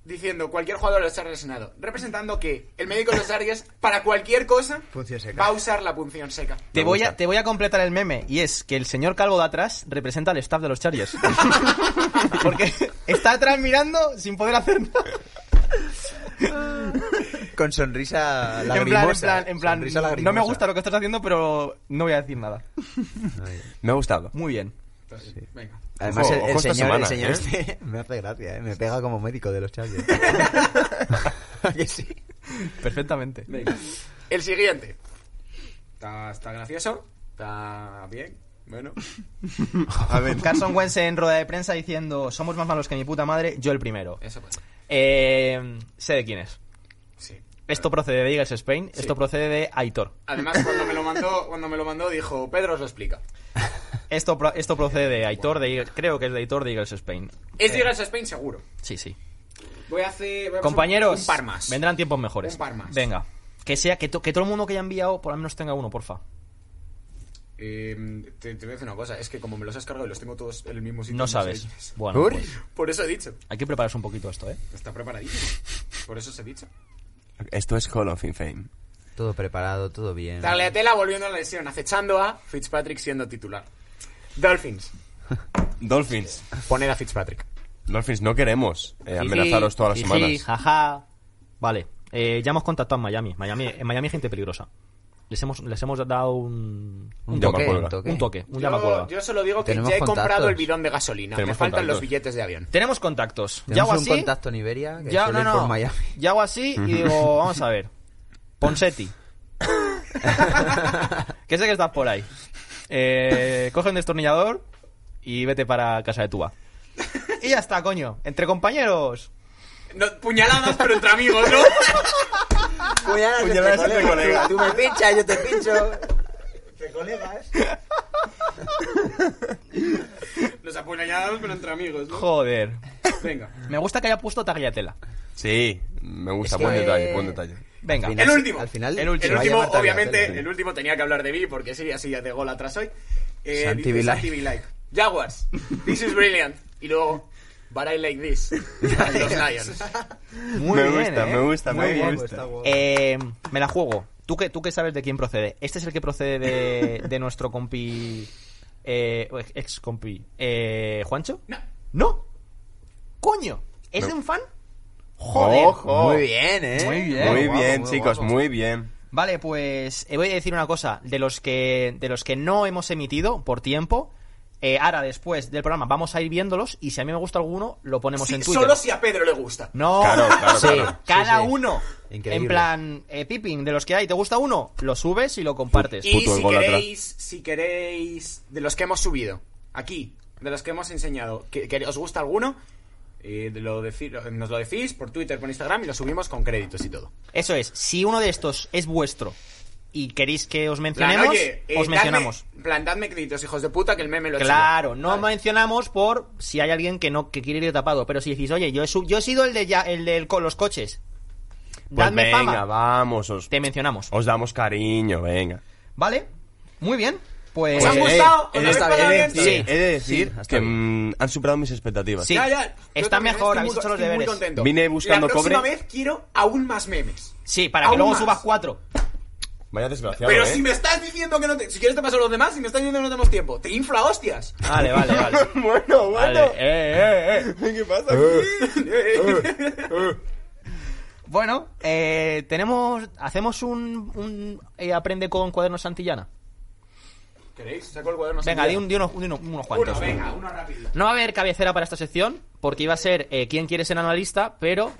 [SPEAKER 3] diciendo cualquier jugador de los Chargers lesionado, representando que el médico de los Chargers para cualquier cosa
[SPEAKER 5] Punción seca.
[SPEAKER 3] va a usar la punción seca.
[SPEAKER 2] Te voy, a, te voy a completar el meme y es que el señor calvo de atrás representa al staff de los Chargers. Porque está atrás mirando sin poder hacer nada.
[SPEAKER 5] con sonrisa
[SPEAKER 2] En plan, en
[SPEAKER 5] lagrimosa.
[SPEAKER 4] eh.
[SPEAKER 2] plan, en plan,
[SPEAKER 5] Sonrisa
[SPEAKER 2] no
[SPEAKER 5] lagrimosa.
[SPEAKER 2] me gusta lo que estás haciendo, pero no voy a decir nada.
[SPEAKER 4] Me ha gustado.
[SPEAKER 2] Muy bien.
[SPEAKER 3] Entonces, venga.
[SPEAKER 5] Además,
[SPEAKER 4] Ojo,
[SPEAKER 5] el, el
[SPEAKER 4] ojo esta
[SPEAKER 5] señor,
[SPEAKER 4] semana,
[SPEAKER 5] el señor
[SPEAKER 4] ¿eh?
[SPEAKER 5] este me hace gracia, ¿eh? me pega como médico de los Chargers. ¿A que sí?
[SPEAKER 2] Perfectamente.
[SPEAKER 3] El siguiente. Está, está gracioso, está bien, bueno.
[SPEAKER 4] A ver,
[SPEAKER 2] Carson Wentz en rueda de prensa diciendo somos más malos que mi puta madre, yo el primero.
[SPEAKER 3] Eso pues.
[SPEAKER 2] Eh, sé de quién es.
[SPEAKER 3] Sí.
[SPEAKER 2] Esto procede de Eagles Spain, esto procede de Aitor.
[SPEAKER 3] Además, cuando me lo mandó, cuando me lo mandó dijo, Pedro os lo explica.
[SPEAKER 2] Esto, pro- esto procede de Aitor, de Eagles- creo que es de Aitor de Eagles Spain.
[SPEAKER 3] Es Digas Spain seguro.
[SPEAKER 2] Sí, sí.
[SPEAKER 3] Voy a hacer. voy a hacer
[SPEAKER 2] Compañeros,
[SPEAKER 3] Un par más.
[SPEAKER 2] vendrán tiempos mejores.
[SPEAKER 3] Un par más.
[SPEAKER 2] Venga. Que sea que, to- que todo el mundo que haya enviado por lo menos tenga uno, porfa.
[SPEAKER 3] Eh, te, te voy a decir una cosa: es que como me los has cargado y los tengo todos en el mismo sitio.
[SPEAKER 2] No
[SPEAKER 3] sé.
[SPEAKER 2] sabes. Bueno,
[SPEAKER 5] Ur.
[SPEAKER 2] pues,
[SPEAKER 3] Por eso he dicho.
[SPEAKER 2] hay que prepararse un poquito esto, ¿eh?
[SPEAKER 3] Está preparadísimo. Por eso os he dicho.
[SPEAKER 4] esto es Hall of Fame.
[SPEAKER 5] Todo preparado, todo bien.
[SPEAKER 3] Tagliatella volviendo a la lesión, acechando a Fitzpatrick siendo titular. Dolphins.
[SPEAKER 4] Dolphins.
[SPEAKER 3] Poned a Fitzpatrick.
[SPEAKER 4] Dolphins, no queremos eh,
[SPEAKER 2] Sí,
[SPEAKER 4] amenazaros
[SPEAKER 2] sí,
[SPEAKER 4] todas las
[SPEAKER 2] sí,
[SPEAKER 4] semanas.
[SPEAKER 2] sí, jaja. Vale. eh, ya hemos contactado en Miami. Miami. En Miami hay gente peligrosa. Les hemos, les hemos dado un, un
[SPEAKER 4] toque,
[SPEAKER 2] toque,
[SPEAKER 4] un
[SPEAKER 5] toque.
[SPEAKER 2] Un toque. Un
[SPEAKER 3] Yo,
[SPEAKER 2] llamacuelga.
[SPEAKER 3] yo solo digo que ya he
[SPEAKER 5] Tenemos
[SPEAKER 3] comprado
[SPEAKER 5] contactos.
[SPEAKER 3] el bidón de gasolina. Me
[SPEAKER 4] Tenemos
[SPEAKER 3] faltan los
[SPEAKER 4] contactos.
[SPEAKER 3] billetes de avión.
[SPEAKER 2] Tenemos contactos. Ya hago
[SPEAKER 5] Tenemos un
[SPEAKER 2] así.
[SPEAKER 5] contacto en Iberia que
[SPEAKER 2] Ya,
[SPEAKER 5] suele
[SPEAKER 2] no,
[SPEAKER 5] ir
[SPEAKER 2] no.
[SPEAKER 5] por Miami.
[SPEAKER 2] Ya hago así y digo, vamos a ver. Ponsetti. que sé que estás por ahí. Eh, coge un destornillador y vete para casa de Tuba. Y ya está, coño. Entre compañeros.
[SPEAKER 3] No, puñaladas, pero entre amigos, ¿no?
[SPEAKER 2] Pues
[SPEAKER 5] Pues
[SPEAKER 7] Puñaladas entre
[SPEAKER 4] Puñaladas entre
[SPEAKER 7] colegas.
[SPEAKER 4] colegas.
[SPEAKER 7] Tú me pinchas, yo te pincho. Entre colegas.
[SPEAKER 3] Nos apuñalamos, pero entre amigos, ¿no?
[SPEAKER 2] Joder.
[SPEAKER 3] Venga.
[SPEAKER 2] Me gusta que haya puesto Tagliatella.
[SPEAKER 4] Sí, me gusta.
[SPEAKER 5] Es que-
[SPEAKER 4] Buen detalle, buen detalle.
[SPEAKER 2] Venga.
[SPEAKER 5] Al
[SPEAKER 3] El último.
[SPEAKER 5] Al final,
[SPEAKER 2] El
[SPEAKER 3] El
[SPEAKER 2] último,
[SPEAKER 5] se va a
[SPEAKER 3] último,
[SPEAKER 5] llamar Tagliatella.
[SPEAKER 3] obviamente, el último tenía que hablar de mí porque sí, así de gol atrás hoy. Eh,
[SPEAKER 5] Santi
[SPEAKER 3] dice
[SPEAKER 5] Vilay.
[SPEAKER 3] Santi Vilay. Jaguars, this is brilliant. Y luego, but I like this. Los Lions.
[SPEAKER 2] Muy
[SPEAKER 4] me,
[SPEAKER 2] bien,
[SPEAKER 4] gusta,
[SPEAKER 2] ¿eh?
[SPEAKER 4] me gusta,
[SPEAKER 2] Muy
[SPEAKER 4] me
[SPEAKER 2] bien.
[SPEAKER 4] gusta,
[SPEAKER 2] Eh, me la juego. ¿Tú qué, ¿Tú qué sabes de quién procede? Este es el que procede de, de nuestro compi... Eh, o ex- ex compi. Eh, ¿Juancho?
[SPEAKER 3] No.
[SPEAKER 2] ¿No? ¡Coño! ¿Es
[SPEAKER 4] No.
[SPEAKER 2] de un fan? Joder.
[SPEAKER 4] Ojo.
[SPEAKER 5] Muy bien, ¿eh?
[SPEAKER 2] Muy bien.
[SPEAKER 4] Muy
[SPEAKER 5] guapo,
[SPEAKER 4] bien,
[SPEAKER 5] muy
[SPEAKER 4] chicos,
[SPEAKER 5] guapo.
[SPEAKER 4] muy bien.
[SPEAKER 2] Vale, pues eh, voy a decir una cosa. De los que, de los que no hemos emitido por tiempo, eh, ahora después del programa vamos a ir viéndolos y si a mí me gusta alguno, lo ponemos
[SPEAKER 3] Sí,
[SPEAKER 2] en Twitter.
[SPEAKER 3] solo si a Pedro le gusta.
[SPEAKER 2] No,
[SPEAKER 4] Claro, claro,
[SPEAKER 2] Sí,
[SPEAKER 4] claro.
[SPEAKER 2] cada
[SPEAKER 5] Sí, sí.
[SPEAKER 2] uno.
[SPEAKER 5] Increíble.
[SPEAKER 2] En plan, eh, Pippin, de los que hay, ¿te gusta uno? Lo subes y lo compartes.
[SPEAKER 3] Y
[SPEAKER 4] Puto
[SPEAKER 3] si
[SPEAKER 4] gol atrás.
[SPEAKER 3] queréis, si queréis, de los que hemos subido, aquí, de los que hemos enseñado, que, que os gusta alguno, eh, lo decí- nos lo decís por Twitter, por Instagram y lo subimos con créditos y todo.
[SPEAKER 2] Eso es, si uno de estos es vuestro y queréis que os
[SPEAKER 3] Plan,
[SPEAKER 2] mencionemos,
[SPEAKER 3] oye, eh,
[SPEAKER 2] os
[SPEAKER 3] dadme-
[SPEAKER 2] mencionamos.
[SPEAKER 3] Plantadme créditos, hijos de puta, que el meme lo he hecho
[SPEAKER 2] Claro,
[SPEAKER 3] yo.
[SPEAKER 2] no
[SPEAKER 3] Vale.
[SPEAKER 2] mencionamos por si hay alguien que no que quiere ir tapado, pero si decís, oye, yo he, sub- yo he sido el de ya, el de los coches,
[SPEAKER 4] Pues
[SPEAKER 2] dadme
[SPEAKER 4] venga,
[SPEAKER 2] fama,
[SPEAKER 4] vamos, os,
[SPEAKER 2] te mencionamos.
[SPEAKER 4] os damos cariño, venga.
[SPEAKER 2] Vale, muy bien, pues
[SPEAKER 3] ¿Os ha
[SPEAKER 4] Eh,
[SPEAKER 3] gustado?
[SPEAKER 4] eh,
[SPEAKER 3] ¿Os habéis
[SPEAKER 4] está
[SPEAKER 3] pasado
[SPEAKER 4] bien,
[SPEAKER 3] bien?
[SPEAKER 4] sí,
[SPEAKER 2] Sí.
[SPEAKER 4] he de decir
[SPEAKER 5] hasta
[SPEAKER 4] que
[SPEAKER 5] bien.
[SPEAKER 4] mm, han superado mis expectativas.
[SPEAKER 2] Sí.
[SPEAKER 3] Ya, ya. Yo
[SPEAKER 2] Está
[SPEAKER 3] también estoy
[SPEAKER 2] mejor, habéis
[SPEAKER 3] muy-
[SPEAKER 2] hecho los
[SPEAKER 3] estoy muy
[SPEAKER 2] deberes.
[SPEAKER 3] contento.
[SPEAKER 4] Vine buscando
[SPEAKER 3] La próxima
[SPEAKER 4] cobre.
[SPEAKER 3] vez quiero aún más memes.
[SPEAKER 2] sí, para que
[SPEAKER 3] Aún
[SPEAKER 2] luego
[SPEAKER 3] más.
[SPEAKER 2] subas cuatro.
[SPEAKER 4] Vaya desgraciado,
[SPEAKER 3] Pero
[SPEAKER 4] ¿eh?
[SPEAKER 3] si me estás diciendo que no te... Si quieres te paso los demás, si me estás diciendo que no tenemos tiempo, te infla hostias.
[SPEAKER 2] Vale, vale, vale.
[SPEAKER 4] Bueno, bueno.
[SPEAKER 2] Vale, eh, eh, eh.
[SPEAKER 4] ¿Qué pasa aquí?
[SPEAKER 2] Bueno, eh, tenemos, hacemos un, un, eh, aprende con cuadernos Santillana.
[SPEAKER 3] ¿Queréis? Saco el cuaderno.
[SPEAKER 2] Venga,
[SPEAKER 3] así.
[SPEAKER 2] di, un- di unos, di unos- unos
[SPEAKER 3] Uno,
[SPEAKER 2] cuantos.
[SPEAKER 3] venga, uno rápido.
[SPEAKER 2] No va a haber cabecera para esta sección, porque iba a ser eh, quién quiere ser analista, pero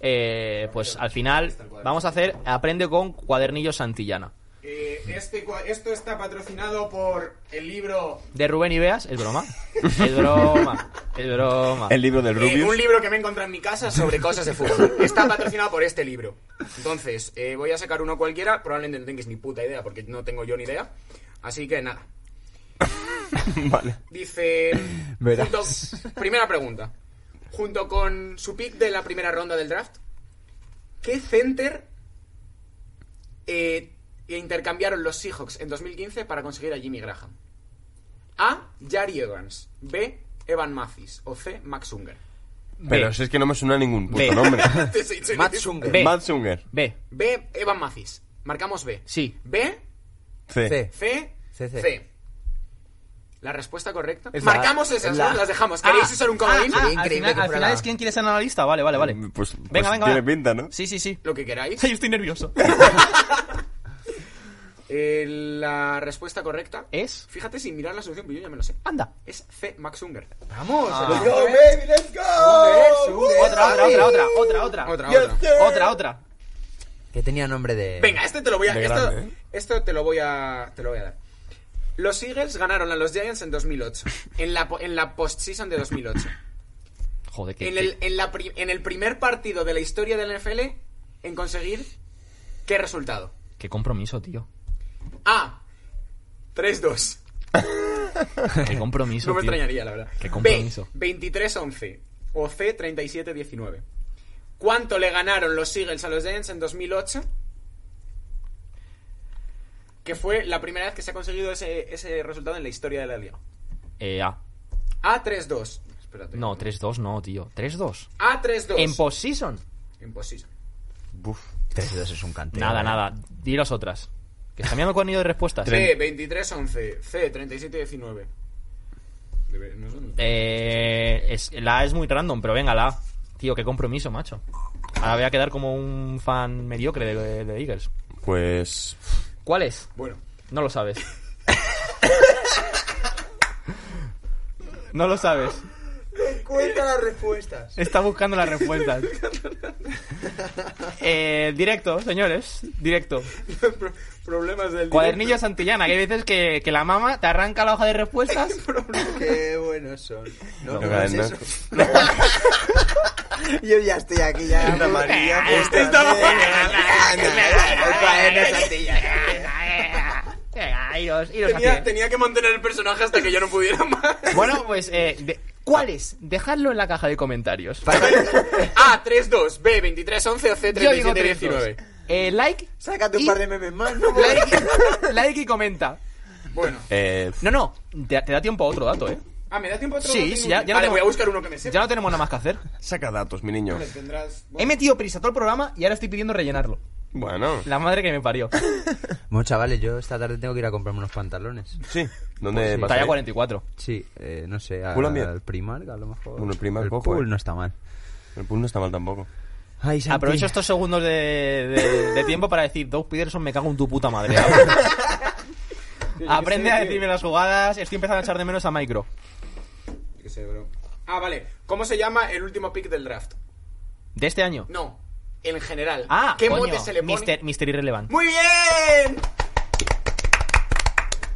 [SPEAKER 2] eh, pues al final vamos a hacer aprende con cuadernillo Santillana.
[SPEAKER 3] Eh, este, cua- esto está patrocinado por el libro... eh,
[SPEAKER 2] De Rubén y Beas, es broma. Es broma, es broma.
[SPEAKER 4] El libro del
[SPEAKER 3] Eh,
[SPEAKER 4] Rubius.
[SPEAKER 3] un libro que me encontré en mi casa sobre cosas de fútbol. Está patrocinado por este libro. Entonces, eh, voy a sacar uno cualquiera. Probablemente no tengáis ni puta idea porque no tengo yo ni idea. Así que nada.
[SPEAKER 4] Vale.
[SPEAKER 3] Dice.
[SPEAKER 5] Verás.
[SPEAKER 3] junto- primera pregunta. Junto con su pick de la primera ronda del draft, ¿qué center eh, intercambiaron los Seahawks en 2015 para conseguir a Jimmy Graham? A. Jari Evans. B. Evan Mathis. O C. Max Unger.
[SPEAKER 4] Pero
[SPEAKER 2] B.
[SPEAKER 4] si es que no me suena ningún puto
[SPEAKER 2] Ve.
[SPEAKER 4] nombre.
[SPEAKER 3] Max Unger.
[SPEAKER 2] Ve.
[SPEAKER 4] Matt Zunger.
[SPEAKER 2] B.
[SPEAKER 3] B. Evan Mathis. Marcamos B.
[SPEAKER 2] Sí.
[SPEAKER 3] B.
[SPEAKER 4] C.
[SPEAKER 5] C.
[SPEAKER 3] C.
[SPEAKER 5] C, C.
[SPEAKER 3] La respuesta correcta.
[SPEAKER 5] Es la-
[SPEAKER 3] Marcamos esas,
[SPEAKER 5] es la-
[SPEAKER 3] ¿no? Las dejamos. ¿Queréis usar un comodín?
[SPEAKER 2] Ah, ah, al
[SPEAKER 5] Increíble
[SPEAKER 2] final,
[SPEAKER 5] que
[SPEAKER 2] al
[SPEAKER 5] fuera
[SPEAKER 2] final
[SPEAKER 5] la-
[SPEAKER 2] es quién quiere ser analista, vale, vale, vale.
[SPEAKER 4] Pues- pues
[SPEAKER 2] venga, venga,
[SPEAKER 4] tiene
[SPEAKER 2] va.
[SPEAKER 4] pinta, ¿no?
[SPEAKER 2] Sí, sí, sí.
[SPEAKER 3] Lo que queráis.
[SPEAKER 2] Ay, yo estoy nervioso.
[SPEAKER 3] Eh, la respuesta correcta
[SPEAKER 2] Es-
[SPEAKER 3] Fíjate sin mirar la solución, pero yo ya me lo sé.
[SPEAKER 2] Anda.
[SPEAKER 3] Es C. Max Unger. ¿eh?
[SPEAKER 7] Vamos.
[SPEAKER 2] Ah.
[SPEAKER 7] Let's go, baby, let's go. Uh.
[SPEAKER 2] Otra, otra, otra, otra, otra, otra.
[SPEAKER 3] Otra,
[SPEAKER 7] Yes,
[SPEAKER 3] otra.
[SPEAKER 7] sir.
[SPEAKER 2] Otra, otra.
[SPEAKER 5] Que tenía nombre de...
[SPEAKER 3] Venga, este te lo voy a.
[SPEAKER 4] De
[SPEAKER 3] Esto,
[SPEAKER 4] grande, ¿eh?
[SPEAKER 3] esto te lo voy a. Te lo voy a dar. Los Eagles ganaron a los Giants en 2008. En la, po- en la postseason de 2008.
[SPEAKER 2] Joder, que.
[SPEAKER 3] En el, en, la pri- en el primer partido de la historia del NFL en conseguir. ¿Qué resultado?
[SPEAKER 2] Qué compromiso, tío.
[SPEAKER 3] A. 3-2.
[SPEAKER 2] Qué compromiso.
[SPEAKER 3] No me
[SPEAKER 2] tío.
[SPEAKER 3] extrañaría, la verdad.
[SPEAKER 2] Qué compromiso.
[SPEAKER 3] B, 23-11 o C, 37-19. ¿Cuánto le ganaron los Eagles a los Giants en 2008? Que fue la primera vez que se ha conseguido ese, ese resultado en la historia de la liga.
[SPEAKER 2] Eh, A.
[SPEAKER 3] A, 3-2. Espérate.
[SPEAKER 2] No, 3-2 no, tío. 3-2.
[SPEAKER 3] A, 3-2.
[SPEAKER 2] En postseason.
[SPEAKER 3] En postseason.
[SPEAKER 4] Buf.
[SPEAKER 5] 3-2 es un ¿eh? cante.
[SPEAKER 2] Nada, nada. Di las otras. Que está mirando el cuadernillo de respuestas.
[SPEAKER 3] C, 23-11. C, 37-19. Debe- no son-
[SPEAKER 2] Eh, es- la A es muy random, pero venga, la A. Tío, qué compromiso, macho. Ahora voy a quedar como un fan mediocre de, de- de Eagles.
[SPEAKER 4] Pues.
[SPEAKER 2] ¿Cuál es?
[SPEAKER 3] Bueno,
[SPEAKER 2] No lo sabes. No lo sabes.
[SPEAKER 7] Cuenta las respuestas.
[SPEAKER 2] Está buscando las respuestas. Eh, directo, señores. Directo.
[SPEAKER 3] pro- problemas del
[SPEAKER 2] Cuadernillo Santillana, que hay veces que, que la mama te arranca la hoja de respuestas.
[SPEAKER 7] Qué buenos son. No,
[SPEAKER 4] no,
[SPEAKER 7] no es
[SPEAKER 4] no.
[SPEAKER 7] eso. Yo ya estoy aquí, ya. Esta María.
[SPEAKER 2] Ah,
[SPEAKER 7] pues, Ah, Esta
[SPEAKER 2] ah, Venga, ah, iros, iros
[SPEAKER 3] Tenía,
[SPEAKER 2] hacia-
[SPEAKER 3] tenía que mantener el personaje hasta que yo no pudiera más.
[SPEAKER 2] Bueno, pues, eh, de- ¿cuáles? Dejadlo en la caja de comentarios.
[SPEAKER 3] A, 3-2, Ah, B, 23-11 o C,
[SPEAKER 2] Yo digo
[SPEAKER 3] 37
[SPEAKER 2] 3-2.
[SPEAKER 3] 19
[SPEAKER 2] Eh, like,
[SPEAKER 7] Sácate un
[SPEAKER 2] Y-
[SPEAKER 7] par de memes más, ¿no?
[SPEAKER 2] like, like y comenta.
[SPEAKER 3] Bueno.
[SPEAKER 4] Eh,
[SPEAKER 2] No, no, te, te da tiempo a otro dato, ¿eh?
[SPEAKER 3] Ah, ¿me da tiempo a otro?
[SPEAKER 2] Sí,
[SPEAKER 3] dato
[SPEAKER 2] sí, ya-
[SPEAKER 3] inútil?
[SPEAKER 2] ya no
[SPEAKER 3] Vale,
[SPEAKER 2] tengo-
[SPEAKER 3] voy a buscar uno que me
[SPEAKER 2] Ya
[SPEAKER 3] sepa.
[SPEAKER 2] no tenemos nada más que hacer.
[SPEAKER 4] saca datos, mi niño.
[SPEAKER 3] Vale, Tendrás...
[SPEAKER 2] He metido prisa todo el programa y ahora estoy pidiendo rellenarlo.
[SPEAKER 4] Bueno.
[SPEAKER 2] La madre que me parió.
[SPEAKER 5] Bueno, chavales, yo esta tarde tengo que ir a comprarme unos pantalones.
[SPEAKER 4] Sí. ¿Dónde vas a
[SPEAKER 2] Pues Talla
[SPEAKER 4] ir?
[SPEAKER 2] 44.
[SPEAKER 5] Sí, eh, no sé, a-
[SPEAKER 4] Pull and bear.
[SPEAKER 5] al Primark a lo mejor.
[SPEAKER 4] Bueno, el Primark
[SPEAKER 5] El
[SPEAKER 4] poco,
[SPEAKER 5] pool
[SPEAKER 4] eh.
[SPEAKER 5] no está mal.
[SPEAKER 4] El pool no está mal tampoco.
[SPEAKER 5] Ay, Santi.
[SPEAKER 2] Aprovecho estos segundos de, de- de tiempo para decir, Doug Peterson, me cago en tu puta madre. ahora". Aprende a decirme las jugadas. Estoy empezando a echar de menos a Micro.
[SPEAKER 3] Yo qué sé, bro. Ah, vale. ¿Cómo se llama el último pick del draft?
[SPEAKER 2] De este año.
[SPEAKER 3] No, en general.
[SPEAKER 2] Ah,
[SPEAKER 3] ¿Qué
[SPEAKER 2] coño,
[SPEAKER 3] mote se le pone?
[SPEAKER 2] Mister, Mister Irrelevant.
[SPEAKER 3] ¡Muy bien!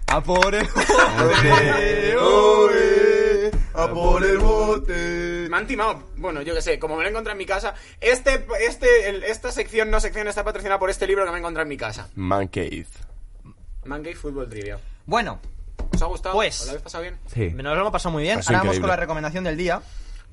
[SPEAKER 2] A Ah, por el...
[SPEAKER 4] Oye, oye, A por el bote.
[SPEAKER 3] Me han timado. Bueno, yo qué sé, como me lo he encontrado en mi casa. Este, este, el- esta sección, no sección, está patrocinada por este libro que me he encontrado en mi casa.
[SPEAKER 4] Man Cave.
[SPEAKER 3] Manga y Fútbol Trivia.
[SPEAKER 2] Bueno,
[SPEAKER 3] ¿Os ha gustado?
[SPEAKER 2] Pues.
[SPEAKER 3] ¿Os lo habéis pasado bien?
[SPEAKER 5] Sí.
[SPEAKER 2] nos lo hemos pasado muy bien.
[SPEAKER 4] Ha sido
[SPEAKER 2] Ahora vamos
[SPEAKER 4] increíble.
[SPEAKER 2] con la recomendación del día.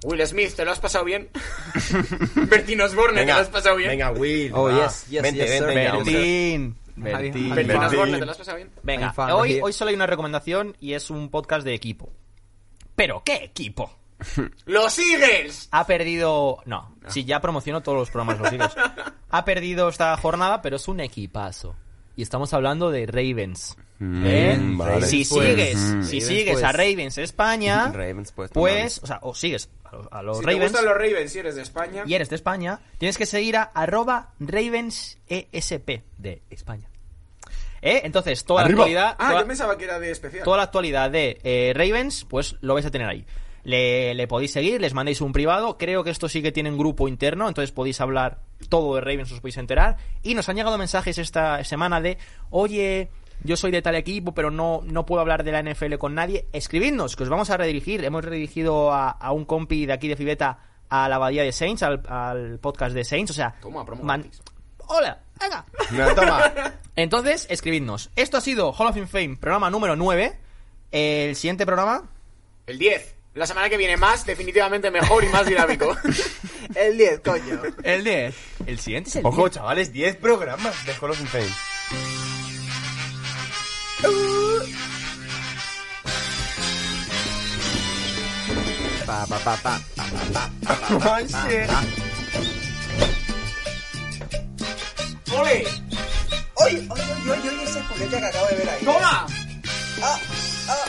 [SPEAKER 3] Will Smith, ¿te lo has pasado bien? Bertín Osborne, ¿te lo has pasado bien?
[SPEAKER 4] Venga, Will.
[SPEAKER 5] Oh,
[SPEAKER 4] va.
[SPEAKER 5] yes, yes,
[SPEAKER 4] vente,
[SPEAKER 5] yes, sir.
[SPEAKER 4] vente, venga,
[SPEAKER 5] Bertín.
[SPEAKER 4] vamos
[SPEAKER 2] Bertín.
[SPEAKER 5] Bertín.
[SPEAKER 2] Adiós.
[SPEAKER 3] Bertín
[SPEAKER 4] Bertín.
[SPEAKER 3] Osborne, ¿te lo has pasado bien?
[SPEAKER 2] Venga,
[SPEAKER 5] fan of
[SPEAKER 2] hoy,
[SPEAKER 5] you.
[SPEAKER 2] hoy solo hay una recomendación y es un podcast de equipo. ¿Pero qué equipo?
[SPEAKER 3] ¡Los Eagles!
[SPEAKER 2] Ha perdido. No,
[SPEAKER 4] Ah.
[SPEAKER 2] si ya promociono todos los programas los Eagles. Ha perdido esta jornada, pero es un equipazo. Y estamos hablando de Ravens.
[SPEAKER 4] Mm,
[SPEAKER 2] ¿Eh?
[SPEAKER 4] vale.
[SPEAKER 2] Si
[SPEAKER 5] Pues,
[SPEAKER 2] sigues,
[SPEAKER 4] mm.
[SPEAKER 2] si
[SPEAKER 5] Ravens,
[SPEAKER 2] sigues
[SPEAKER 5] pues.
[SPEAKER 2] a Ravens España,
[SPEAKER 4] Ravens, pues,
[SPEAKER 2] pues, o sea, o sigues a los, a los
[SPEAKER 3] Si te
[SPEAKER 2] Ravens
[SPEAKER 3] gustan los Ravens si eres de España.
[SPEAKER 2] y eres de España, tienes que seguir a arroba RavensESP de España. ¿Eh? Entonces, toda
[SPEAKER 4] Arriba.
[SPEAKER 2] la actualidad.
[SPEAKER 3] Ah,
[SPEAKER 2] toda-
[SPEAKER 3] yo pensaba que era de especial.
[SPEAKER 2] toda la actualidad de eh, Ravens, pues lo vais a tener ahí. Le, le podéis seguir, les mandéis un privado. Creo que esto sí que tienen grupo interno, entonces podéis hablar todo de Ravens, os podéis enterar. Y nos han llegado mensajes esta semana de, oye, yo soy de tal equipo, pero no, no puedo hablar de la NFL con nadie. Escribidnos, que os vamos a redirigir. Hemos redirigido a, a un compi de aquí de Fibeta a la Abadía de Saints, al, al podcast de Saints. O sea,
[SPEAKER 3] Toma, promo gratis.
[SPEAKER 2] hola, venga.
[SPEAKER 4] No, toma.
[SPEAKER 2] Entonces, escribidnos. Esto ha sido Hall of Fame, programa número 9. El siguiente programa.
[SPEAKER 3] El 10. La semana que viene más, definitivamente mejor y más dinámico.
[SPEAKER 7] El 10, coño.
[SPEAKER 2] El 10. El siguiente es el
[SPEAKER 4] Ojo, chavales, 10 programas de Hall of Fame.
[SPEAKER 5] Pa, pa, pa, pa.
[SPEAKER 4] Oh, shit.
[SPEAKER 3] ¡Ole!
[SPEAKER 7] Oye, oye, oye, oye, oye, ese culete que acabo de ver ahí.
[SPEAKER 3] ¡Toma!
[SPEAKER 7] Ah, ah,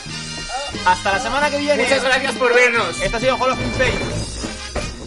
[SPEAKER 2] Hasta la semana que viene.
[SPEAKER 3] Muchas gracias por vernos.
[SPEAKER 2] Esto ha sido Hall of Fame.